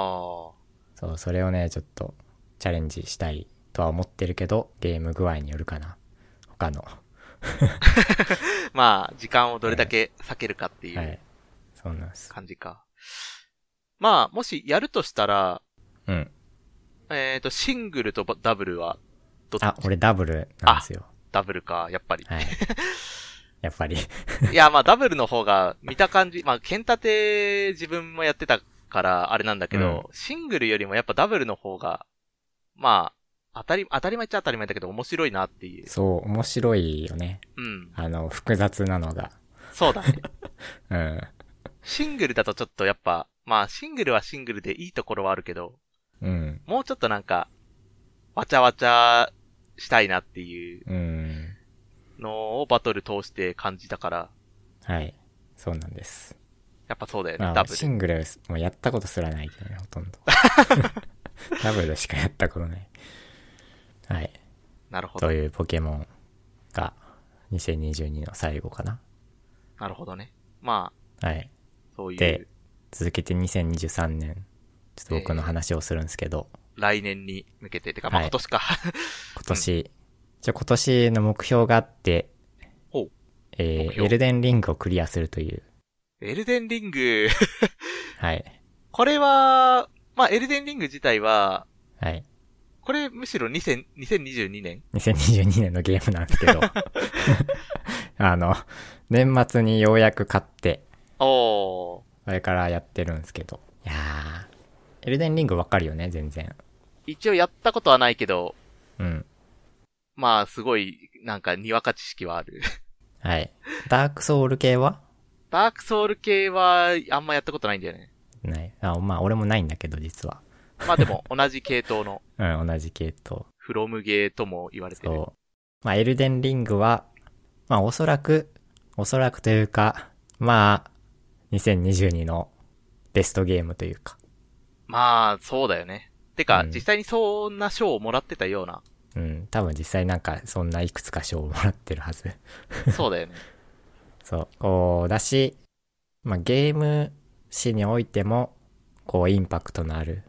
Speaker 1: そう、それをね、ちょっとチャレンジしたいとは思ってるけど、ゲーム具合によるかな。他の。
Speaker 2: あ。まあ、時間をどれだけ避けるかってい
Speaker 1: は
Speaker 2: う
Speaker 1: い。そうなんです。
Speaker 2: 感じか。まあ、もしやるとしたら、
Speaker 1: うん。
Speaker 2: えっ、と、シングルとダブルは、どっち
Speaker 1: あ、俺ダブルなんですよ。
Speaker 2: ダブルか、やっぱり。
Speaker 1: はい。やっぱり。
Speaker 2: いや、まあ、ダブルの方が、見た感じ、まあ、剣立て、自分もやってたから、あれなんだけど、シングルよりもやっぱダブルの方が、まあ、当たり、当たり前っちゃ当たり前だけど、面白いなっていう。
Speaker 1: そう、面白いよね。
Speaker 2: うん。
Speaker 1: あの、複雑なのが。
Speaker 2: そうだ ね。
Speaker 1: うん。
Speaker 2: シングルだとちょっとやっぱ、まあ、シングルはシングルでいいところはあるけど、
Speaker 1: うん。
Speaker 2: もうちょっとなんか、わちゃわちゃしたいなっていう
Speaker 1: うん。
Speaker 2: のをバトル通して感じたから、
Speaker 1: はい。そうなんです。
Speaker 2: やっぱそうだよね、
Speaker 1: ま
Speaker 2: ダ
Speaker 1: あ、
Speaker 2: ブ
Speaker 1: シ
Speaker 2: ル。
Speaker 1: ングル、もうやったことすらないけどね、ほと んど。ダブルしかやったことない。はい。
Speaker 2: なるほど
Speaker 1: と。いうポケモンが、2022の最後かな。
Speaker 2: なるほどね。まあ、
Speaker 1: はい。
Speaker 2: そういう
Speaker 1: で、続けて2023年、ちょっと僕の話をするんですけど、
Speaker 2: 来年に向けて、てか、まあ
Speaker 1: はい
Speaker 2: 今年か。
Speaker 1: 今年、じゃ今年の目標があって、
Speaker 2: ほう
Speaker 1: え
Speaker 2: 目
Speaker 1: ー、
Speaker 2: 標
Speaker 1: エルデンリングをクリアするという、
Speaker 2: エルデンリング。
Speaker 1: はい。
Speaker 2: これは、まあ、エルデンリング自体は、
Speaker 1: はい。
Speaker 2: これむしろ2000 2022年
Speaker 1: 2022年のゲームなんです けど、 あの、年末にようやく買って、
Speaker 2: おー。
Speaker 1: それからやってるんですけど。いやー、エルデンリングわかるよね、全然。
Speaker 2: 一応やったことはないけど、
Speaker 1: うん。
Speaker 2: まあ、すごい、なんか、にわか知識はある。
Speaker 1: はい。ダークソウル系は
Speaker 2: ダークソウル系は、あんまやったことないんだよね。
Speaker 1: ない。あ、まあ俺もないんだけど、実は。
Speaker 2: まあで も、同じ系統の、
Speaker 1: うん、同じ系統。
Speaker 2: フロムゲーとも言われてる。
Speaker 1: そう。まあエルデンリングは、まあおそらく、おそらくというか、まあ、2022のベストゲームというか、
Speaker 2: まあ、そうだよね。てか、
Speaker 1: うん
Speaker 2: 実際にそんな賞をもらってたような。
Speaker 1: うん、多分実際なんかそんないくつか賞をもらってるはず。
Speaker 2: そうだよね。
Speaker 1: そう。こう、だし、まあ、ゲーム史においても、こう、インパクトのある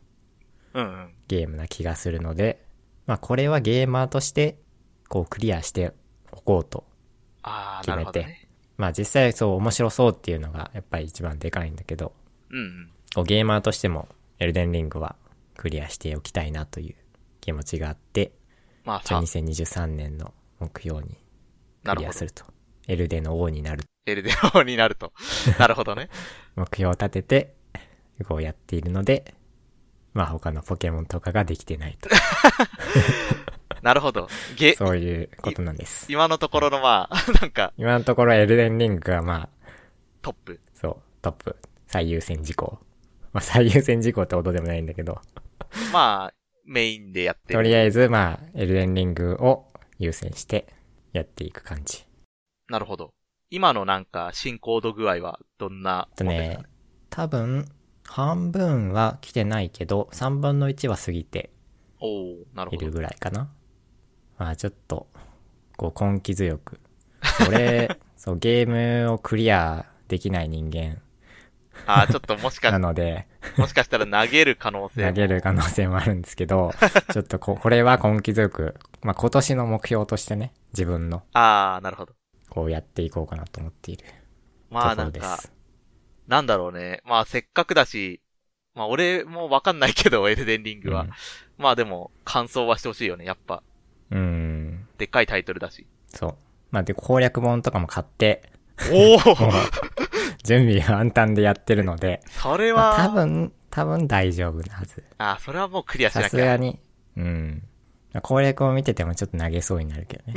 Speaker 2: うんうん。
Speaker 1: ゲームな気がするので、まあ、これはゲーマーとして、こう、クリアしておこうと。
Speaker 2: ああ、
Speaker 1: 決
Speaker 2: なる
Speaker 1: め
Speaker 2: ほ
Speaker 1: て
Speaker 2: どね。
Speaker 1: まあ、実際そう、面白そうっていうのが、やっぱり一番でかいんだけど、
Speaker 2: うんうん。
Speaker 1: こう、ゲーマーとしても、エルデンリングは、クリアしておきたいなという気持ちがあって、
Speaker 2: まあ
Speaker 1: じゃ
Speaker 2: さ
Speaker 1: あ、2023年の目標に、
Speaker 2: な
Speaker 1: ク
Speaker 2: る
Speaker 1: リ
Speaker 2: ほ
Speaker 1: ア
Speaker 2: ど
Speaker 1: す。ると。エルデの王になる
Speaker 2: エルデン王になると。 なるほどね。
Speaker 1: 目標を立てて、こうやっているので、まあ他のポケモンとかができてないと。
Speaker 2: なるほど。ゲ、
Speaker 1: そういうことなんです。
Speaker 2: 今のところのまあ、 なんか、
Speaker 1: 今のところエルデンリングがまあ、
Speaker 2: トップ。
Speaker 1: そう、トップ、最優先事項。まあ最優先事項ってことでもないんだけど、
Speaker 2: まあ、メインでやって
Speaker 1: と
Speaker 2: る。
Speaker 1: りあえずまあ、エルデンリングを優先してやっていく感じ。
Speaker 2: なるほど。今のなんか、進行度具合は、どんな
Speaker 1: あと
Speaker 2: もんです
Speaker 1: ね
Speaker 2: か、
Speaker 1: 多分、半分は来てないけど、3分の1は過ぎて
Speaker 2: おおなる
Speaker 1: い
Speaker 2: ほ
Speaker 1: る
Speaker 2: ど。
Speaker 1: ぐらいかな。まあちょっ と、こう根気強く。俺、そうゲームをクリアできない人間
Speaker 2: あーちょっともし
Speaker 1: な
Speaker 2: か、
Speaker 1: ので、
Speaker 2: もしかしたら投げる可能性も
Speaker 1: 投げる可能性もあるんですけど、 ちょっとここれは根気強く、まあ、今年の目標としてね、自分の、
Speaker 2: ああ、なるほど。
Speaker 1: こうやっていこうかなと思っていると
Speaker 2: まあ
Speaker 1: こ
Speaker 2: な
Speaker 1: ろ
Speaker 2: ん
Speaker 1: で
Speaker 2: か、
Speaker 1: す。
Speaker 2: なんだろうね。まあせっかくだし、まあ俺もわかんないけど、 エルデンリングは。まあでも、感想はしてほしいよね。やっぱ、
Speaker 1: うん、うん。
Speaker 2: でっかいタイトル だし。
Speaker 1: そう。まあ、で、攻略本とかも買って、
Speaker 2: おお
Speaker 1: 準備は満タンでやってるので、
Speaker 2: それ
Speaker 1: まあ、多
Speaker 2: は、
Speaker 1: 分、多分大丈夫なはず。
Speaker 2: あーそれはもうクリアし
Speaker 1: さ
Speaker 2: な
Speaker 1: す
Speaker 2: き
Speaker 1: が
Speaker 2: ゃ。
Speaker 1: に。うん。まあ攻略を見ててもちょっと投げそうになるけどね。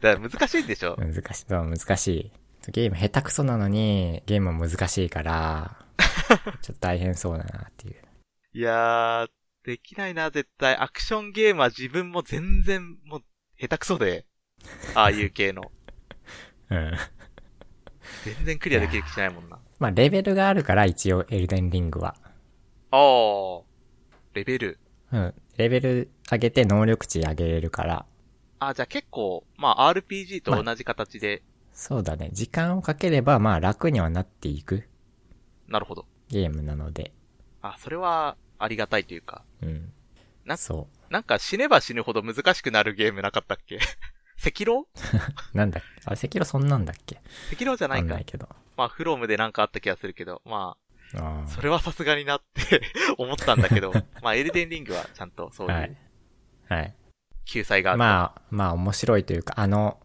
Speaker 2: だから難しいんでしょ。
Speaker 1: 難しい。そう、難しい。ゲーム下手くそなのに、ゲームは難しい から、ちょっと大変そうだなっていう。
Speaker 2: いやー、できないな、絶対。アクションゲームは自分も全然、もう、下手くそで。ああいう系の。
Speaker 1: うん。
Speaker 2: 全然クリアできる気しないもんな。
Speaker 1: まあ、レベルがあるから、一応、エルデンリングは。
Speaker 2: あー。レベル。
Speaker 1: うん。レベル上げて能力値上げれるから、
Speaker 2: あ、じゃあ結構、まあ RPG と同じ形で、
Speaker 1: そうだね。時間をかければ、まあ、楽にはなっていく
Speaker 2: なるほど。
Speaker 1: ゲームなので。
Speaker 2: あ、それはありがたいというか。
Speaker 1: うん。
Speaker 2: な
Speaker 1: そ
Speaker 2: なんか死ねば死ぬほど難しくなるゲームなかったっけ 赤狼
Speaker 1: う。なんだっけあれ、赤色そんなんだっけ
Speaker 2: 赤狼じゃな
Speaker 1: わ
Speaker 2: い
Speaker 1: かん
Speaker 2: か。
Speaker 1: ないけど。
Speaker 2: まあフロムでなんかあった気がするけど、ま
Speaker 1: あ
Speaker 2: あ、それはさすがになって 思ったんだけど、まあエルデンリングはちゃんとそ
Speaker 1: あ。
Speaker 2: うい
Speaker 1: は
Speaker 2: う
Speaker 1: い。はい。
Speaker 2: 救済がある。
Speaker 1: まあ、まあ面白いというか、あの、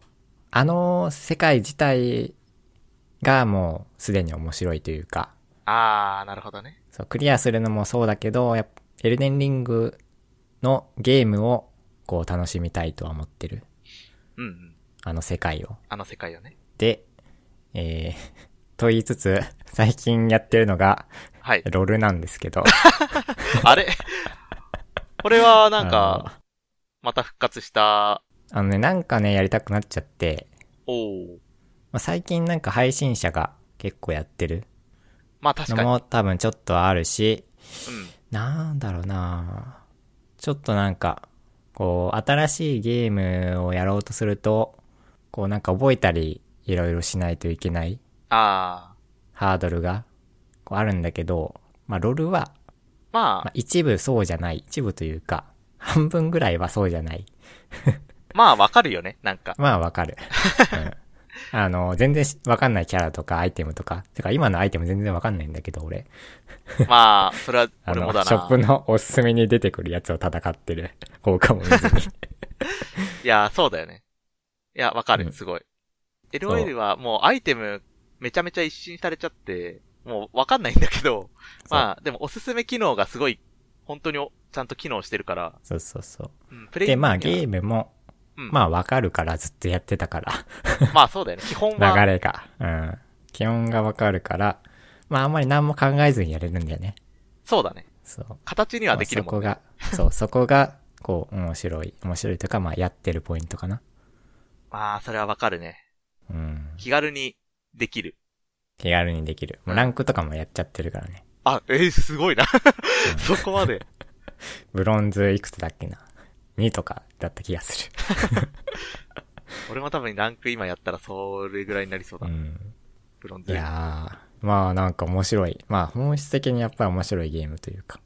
Speaker 1: あの世界自体がもうすでに面白いというか、
Speaker 2: あー、なるほどね。
Speaker 1: そう、クリアするのもそうだけど、やっぱエルデンリングのゲームをこう楽しみたいとは思ってる。
Speaker 2: うんうん。
Speaker 1: あの世界を。
Speaker 2: あの世界をね。
Speaker 1: で、えー、 と言いつつ、最近やってるのが、
Speaker 2: はい。
Speaker 1: ロルなんですけど。
Speaker 2: あれこれはなん
Speaker 1: あの
Speaker 2: か、、また復活した、
Speaker 1: あのね、なんかね、やりたくなっちゃって、
Speaker 2: おー。
Speaker 1: まあ、最近なんか配信者が結構やってる
Speaker 2: まあ確
Speaker 1: の
Speaker 2: かに。うん。
Speaker 1: も多分ちょっとあるし、なんだろうなちょっとなんか、こう、新しいゲームをやろうとすると、こうなんか覚えたり、いろいろしないといけない
Speaker 2: あー。
Speaker 1: ハードルが、こうあるんだけど、まあ、ロルは、
Speaker 2: ま
Speaker 1: ま
Speaker 2: あ
Speaker 1: あ、、一部そうじゃない。一部というか、半分ぐらいはそうじゃない。
Speaker 2: まあわかるよね、な んか。
Speaker 1: まあ、わか る。うんあの、全然しわかんないキャラとかアイテムとか、てか今のアイテム全然わかんないんだけど、俺。
Speaker 2: まあ、それは
Speaker 1: あ
Speaker 2: 俺
Speaker 1: の、
Speaker 2: も
Speaker 1: シ
Speaker 2: だ
Speaker 1: ョッ
Speaker 2: な
Speaker 1: プ。のおすすめに出てくるやつを戦って る。効果も見ずに。
Speaker 2: いや、そうだよね。いや、わか
Speaker 1: う
Speaker 2: る、
Speaker 1: ん
Speaker 2: すごい。
Speaker 1: う
Speaker 2: LOL はもうアイテムめちゃめちゃ一新されちゃって、もうわかんないんだけど、まあ、でもおすすめ機能がすごい、本当におちゃんと機能してるから、
Speaker 1: そうそうそう。
Speaker 2: うん、プレイ
Speaker 1: で、まあ
Speaker 2: に
Speaker 1: ゲ
Speaker 2: は
Speaker 1: ームも、
Speaker 2: うん
Speaker 1: まあわかるからずっとやってたか
Speaker 2: まあそうだよね。基本
Speaker 1: ら、
Speaker 2: は、
Speaker 1: 流れが。うん。基本がわかるから、まああんまり何も考えずにやれるんだよね。
Speaker 2: そうだね。
Speaker 1: そう。
Speaker 2: 形にはできる
Speaker 1: ま
Speaker 2: も
Speaker 1: あそこ
Speaker 2: んね。
Speaker 1: が、そう、そこが、こう、面白い。面白いというか、まあやってるポイントかな。
Speaker 2: まあ、それはわかるね。
Speaker 1: うん。
Speaker 2: 気軽にできる。
Speaker 1: 気軽にできる。もうランクとかもやっちゃってるからね。
Speaker 2: あ、えー、すごいな。 そこまで。
Speaker 1: ブロンズいくつだっけな。2とかだった気がする。
Speaker 2: 俺も多分ランク今やったらそれぐらいになり そう
Speaker 1: う
Speaker 2: だ。
Speaker 1: ん。
Speaker 2: ブロンズ。
Speaker 1: いやー。まあなんか面白い。まあ本質的にやっぱり面白いゲームというか。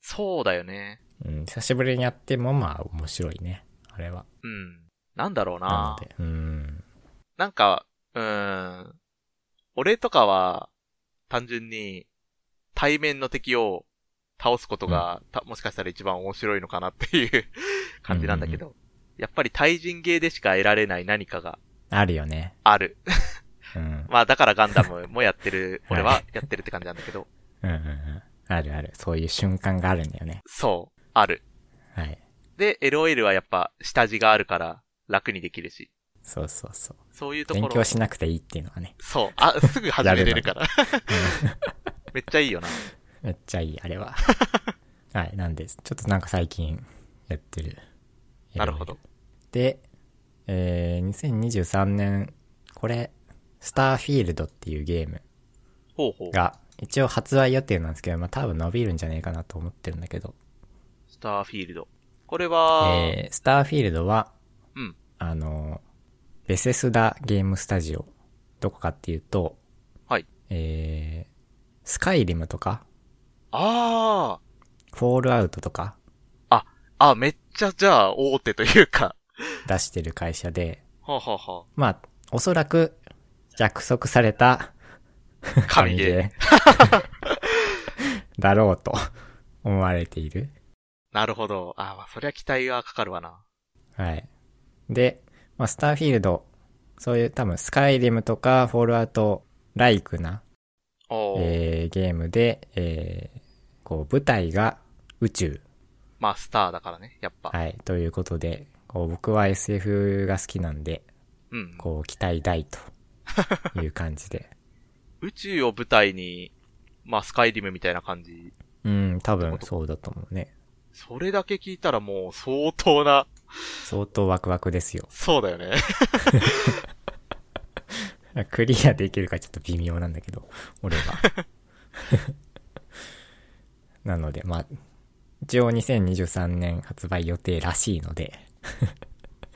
Speaker 2: そうだよね。
Speaker 1: うん。久しぶりにやってもまあ面白いね。あれは。
Speaker 2: うん。なんだろう
Speaker 1: な
Speaker 2: な
Speaker 1: の。で。うん。
Speaker 2: なんか、うーん。俺とかは、単純に、対面の敵を倒すことが、たもしかしたら一番面白いのかなっていう 感じなんだけど、やっぱり対人芸でしか得られない何かが
Speaker 1: あるよね。
Speaker 2: ある。
Speaker 1: うん。うん
Speaker 2: まあだからガンダムもやってる、
Speaker 1: はい
Speaker 2: 俺はやってるって感じなんだけど、
Speaker 1: うんうん。あるある。そういう瞬間があるんだよね。
Speaker 2: そう、ある。
Speaker 1: はい。
Speaker 2: で、LOL はやっぱ下地があるから楽にできるし、
Speaker 1: そうそうそう。
Speaker 2: そういうところ
Speaker 1: 勉強しなくていいっていうのがね。
Speaker 2: そう、あ、すぐ始めれるから。 めっちゃいいよな。
Speaker 1: めっちゃいい、あれ は。はい。なんです。ちょっとなんか最近やってる。
Speaker 2: なるほど。。
Speaker 1: で、えー、2023年、これ、スターフィールドっていうゲーム
Speaker 2: ほうほう。
Speaker 1: が、一応発売予定なんですけど、まあ多分伸びるんじゃねえかなと思ってるんだけど、
Speaker 2: スターフィールド。これは、
Speaker 1: えー、スターフィールドは、
Speaker 2: うん
Speaker 1: あの、ベセスダゲームスタジオどこかっていうと、
Speaker 2: はい。
Speaker 1: えー、スカイリムとか、
Speaker 2: あ
Speaker 1: フォールアウトとか
Speaker 2: あ、あ、めっちゃじゃあ大手というか。
Speaker 1: 出してる会社で、
Speaker 2: はあ、はあは
Speaker 1: まあ、おそらく約束された
Speaker 2: あ、神ゲー。
Speaker 1: でだろうと思われている。
Speaker 2: なるほど。あ、まあ、そりゃ期待はかかるわな。
Speaker 1: はい。で、まあ、スターフィールド、そういう多分スカイリムとかフォールアウトライクな、
Speaker 2: おー
Speaker 1: えーゲームで、えーこう舞台が宇宙、
Speaker 2: まあ、スターだからね、やっぱ。
Speaker 1: はい、ということで、こう僕は SF が好きなんで、
Speaker 2: うん。
Speaker 1: こう期待大という感じ で。
Speaker 2: 宇宙を舞台に、まあ、スカイリムみたいな感じ。
Speaker 1: うん、多分そうだと思うね。
Speaker 2: それだけ聞いたらもう相当な、
Speaker 1: 相当ワクワクですよ。
Speaker 2: そうだ よね。
Speaker 1: クリアできるかちょっと微妙なんだけど、俺は。 なので、まあ、一応2023年発売予定らしいので、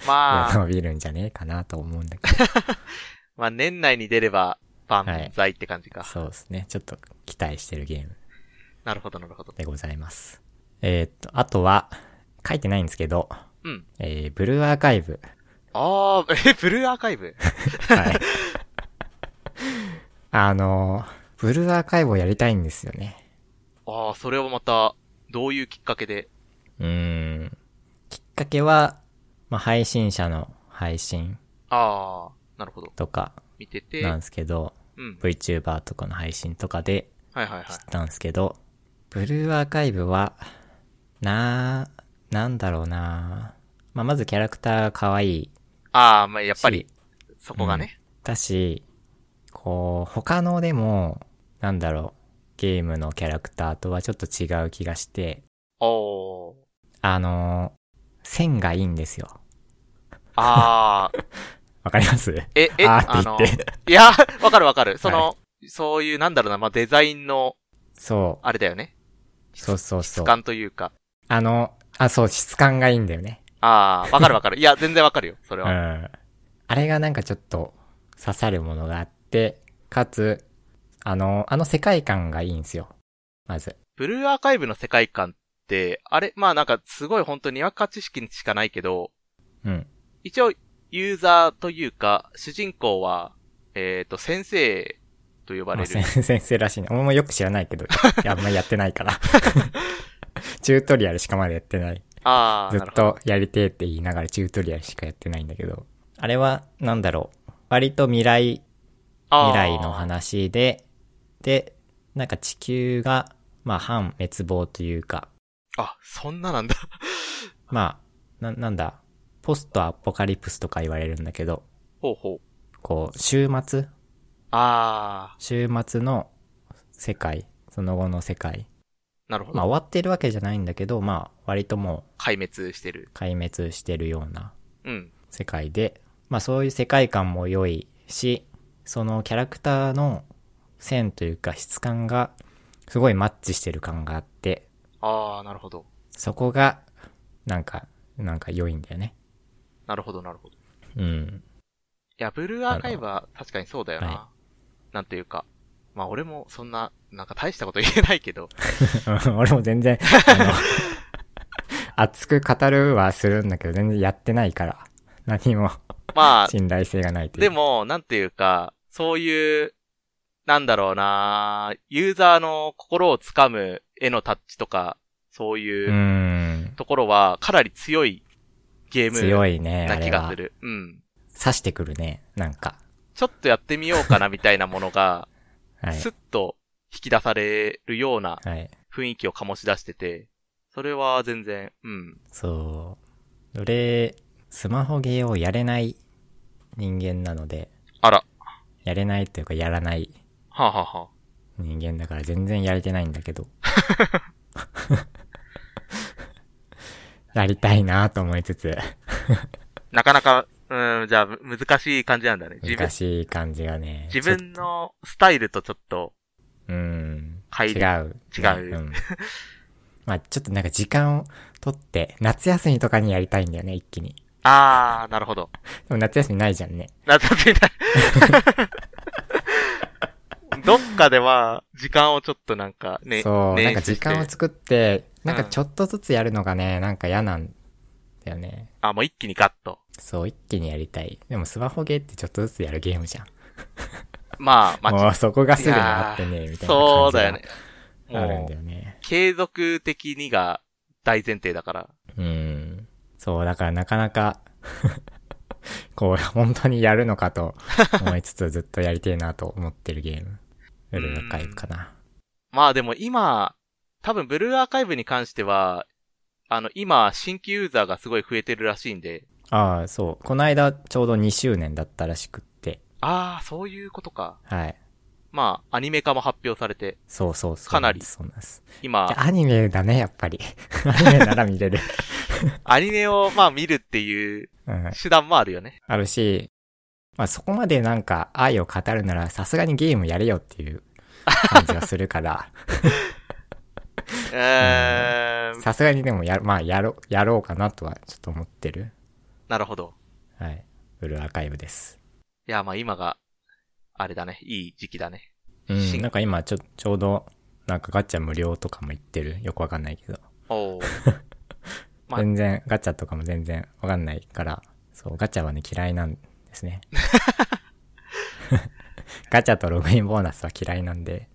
Speaker 2: まあ、
Speaker 1: 伸びるんじゃねえかなと思うんだけ
Speaker 2: まあ、年内に出れば、万歳って感じか。
Speaker 1: ど、そうですね。ちょっと期待してるゲーム
Speaker 2: なるほど、なるほど。
Speaker 1: でございます。えーっと、あとは、書いてないんですけど、
Speaker 2: うん。
Speaker 1: えー、ブルーアーカイブ。
Speaker 2: ああ、え、ブルーアーカ イブ。
Speaker 1: はい。あのー、ブルーアーカイブをやりたいんですよね。
Speaker 2: ああ、それはまた、どういうきっかけで。
Speaker 1: うーん。きっかけは、まあ、配信者の配信
Speaker 2: ああ、なるほど。
Speaker 1: とか
Speaker 2: 見てて。
Speaker 1: なんですけど、
Speaker 2: うん。
Speaker 1: VTuber とかの配信とかで
Speaker 2: はいはいはい。
Speaker 1: 知ったんですけど、ブルーアーカイブは、なー、なんだろうなー。まあ、まずキャラクターが可愛いし。
Speaker 2: ああ、まあ、やっぱり、そこがね。
Speaker 1: だし、こう、他のでも、なんだろう、ゲームのキャラクターとはちょっと違う気がして、
Speaker 2: おー。
Speaker 1: あのー線がいいんですよ。
Speaker 2: ああ、
Speaker 1: わかります
Speaker 2: え、え、
Speaker 1: あ
Speaker 2: あ
Speaker 1: ーっ
Speaker 2: の
Speaker 1: て、言って。
Speaker 2: いや、わかるわかる。その、そういう、なんだろうな、まあ、デザインの、
Speaker 1: そう。
Speaker 2: あれだよね。
Speaker 1: そうそうそ
Speaker 2: 質
Speaker 1: う。
Speaker 2: 感というか。
Speaker 1: あの、あ、そう、質感がいいんだよね。
Speaker 2: ああ、わかる わかる。いや、全然わかるよ、それ
Speaker 1: う
Speaker 2: は。
Speaker 1: ん。あれがなんかちょっと刺さるものがあって、かつ、あの、あの世界観がいいんですよ。まず。
Speaker 2: ブルーアーカイブの世界観って、あれ、まあなんか、すごい本当にわか知識しかないけど、
Speaker 1: うん。
Speaker 2: 一応、ユーザーというか、主人公は、えっ、と、先生と呼ば
Speaker 1: ま
Speaker 2: れ
Speaker 1: あ、
Speaker 2: る。
Speaker 1: 先 先生らしいね。俺もよく知らないけど、いやあんまやってないから。 チュートリアルしかまだやってない。
Speaker 2: ああ、
Speaker 1: ずっ
Speaker 2: なるほど。
Speaker 1: とやりてえって言いながらチュートリアルしかやってないんだけど。あれは、なんだろう。割と未来
Speaker 2: あー
Speaker 1: 未来の。話で、で、なんか地球が、まあ、半滅亡というか、
Speaker 2: あ、そんななんだ。
Speaker 1: まあ、な、なんだ、ポストアポカリプスとか言われるんだけど、
Speaker 2: ほうほう。
Speaker 1: こう、週末
Speaker 2: あ
Speaker 1: 週末の世界、その後の世界。
Speaker 2: あ、なるほ
Speaker 1: まあ、
Speaker 2: ど。
Speaker 1: 終わってるわけじゃないんだけど、まあ、割とも
Speaker 2: 壊滅してる
Speaker 1: う。壊滅してるような
Speaker 2: うん。
Speaker 1: 世界で、まあ、そういう世界観も良いし、そのキャラクターの線というか質感が、すごいマッチしてる感があって、
Speaker 2: ああ、なるほど。
Speaker 1: そこが、なんか、なんか良いんだよね。
Speaker 2: なるほど、なるほど。
Speaker 1: う
Speaker 2: い
Speaker 1: ん。
Speaker 2: や、ブルーアーカイブは確かにそうだよ
Speaker 1: は
Speaker 2: な。なんというか。まあ俺もそんな、なんか大したこと言えないけど。
Speaker 1: 俺も全然、あの、熱く語るはするんだけど、全然やってないから、何も
Speaker 2: まあ、
Speaker 1: 信頼性がないという。
Speaker 2: で、も、なんていうか、そういう、なんだろうなユーザーの心をつかむ絵のタッチとか、そ
Speaker 1: うー、
Speaker 2: ういうんところは、かなり強いゲー
Speaker 1: 強
Speaker 2: ム
Speaker 1: いね、あ
Speaker 2: な気
Speaker 1: れ
Speaker 2: が
Speaker 1: は
Speaker 2: す。る。うん。
Speaker 1: 刺してくるね、なんか。
Speaker 2: ちょっとやってみようかなみたいなものが、
Speaker 1: はい
Speaker 2: ス。ッと引き出されるような
Speaker 1: はい。
Speaker 2: 雰囲気を醸し出してて、それは全然、うん。
Speaker 1: そう。俺、スマホゲーをやれない人間なので、
Speaker 2: あら、
Speaker 1: やれないというかやらない
Speaker 2: はあ、はあはあ、
Speaker 1: 人間だから全然やれてないんだけど。 やりたいなと思いつつ、
Speaker 2: なかなか、うん、じゃあ、む難しい感じなんだね。自分
Speaker 1: 難、しい感じがね。
Speaker 2: 自分のスタイルとちょっと、
Speaker 1: ちょうん。
Speaker 2: 乖
Speaker 1: 違う。
Speaker 2: 違う
Speaker 1: うん。 まあちょっとなんか時間を取って、夏休みとかにやりたいんだよね、一気に。
Speaker 2: あー、なるほど。
Speaker 1: でも夏休みないじゃんね。
Speaker 2: 夏休みだ。どっかでは、時間をちょっとなんかね、
Speaker 1: そう、
Speaker 2: 捻
Speaker 1: なんか
Speaker 2: 出して
Speaker 1: 時間を作って、なんか
Speaker 2: うん
Speaker 1: ちょっとずつやるのがね、なんか嫌なんだよね。
Speaker 2: あ、もう一気にガッと。
Speaker 1: そう、一気にやりたい。でもスマホゲーってちょっとずつやるゲームじゃん。
Speaker 2: まあ、
Speaker 1: もう
Speaker 2: ま
Speaker 1: そこが
Speaker 2: あ、
Speaker 1: すぐにあってね、
Speaker 2: いやー
Speaker 1: みたいな
Speaker 2: そうだよね。
Speaker 1: 感じがあるん
Speaker 2: も
Speaker 1: だ
Speaker 2: う、
Speaker 1: よね。
Speaker 2: 継続的にが大前提だから。
Speaker 1: うん。そう、だからなかなか、 こう、本当にやるのかと思いつつずっとやりてえなと思ってるゲーム。ブルーの回かな。
Speaker 2: まあでも今、多分ブルーアーカイブに関しては、あの、今、新規ユーザーがすごい増えてるらしいんで、
Speaker 1: ああ、そう。この間ちょうど2周年だったらしくって。
Speaker 2: ああ、そういうことか。
Speaker 1: はい。
Speaker 2: まあ、アニメ化も発表されて、
Speaker 1: そうそうそう。
Speaker 2: かなり
Speaker 1: そうなんです。
Speaker 2: 今
Speaker 1: いや、 アニメだね、やっぱり。アニメなら見れる。
Speaker 2: アニメをまあ見るっていう
Speaker 1: うん。
Speaker 2: 手段もあるよね。
Speaker 1: あるし、まあそこまでなんか愛を語るならさすがにゲームやれよっていう感じがする から、
Speaker 2: うーん、
Speaker 1: さすがにでもや、まあやろ、やろうかなとはちょっと思ってる。
Speaker 2: なるほど。
Speaker 1: はい。ブルーアーカイブです。
Speaker 2: いや、まあ今が、あれだね、いい時期だね。
Speaker 1: う
Speaker 2: し
Speaker 1: ん。なんか今ちょ、ちょうど、なんかガチャ無料とかも言ってる。よくわかんないけど。
Speaker 2: おお。まあ
Speaker 1: 全然、ガチャとかも全然わかんないから、そう、ガチャはね、嫌いなんです ね。ガチャとログインボーナスは嫌いなんで、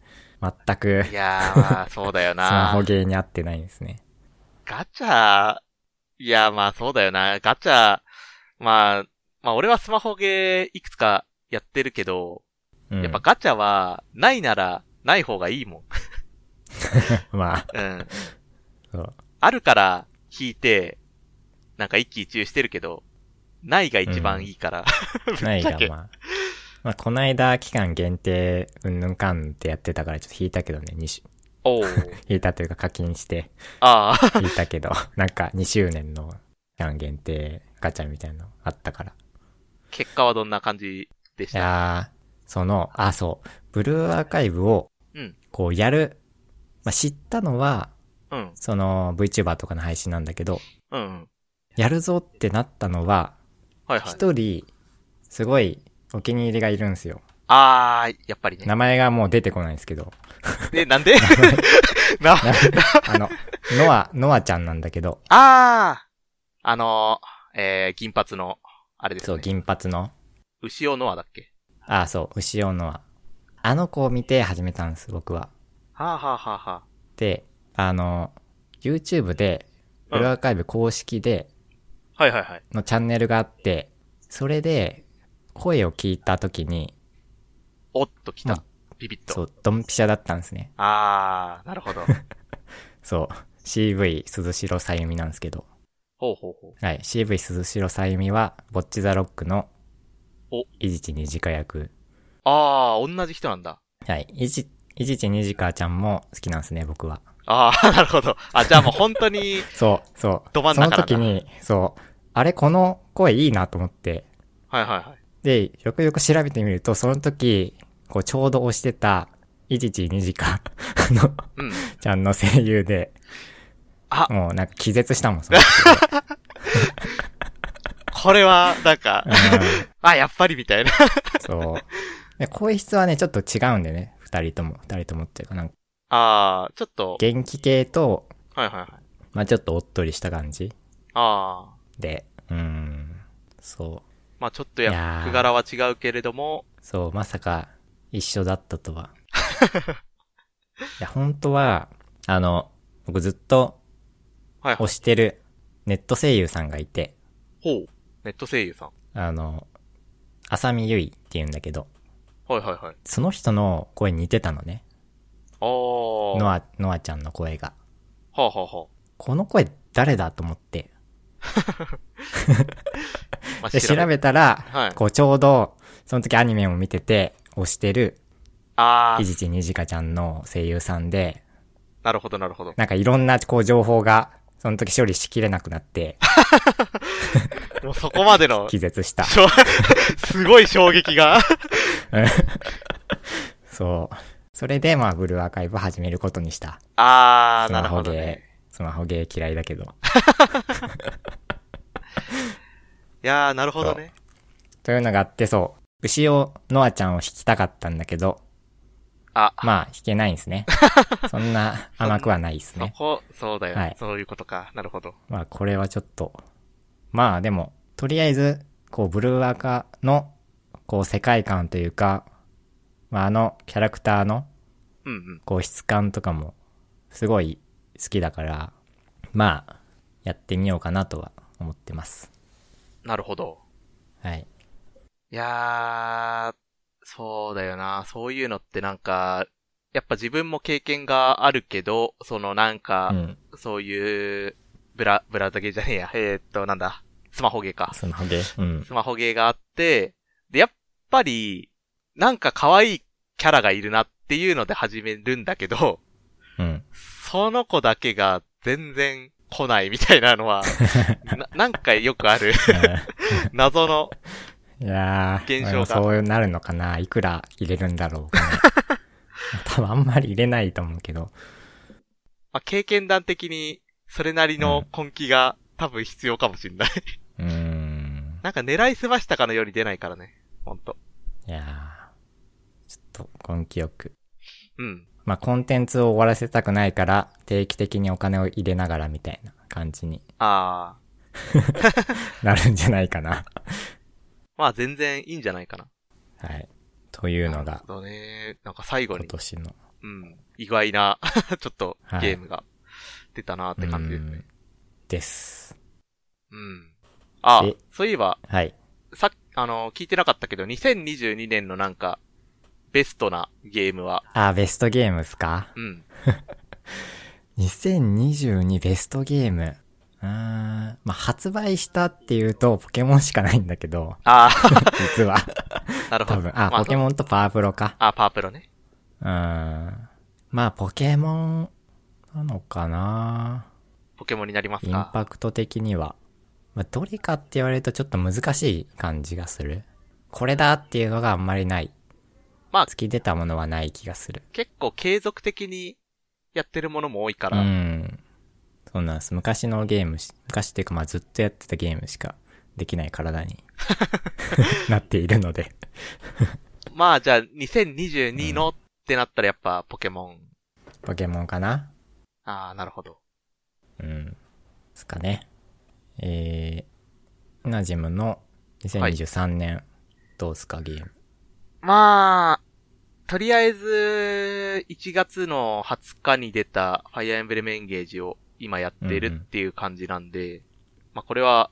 Speaker 1: 全く、
Speaker 2: い
Speaker 1: ス
Speaker 2: やー、まあそうだよ
Speaker 1: マホ
Speaker 2: な。
Speaker 1: ゲーに合ってないんですね。
Speaker 2: ガチャ、いや、まあそうだよな。ガチャ、まあ、まあ俺はスマホゲーいくつかやってるけど、
Speaker 1: うん、
Speaker 2: やっぱガチャは、ないなら、ない方がいいもん。
Speaker 1: まあ、
Speaker 2: うん。
Speaker 1: そう。
Speaker 2: あるから、引いて、なんか一喜一憂してるけど、ないが一番いいから。
Speaker 1: ない
Speaker 2: ぶっ
Speaker 1: が
Speaker 2: ちゃけ
Speaker 1: まあ。まあ、こないだ期間限定、うんぬんかんぬんってやってたから、ちょっと引いたけどね、2種、
Speaker 2: おおー。
Speaker 1: 引いたというか課金して、
Speaker 2: ああ。
Speaker 1: 引いたけど、 なんか2周年の期間限定ガチャみたいなのあったから。
Speaker 2: 結果はどんな感じでし
Speaker 1: い
Speaker 2: た
Speaker 1: やー、その、あ、そう、ブルーアーカイブを
Speaker 2: うん、
Speaker 1: こうやる、まあ、知ったのは、
Speaker 2: うん。
Speaker 1: その VTuber とかの配信なんだけど、
Speaker 2: うんうん。
Speaker 1: やるぞってなったのは、
Speaker 2: はいはい。
Speaker 1: 一人、すごいお気に入りがいるんですよ。
Speaker 2: あー、やっぱりね。
Speaker 1: 名前がもう出てこないんですけど、
Speaker 2: え、なんでな、
Speaker 1: なあの、ノア、ノアちゃんなんだけど、
Speaker 2: あー。あのー、えー、銀髪の、あれです
Speaker 1: そう、
Speaker 2: ね。
Speaker 1: 銀髪の、
Speaker 2: 牛尾ノアだっけ
Speaker 1: あ、そう、牛尾ノア。あの子を見て始めたんです、僕は。
Speaker 2: はあはあはあはあ。
Speaker 1: で、あの、YouTube で、ブルーアーカイブ公式で
Speaker 2: はいはいはい。
Speaker 1: のチャンネルがあって、それで、声を聞いた時に、
Speaker 2: おっと来
Speaker 1: ま
Speaker 2: た
Speaker 1: あ。
Speaker 2: ビビッと。
Speaker 1: そう、ドンピシャだったんですね。
Speaker 2: あー、な るほど。
Speaker 1: そう、CV 鈴代さゆみなんですけど、
Speaker 2: ほうほうほう。
Speaker 1: はい、CV 鈴代さゆみは、ボッチザロックの
Speaker 2: お、
Speaker 1: いじちにじか役。
Speaker 2: あー、同じ人なんだ。
Speaker 1: はい、いじ、いじちにじかちゃんも好きなんですね、僕は。
Speaker 2: ああ、 なるほど。あ、じゃあもう本当に、
Speaker 1: そう、そう。
Speaker 2: ど真ん中なんだ
Speaker 1: その時に、そう、あれ、この声いいなと思って、
Speaker 2: はいはいはい。
Speaker 1: で、よくよく調べてみると、その時、こう、ちょうど押してた、いじちにじ かの、
Speaker 2: うん。
Speaker 1: ちゃんの声優で、
Speaker 2: あ
Speaker 1: もうなんか気絶したもん、その時
Speaker 2: これは、なんか
Speaker 1: う、ん
Speaker 2: あ、やっぱりみたいな。
Speaker 1: そう。で声質はね、ちょっと違うんでね、二人とも、二人ともっていうか、なんか、
Speaker 2: ああ、ちょっと、
Speaker 1: 元気系と、
Speaker 2: はいはいはい。
Speaker 1: まあちょっとおっとりした感じ
Speaker 2: ああ、
Speaker 1: で、うん、そう。
Speaker 2: まあちょっと役柄は違うけれども、
Speaker 1: そう、まさか一緒だったとは。いや、本当は、あの、僕ずっと
Speaker 2: はいは
Speaker 1: 推
Speaker 2: い。
Speaker 1: してるネット声優さんがいて、
Speaker 2: ほう。ネット声優さん。
Speaker 1: あの、浅見ゆいって言うんだけど、
Speaker 2: はいはいはい。
Speaker 1: その人の声に似てたのね。
Speaker 2: おー。
Speaker 1: ノ
Speaker 2: は
Speaker 1: ア、ノアちゃんの声が。
Speaker 2: あ、はあは
Speaker 1: この声誰だと思って。
Speaker 2: あ、まあ
Speaker 1: で、調べたら、
Speaker 2: はい
Speaker 1: こうちょうど、その時アニメも見てて、推してる、
Speaker 2: あ
Speaker 1: い
Speaker 2: ー、
Speaker 1: じちにじかちゃんの声優さんで、
Speaker 2: なるほどなるほど。
Speaker 1: なんかいろんなこう情報が、その時処理しきれなくなって、
Speaker 2: もうそこまで の、
Speaker 1: 気絶した。
Speaker 2: しょすごい衝撃が。
Speaker 1: そう。それで、まあ、ブルーアーカイブ始めることにした。
Speaker 2: あ
Speaker 1: ス
Speaker 2: ー、な
Speaker 1: マ
Speaker 2: る
Speaker 1: ホ
Speaker 2: ほ
Speaker 1: ゲ
Speaker 2: ど
Speaker 1: ー、
Speaker 2: ね。
Speaker 1: スマホゲー嫌いだけど。
Speaker 2: いやー、なるほどね。
Speaker 1: というのがあって、そう。牛を、ノアちゃんを弾きたかったんだけど、
Speaker 2: あ、
Speaker 1: まあ、弾けないんです ね。そんな甘くはないです
Speaker 2: そ
Speaker 1: ね。
Speaker 2: こ、そうだよ、
Speaker 1: はい
Speaker 2: そういうことか。なるほど。
Speaker 1: まあ、これはちょっと。まあ、でも、とりあえず、こう、ブルーアカの、こう、世界観というか、まあ、あの、キャラクターの、
Speaker 2: うんうん。
Speaker 1: こう、質感とかも、すごい好きだから、まあ、やってみようかなとは思ってます。
Speaker 2: なるほど。
Speaker 1: はい。
Speaker 2: いやー、そうだよな。そういうのってなんか、やっぱ自分も経験があるけど、そのなんか、
Speaker 1: うん。
Speaker 2: そういう、ブラ、ブラウザゲーじゃねえや。えー、っと、なんだ。スマホゲーか。
Speaker 1: スマホゲー。うん。
Speaker 2: スマホゲーがあって、で、やっぱり、なんか可愛いキャラがいるなっていうので始めるんだけど、
Speaker 1: うん。
Speaker 2: その子だけが全然来ないみたいな のは、ななんかよくある謎の、
Speaker 1: いやー、
Speaker 2: 現
Speaker 1: 現
Speaker 2: 象が
Speaker 1: そうなるのかな。いくら入れるんだろうかな。 多分あんまり入れないと思うけど。
Speaker 2: まあ、経験談的にそれなりの根気が多分必要かもしんない。
Speaker 1: うーん。
Speaker 2: なんか狙いすましたかのように出ないからね。ほんと。
Speaker 1: いやー、ちょっと根気よく。
Speaker 2: うん。
Speaker 1: まあ、コンテンツを終わらせたくないから、定期的にお金を入れながらみたいな感じに
Speaker 2: あー。
Speaker 1: なるんじゃないかな。
Speaker 2: まあ全然いいんじゃないかな。
Speaker 1: はい。というのが、
Speaker 2: そうね。なんか最後
Speaker 1: 今
Speaker 2: に、
Speaker 1: 年の。
Speaker 2: うん。意外な、 ちょっと
Speaker 1: はい
Speaker 2: ゲームが出たなって感じです
Speaker 1: うー
Speaker 2: ね
Speaker 1: ん。です。
Speaker 2: うん。あ
Speaker 1: で、
Speaker 2: そういえば、
Speaker 1: はい。
Speaker 2: さっき、あの、聞いてなかったけど、2022年のなんか、ベストなゲームは、
Speaker 1: あー、ベストゲームっすか
Speaker 2: うん。
Speaker 1: 2022ベストゲーム。うーん。まあ、発売したっていうと、ポケモンしかないんだけど、
Speaker 2: ああ、
Speaker 1: 実は。
Speaker 2: なる
Speaker 1: 多
Speaker 2: ほど。
Speaker 1: 分。あ、
Speaker 2: ま
Speaker 1: ポケモンとパワープロか。
Speaker 2: あ、パープロね。
Speaker 1: うーん。まあ、ポケモン、なのかな
Speaker 2: ポケモンになります
Speaker 1: イン
Speaker 2: か。
Speaker 1: パクト的には。まあ、どれかって言われるとちょっと難しい感じがする。これだっていうのがあんまりない。
Speaker 2: まあ
Speaker 1: 突き出たものはない気がする。
Speaker 2: 結構継続的にやってるものも多いか
Speaker 1: う
Speaker 2: ら、
Speaker 1: ん。そうなんです。昔のゲームし、昔っていうかまあずっとやってたゲームしかできない体 になっているので。
Speaker 2: まあじゃあ2022のってなったらやっぱポケモン。
Speaker 1: ポケモンかな
Speaker 2: ああ、なるほど。
Speaker 1: うん。ですかね。えー、ナジムの2023年、どうすかゲーム。
Speaker 2: まあ、とりあえず、1月の20日に出たファイアーエンブレムエンゲージを今やってるっていう感じなんで、まあこれは、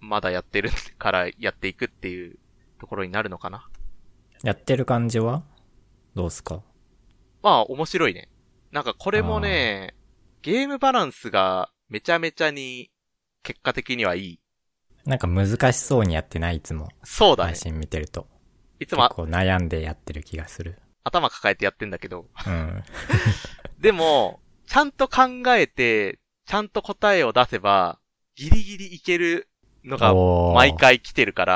Speaker 2: まだやってるからやっていくっていうところになるのかな。
Speaker 1: やってる感じはどうすか
Speaker 2: まあ面白いね。なんかこれもね、ゲームバランスがめちゃめちゃに結果的にはいい。
Speaker 1: なんか難しそうにやってないいつも。
Speaker 2: そうだね
Speaker 1: 配。信見てると。
Speaker 2: いつ
Speaker 1: 結
Speaker 2: もあ
Speaker 1: 構悩んでやってる気がす る。
Speaker 2: 頭抱えてやってんだけど。
Speaker 1: うん。
Speaker 2: でも、ちゃんと考えて、ちゃんと答えを出せば、ギリギリいけるのが
Speaker 1: おー
Speaker 2: 毎回来てるから、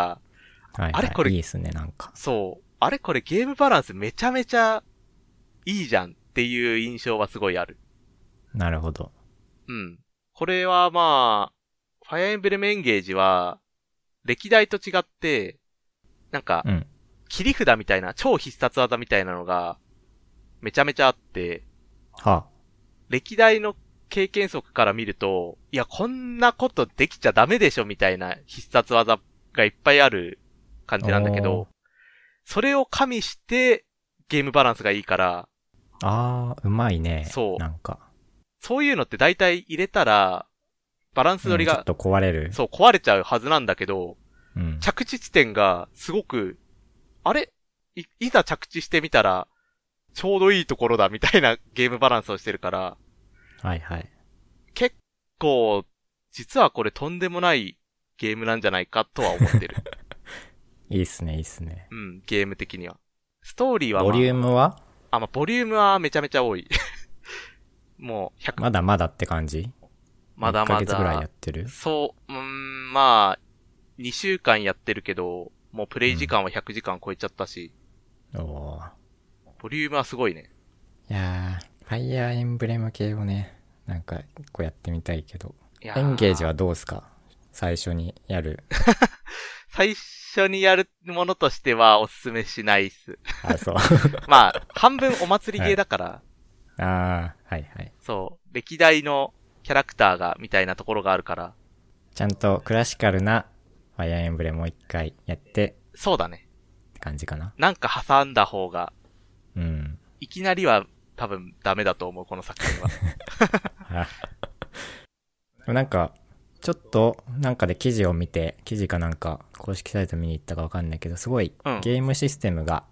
Speaker 1: はい、はい。
Speaker 2: あれこれ
Speaker 1: いいですね、なんか。
Speaker 2: そう。あれこれゲームバランスめちゃめちゃいいじゃんっていう印象はすごいある。
Speaker 1: なるほど。
Speaker 2: うん。これはまあ、ファイアーエンブレムエンゲージは、歴代と違って、なんか
Speaker 1: う、ん。
Speaker 2: 切り札みたいな、超必殺技みたいなのが、めちゃめちゃあって、
Speaker 1: は
Speaker 2: 歴代の経験則から見ると、いや、こんなことできちゃダメでしょみたいな必殺技がいっぱいある感じなんだけ
Speaker 1: お
Speaker 2: ど
Speaker 1: ー、
Speaker 2: それを加味してゲームバランスがいいから、
Speaker 1: あ。あー、うまいね。
Speaker 2: そう
Speaker 1: なんか。
Speaker 2: そういうのって大体入れたら、バランス取り
Speaker 1: うんちょ
Speaker 2: が
Speaker 1: っ、と壊れる。
Speaker 2: そう、壊れちゃうはずなんだけど、
Speaker 1: うん。
Speaker 2: 着地地点がすごく、あれい、いざ着地してみたら、ちょうどいいところだみたいなゲームバランスをしてるから、
Speaker 1: はいはい。
Speaker 2: 結構、実はこれとんでもないゲームなんじゃないかとは 思ってる。
Speaker 1: いいっすね、いいっすね。
Speaker 2: うん、ゲーム的には。ストーリーは、まあ、
Speaker 1: ボリュームは
Speaker 2: あ、まあ、ボリュームはめちゃめちゃ多い。 もう、100、
Speaker 1: まだまだって感じ
Speaker 2: まだま
Speaker 1: 1ヶ月ぐらいや
Speaker 2: だ
Speaker 1: っ。てる
Speaker 2: そう、うーん、まあ、2週間やってるけど、もうプレイ時間は100時間超えちゃったし、
Speaker 1: おー。
Speaker 2: ボリュームはすごいね。
Speaker 1: いやー、ファイアーエンブレム系をね、なんか、こうやってみたいけど。
Speaker 2: いや
Speaker 1: エンゲージ
Speaker 2: は
Speaker 1: はどうっすか最初にやる。
Speaker 2: 最初にやるものとしてはおすすめしないっす。
Speaker 1: あ、そう。
Speaker 2: まあ、半分お祭りゲーだから、
Speaker 1: ああ、はいはい。
Speaker 2: そう、歴代のキャラクターが、みたいなところがあるから、
Speaker 1: ちゃんとクラシカルなファイアーエンブレもう一回やって
Speaker 2: そうだね。
Speaker 1: って感じかな。
Speaker 2: なんか挟んだ方が、
Speaker 1: うん。
Speaker 2: いきなりは多分ダメだと思う、この作品
Speaker 1: あ
Speaker 2: は。
Speaker 1: なんか、ちょっと、なんかで記事を見て、記事かなんか、公式サイト見に行ったかわかんないけど、すごい、
Speaker 2: うん
Speaker 1: ゲームシステムが、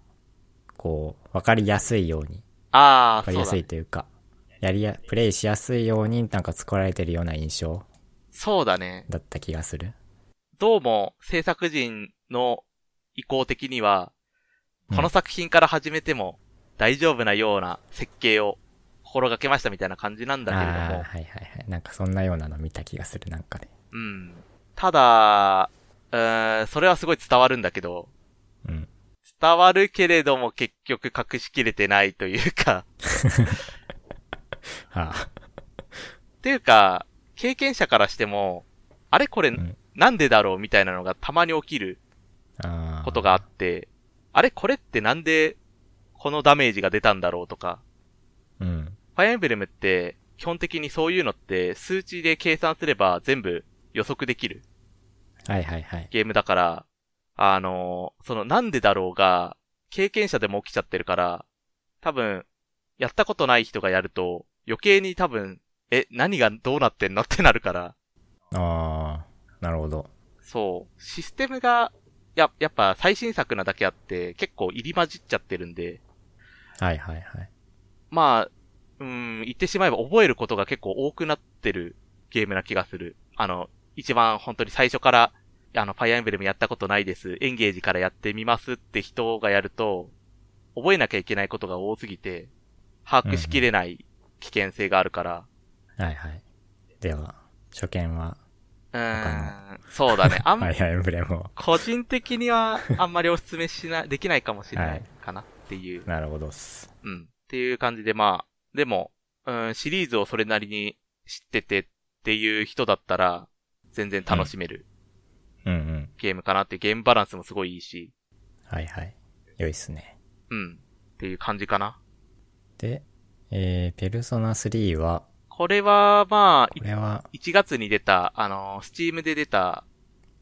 Speaker 1: こう、わかりやすいように、
Speaker 2: あ
Speaker 1: わ
Speaker 2: あ、
Speaker 1: かり
Speaker 2: そう
Speaker 1: や
Speaker 2: だ
Speaker 1: すい
Speaker 2: ね。
Speaker 1: というか、やりや、プレイしやすいように、なんか作られてるような印象
Speaker 2: そうだね。
Speaker 1: だった気がする。
Speaker 2: どうも、制作人の意向的には、
Speaker 1: うん
Speaker 2: この作品から始めても大丈夫なような設計を心がけましたみたいな感じなんだけれど
Speaker 1: ああー、はい
Speaker 2: も、
Speaker 1: はいはい。なんかそんなようなの見た気がする、なんかで。
Speaker 2: うん。ただ、うーん、それはすごい伝わるんだけど、
Speaker 1: うん。
Speaker 2: 伝わるけれども結局隠しきれてないというか、
Speaker 1: はあ。
Speaker 2: っていうか、経験者からしても、あれこれ
Speaker 1: うん
Speaker 2: なんでだろうみたいなのがたまに起きる
Speaker 1: あー
Speaker 2: ことがあって、あれこれってなんでこのダメージが出たんだろうとか、
Speaker 1: うん。
Speaker 2: ファイアエンブレムって、基本的にそういうのって数値で計算すれば全部予測できる
Speaker 1: はいはいはい。
Speaker 2: ゲームだから、あのーそのなんでだろうが、経験者でも起きちゃってるから、多分、やったことない人がやると、余計に多分、え、何がどうなってんのってなるから、
Speaker 1: ああ、なるほど。
Speaker 2: そう、システムが、や、やっぱ最新作なだけあって、結構入り混じっちゃってるんで、
Speaker 1: はいはいはい。
Speaker 2: まあ、うん、言ってしまえば覚えることが結構多くなってるゲームな気がする。あの、一番本当に最初から、あの、ファイアエンブレムやったことないです。エンゲージからやってみますって人がやると、覚えなきゃいけないことが多すぎて、把握しきれない危険性があるから。
Speaker 1: はいはい。では、初見は、
Speaker 2: う
Speaker 1: か
Speaker 2: ーん、そうだね。あん、
Speaker 1: ファイアーエンブレムを。
Speaker 2: 個人的にはあんまりお勧め しな、できないかもしれな
Speaker 1: はいい
Speaker 2: かなっていう。
Speaker 1: なるほどっす。
Speaker 2: うん。っていう感じで、まあ、でも、うん、シリーズをそれなりに知っててっていう人だったら、全然楽しめる
Speaker 1: うんうん。
Speaker 2: ゲームかなって、ゲームバランスもすごいいいし、
Speaker 1: はいはい。良いっすね。
Speaker 2: うん。っていう感じかな。
Speaker 1: で、えー、ペルソナ3は、
Speaker 2: これは、まあ
Speaker 1: こ、れは、
Speaker 2: い1月に出た、あの、スチームで出た、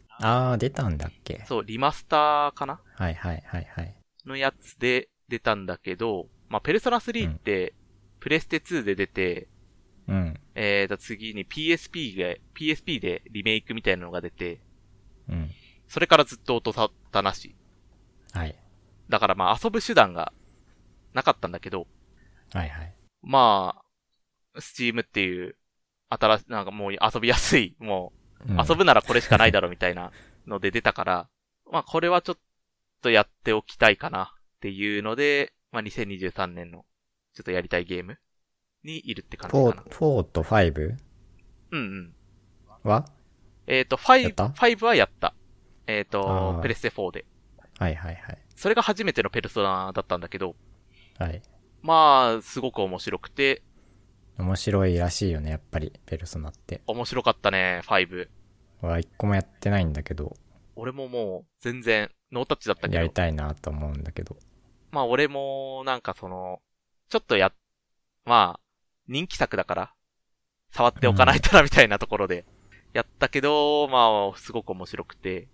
Speaker 1: あー、出たんだっけ
Speaker 2: そう、リマスターかな
Speaker 1: はいはいはいはい。
Speaker 2: のやつで出たんだけど、まあ、ペルソナ3って、プレステ2で出て、
Speaker 1: うん。
Speaker 2: えーと、次に PSP で、PSP でリメイクみたいなのが出て、
Speaker 1: うん。
Speaker 2: それからずっと音沙汰なし。
Speaker 1: はい。
Speaker 2: だからまあ遊ぶ手段がなかったんだけど、
Speaker 1: はいはい。
Speaker 2: まあ、スチームっていう、新し、なんかもう遊びやすい、も
Speaker 1: う
Speaker 2: うん遊ぶならこれしかないだろうみたいなので出たから、まあこれはちょっとやっておきたいかなっていうので、まあ2023年のちょっとやりたいゲームにいるって感じ
Speaker 1: 4
Speaker 2: かな。、
Speaker 1: 4と 5?
Speaker 2: うんうん。
Speaker 1: は
Speaker 2: えっ、と、
Speaker 1: やった
Speaker 2: 5、5はやった。えっ、
Speaker 1: あ
Speaker 2: と
Speaker 1: ー、
Speaker 2: プレステ4で。
Speaker 1: はいはいはい。
Speaker 2: それが初めてのペルソナだったんだけど、
Speaker 1: はい。
Speaker 2: まあ、すごく面白くて、
Speaker 1: 面白いらしいよね、やっぱり、ペルソナって。
Speaker 2: 面白かったね、5。
Speaker 1: は、一個もやってないんだけど、
Speaker 2: 俺ももう、全然、ノータッチだったけ
Speaker 1: やり
Speaker 2: ど、
Speaker 1: たいなと思うんだけど。
Speaker 2: まあ俺も、なんかその、ちょっとや、まあ、人気作だから、触っておかないとな、みたいなところで、やったけど、まあ、すごく面白くて、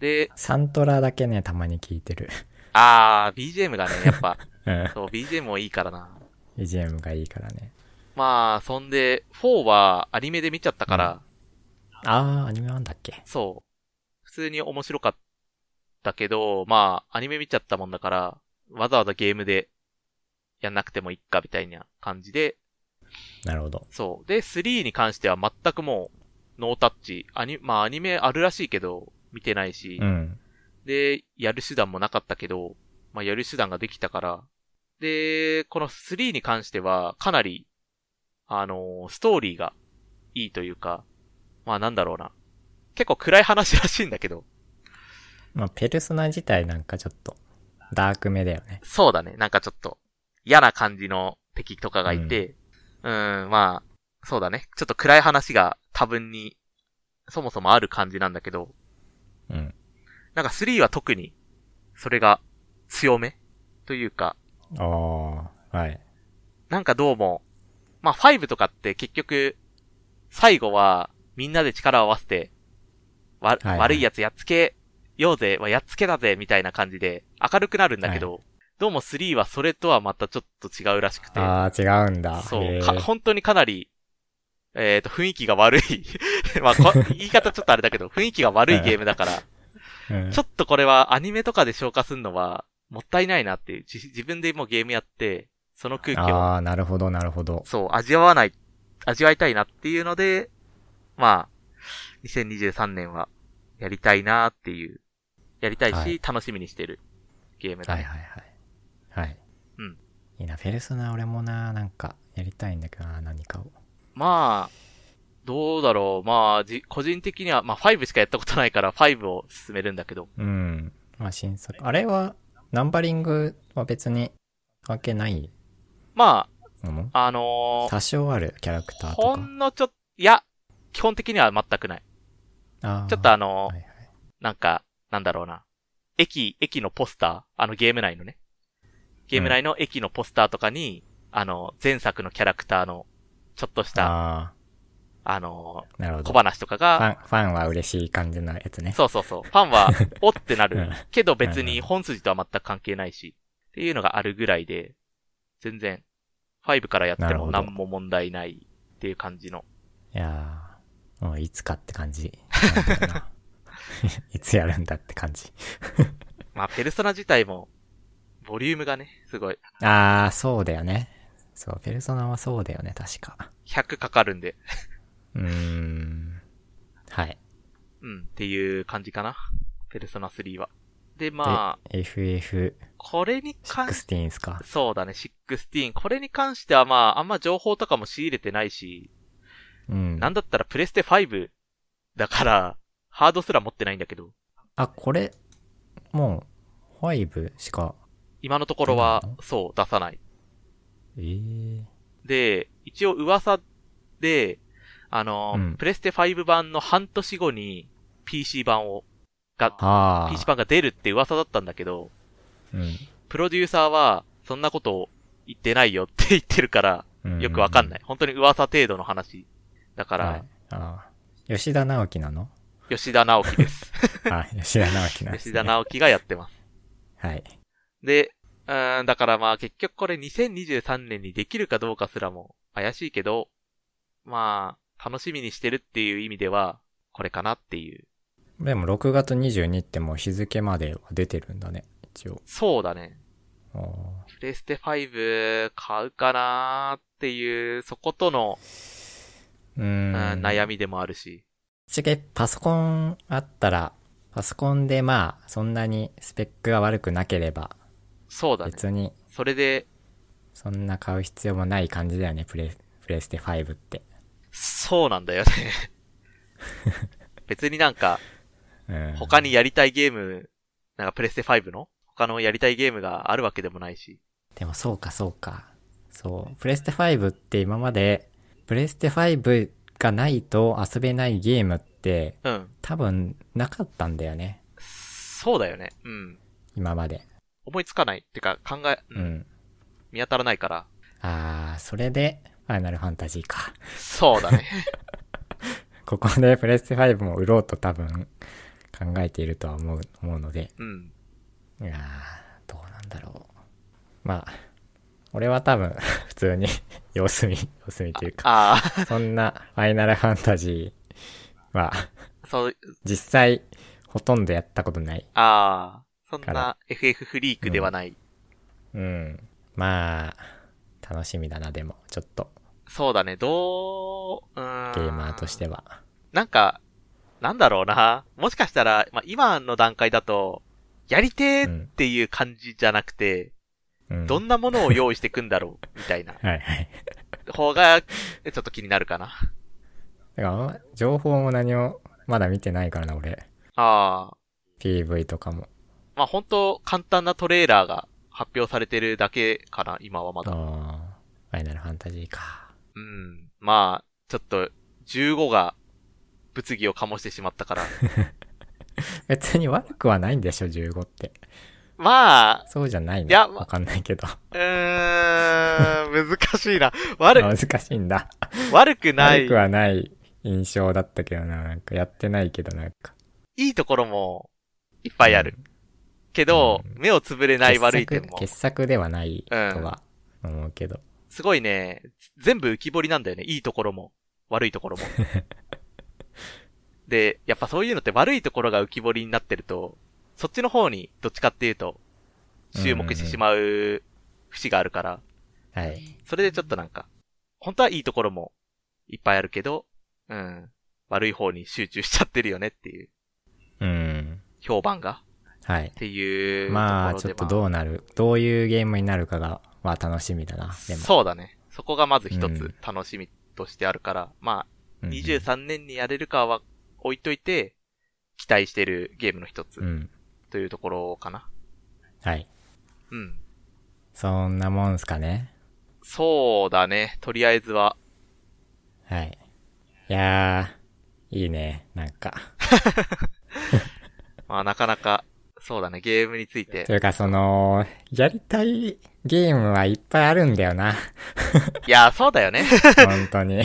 Speaker 2: で、
Speaker 1: サントラだけね、たまに聞いてる。
Speaker 2: あー、BGM がね、やっぱ、
Speaker 1: うん。
Speaker 2: そう、BGM もいいからな。
Speaker 1: BGM がいいからね。
Speaker 2: まあ、そんで、4はアニメで見ちゃったから、
Speaker 1: あー、アニメなんだっけ
Speaker 2: そう。普通に面白かったけど、まあ、アニメ見ちゃったもんだから、わざわざゲームでやんなくてもいっか、みたいな感じで、
Speaker 1: なるほど。
Speaker 2: そう。で、3に関しては全くもう、ノータッチ。アニ、まあ、アニメあるらしいけど、見てないし、
Speaker 1: うん。
Speaker 2: で、やる手段もなかったけど、まあ、やる手段ができたから、で、この3に関しては、かなり、あのーストーリーがいいというか、まあ、なんだろうな。結構暗い話らしいんだけど、
Speaker 1: まあ、ペルソナ自体なんかちょっと、ダークめだよね。
Speaker 2: そうだね。なんかちょっと、嫌な感じの敵とかがいて、うーん、まあ、そうだね。ちょっと暗い話が多分に、そもそもある感じなんだけど、
Speaker 1: うん。
Speaker 2: なんか3は特に、それが強めというか、
Speaker 1: ああ、はい。
Speaker 2: なんかどうも、まあ5とかって結局、最後はみんなで力を合わせて、わ、
Speaker 1: はいはい
Speaker 2: 悪いやつやっつけようぜ、まあやっつけだぜ、みたいな感じで明るくなるんだけど、どうも3はそれとはまたちょっと違うらしくて、
Speaker 1: ああ、違うんだ。
Speaker 2: そう、
Speaker 1: へ
Speaker 2: か、
Speaker 1: ー
Speaker 2: 本当にかなり、えっ、と、雰囲気が悪い。 まあこ、言い方ちょっとあれだけど、雰囲気が悪いゲームだか
Speaker 1: う
Speaker 2: ら、
Speaker 1: ん
Speaker 2: ちょっとこれはアニメとかで消化するのは、もったいないなっていう、じ自分でもうゲームやって、その空気を
Speaker 1: ああ、なるほど、なるほど。
Speaker 2: そう、味わわない、味わいたいなっていうので、まあ、2023年はやりたいなっていう、やりたいし、
Speaker 1: はい
Speaker 2: 楽しみにしてるゲームだ
Speaker 1: はい
Speaker 2: ね。
Speaker 1: はいはい。はい。
Speaker 2: うん。
Speaker 1: いいな、ペルソナ俺もな、なんか、やりたいんだけどな、何かを。
Speaker 2: まあ、どうだろう。まあ、じ、個人的には、まあ、5しかやったことないから、5を進めるんだけど。
Speaker 1: うん。まあ、新作。あれは、ナンバリングは別に関係ない
Speaker 2: ま
Speaker 1: のも
Speaker 2: あ、あのー
Speaker 1: 多少あるキャラクターと
Speaker 2: ほ
Speaker 1: か。
Speaker 2: んのちょっと、いや、基本的には全くない。
Speaker 1: あー
Speaker 2: ちょっとあの
Speaker 1: は
Speaker 2: ー
Speaker 1: いはい
Speaker 2: なんか、なんだろうな。駅、駅のポスター、あのゲーム内のね。ゲーム内の駅のポスターとかに、あの、前作のキャラクターの、ちょっとした、あ
Speaker 1: あ
Speaker 2: の、
Speaker 1: あ、なるほ
Speaker 2: 小
Speaker 1: ど。フ
Speaker 2: 話とかが、
Speaker 1: ァン、ファンは嬉しい感じのやつね。
Speaker 2: そうそうそう。ファン は、おってな
Speaker 1: う
Speaker 2: る
Speaker 1: ん。
Speaker 2: けど別に本筋とは全く関係ないし、っていうのがあるぐらいで、全然、5からやって
Speaker 1: なるほ
Speaker 2: も
Speaker 1: ど
Speaker 2: 何も問題ないっていう感じの。
Speaker 1: いやー、もういつかって感じ。なんだろう ないつやるんだって感じ。
Speaker 2: まあ、ペルソナ自体も、ボリュームがね、すごい、
Speaker 1: ああ、そうだよね。そう、ペルソナはそうだよね、確か。
Speaker 2: 100かかるんで、
Speaker 1: うーん。はい。
Speaker 2: うん、っていう感じかな。ペルソナ3は。で、まあ、
Speaker 1: FF16
Speaker 2: これに関し
Speaker 1: ですか。
Speaker 2: そうだね、16。これに関してはまあ、あんま情報とかも仕入れてないし、
Speaker 1: うん。
Speaker 2: なんだったらプレステ5だから、ハードすら持ってないんだけど、
Speaker 1: あ、これ、もう、5しか、
Speaker 2: 今のところは
Speaker 1: 出ない、の
Speaker 2: そう、出さない。
Speaker 1: えー、
Speaker 2: で、一応噂で、あの、
Speaker 1: うん
Speaker 2: プレステ5版の半年後に PC 版を、が、
Speaker 1: ああ。
Speaker 2: PC 版が出るって噂だったんだけど、プロデューサーは、そんなことを言ってないよって言ってるから、
Speaker 1: うん。。
Speaker 2: よくわかんないい。本当に噂程度の話。だか、
Speaker 1: からはい、あー吉田直樹なの
Speaker 2: 吉田直 樹です。
Speaker 1: あ、吉田直樹なんです、ね。
Speaker 2: 吉田直樹がやってます。
Speaker 1: はい。
Speaker 2: で、うーん、だからまあ結局これ2023年にできるかどうかすらも怪しいけど、まあ、楽しみにしてるっていう意味では、これかなっていう。
Speaker 1: でも、6月22ってもう日付までは出てるんだね、一応。
Speaker 2: そうだね。
Speaker 1: あー
Speaker 2: プレステ5買うかなーっていう、そことの、
Speaker 1: う
Speaker 2: う
Speaker 1: ーん。
Speaker 2: ん、悩みでもあるし。
Speaker 1: ちげパソコンあったら、パソコンでまあ、そんなにスペックが悪くなければ、
Speaker 2: そうだね。
Speaker 1: 別に
Speaker 2: それで、
Speaker 1: そんな買う必要もない感じだよね、プレ、プレステ5って。
Speaker 2: そうなんだよね。別になんか、
Speaker 1: うん。
Speaker 2: 他にやりたいゲーム、なんかプレステ5の他のやりたいゲームがあるわけでもないし。
Speaker 1: でもそうかそうか。そう。プレステ5って今まで、プレステ5がないと遊べないゲームって
Speaker 2: うん。
Speaker 1: 多分なかったんだよね。
Speaker 2: そうだよね。うん。
Speaker 1: 今まで。
Speaker 2: 思いつかない。ってか、考え、
Speaker 1: う
Speaker 2: うん、
Speaker 1: ん。
Speaker 2: 見当たらないから。
Speaker 1: あー、それで、ファイナルファンタジーか。
Speaker 2: そうだ ね。
Speaker 1: ここでプレステ5も売ろうと多分考えているとは思う、思うので。
Speaker 2: うん。
Speaker 1: いやー、どうなんだろう。まあ、俺は多分 普通に様子見、様子見というか、
Speaker 2: ああ、
Speaker 1: そんなファイナルファンタジーは
Speaker 2: そう、
Speaker 1: 実際ほとんどやったことない。
Speaker 2: ああ、そん
Speaker 1: か
Speaker 2: な
Speaker 1: ら
Speaker 2: FF フリークではない。
Speaker 1: うん。まあ、楽しみだな、でも、ちょっと、
Speaker 2: そうだね。どう、うーん。
Speaker 1: ゲーマーとし。ては。
Speaker 2: なんか、なんだろうな。もしかしたら、まあ、今の段階だと、やりて
Speaker 1: う
Speaker 2: ーっ
Speaker 1: ん
Speaker 2: ていう感じじゃなくて、
Speaker 1: うん。
Speaker 2: どんなものを用意してくんだろ う、みたいな
Speaker 1: はいはい。
Speaker 2: 方が、ちょっと気になるかな。
Speaker 1: だからあんま、情報も何も、まだ見てないからな、俺。
Speaker 2: ああ。
Speaker 1: PV とかも。
Speaker 2: まあ、本当簡単なトレーラーが発表されてるだけかな、今はまだ。
Speaker 1: あーファイナルファンタジーか。
Speaker 2: うん。まあ、ちょっと、15が、物議を醸してしまったから、
Speaker 1: 別に悪くはないんでしょ、15って。
Speaker 2: まあ、
Speaker 1: そうじゃないの
Speaker 2: いやま
Speaker 1: わかんないけど。
Speaker 2: うーん、難しいな。
Speaker 1: 難
Speaker 2: 悪、
Speaker 1: しいんだ。
Speaker 2: 悪くな
Speaker 1: 悪
Speaker 2: い
Speaker 1: く、はない印象だったけどな。なんかやってないけどなんか。
Speaker 2: いいところも、いっぱいある。けど、目をつぶれない悪い点も
Speaker 1: 傑作。傑作ではないとは思うけど。
Speaker 2: すごいね、全部浮き彫りなんだよね。いいところも、悪いとこ ろも。で、やっぱそういうのって悪いところが浮き彫りになってると、そっちの方にどっちかっていうと、注目してしまう節があるから、
Speaker 1: はい。
Speaker 2: それでちょっとなんか、本当はいいところもいっぱいあるけど、うん、悪い方に集中しちゃってるよねっていう、
Speaker 1: うん。
Speaker 2: 評判が、
Speaker 1: はい
Speaker 2: っ。ていうところで。
Speaker 1: まあ、ちょっと
Speaker 2: ま
Speaker 1: どうなる、どういうゲームになるかが、は楽しみだな
Speaker 2: あ。
Speaker 1: でも。
Speaker 2: そうだね。そこがまず一
Speaker 1: う
Speaker 2: つ
Speaker 1: ん
Speaker 2: 楽しみとしてあるから、まあ、
Speaker 1: うん
Speaker 2: 23年にやれるかは置いといて、期待してるゲームの一つ
Speaker 1: うん。
Speaker 2: というところかな。
Speaker 1: はい。
Speaker 2: うん。
Speaker 1: そんなもんすかね。
Speaker 2: そうだね。とりあえずは。
Speaker 1: はい。いやー、いいね。なんか。
Speaker 2: まあなかなか、そうだね。ゲームについ て
Speaker 1: と。いうか、その、やりたいゲームはいっぱいあるんだよ な。
Speaker 2: いや、そうだよね。
Speaker 1: 本当に。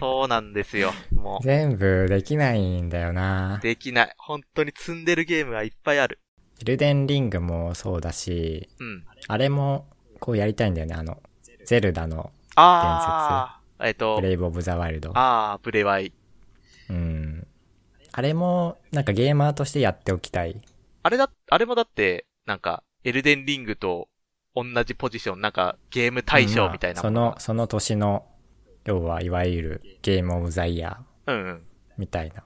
Speaker 2: そうなんですよ。も
Speaker 1: 全部できないんだよ
Speaker 2: う、
Speaker 1: な。
Speaker 2: できない。本当に積んでるゲームはいっぱいある。
Speaker 1: エルデンリングもそうだし、
Speaker 2: うん。
Speaker 1: あれも、こうやりたいんだよね。あの、ゼルダの
Speaker 2: ああ、えっと
Speaker 1: ブ、レイブ・オブ・ザ・ワイルド。
Speaker 2: ああ、ブレワイ。
Speaker 1: うん。あれも、なんかゲーマーとしてやっておきたい。
Speaker 2: あれだ、あれもだって、なんか、エルデンリングと同じポジション、なんか、ゲーム対象みたいな
Speaker 1: うん
Speaker 2: も
Speaker 1: ま
Speaker 2: の
Speaker 1: あその、その年の、要はいわゆるゲームオブザイヤー
Speaker 2: が。うんうん。
Speaker 1: みたいな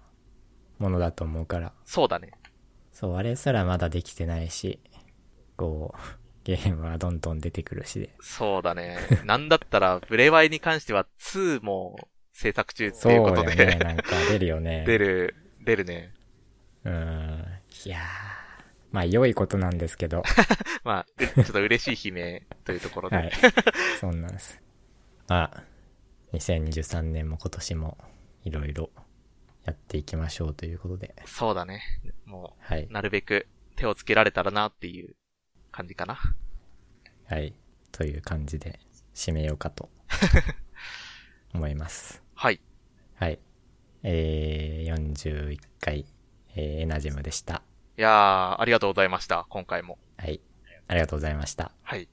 Speaker 1: ものだと思うから。
Speaker 2: そうだね。
Speaker 1: そう、あれすらまだできてないし、こう、 ゲームはどんどん出てくるしで。
Speaker 2: そうだね。なんだったら、ブレワイに関しては2も制作中って
Speaker 1: そう
Speaker 2: いう
Speaker 1: よ
Speaker 2: ことで、
Speaker 1: ね、なんか出るよね。
Speaker 2: 出る、出るね。
Speaker 1: うん。いやー。まあ、良いことなんですけど。
Speaker 2: まあ、うちょっと嬉しい悲鳴というところで。
Speaker 1: はい。そうなんです。まあ、2023年も今年もいろいろやっていきましょうということで。
Speaker 2: そうだね。も、。
Speaker 1: はいう
Speaker 2: なるべく手をつけられたらなっていう感じかな。
Speaker 1: はい。という感じで締めようか と思います。
Speaker 2: はい。
Speaker 1: はい。えー、41回、えーエナジムでした。
Speaker 2: いやー、ありがとうございました。今回も。
Speaker 1: はい。ありがとうございました。
Speaker 2: はい。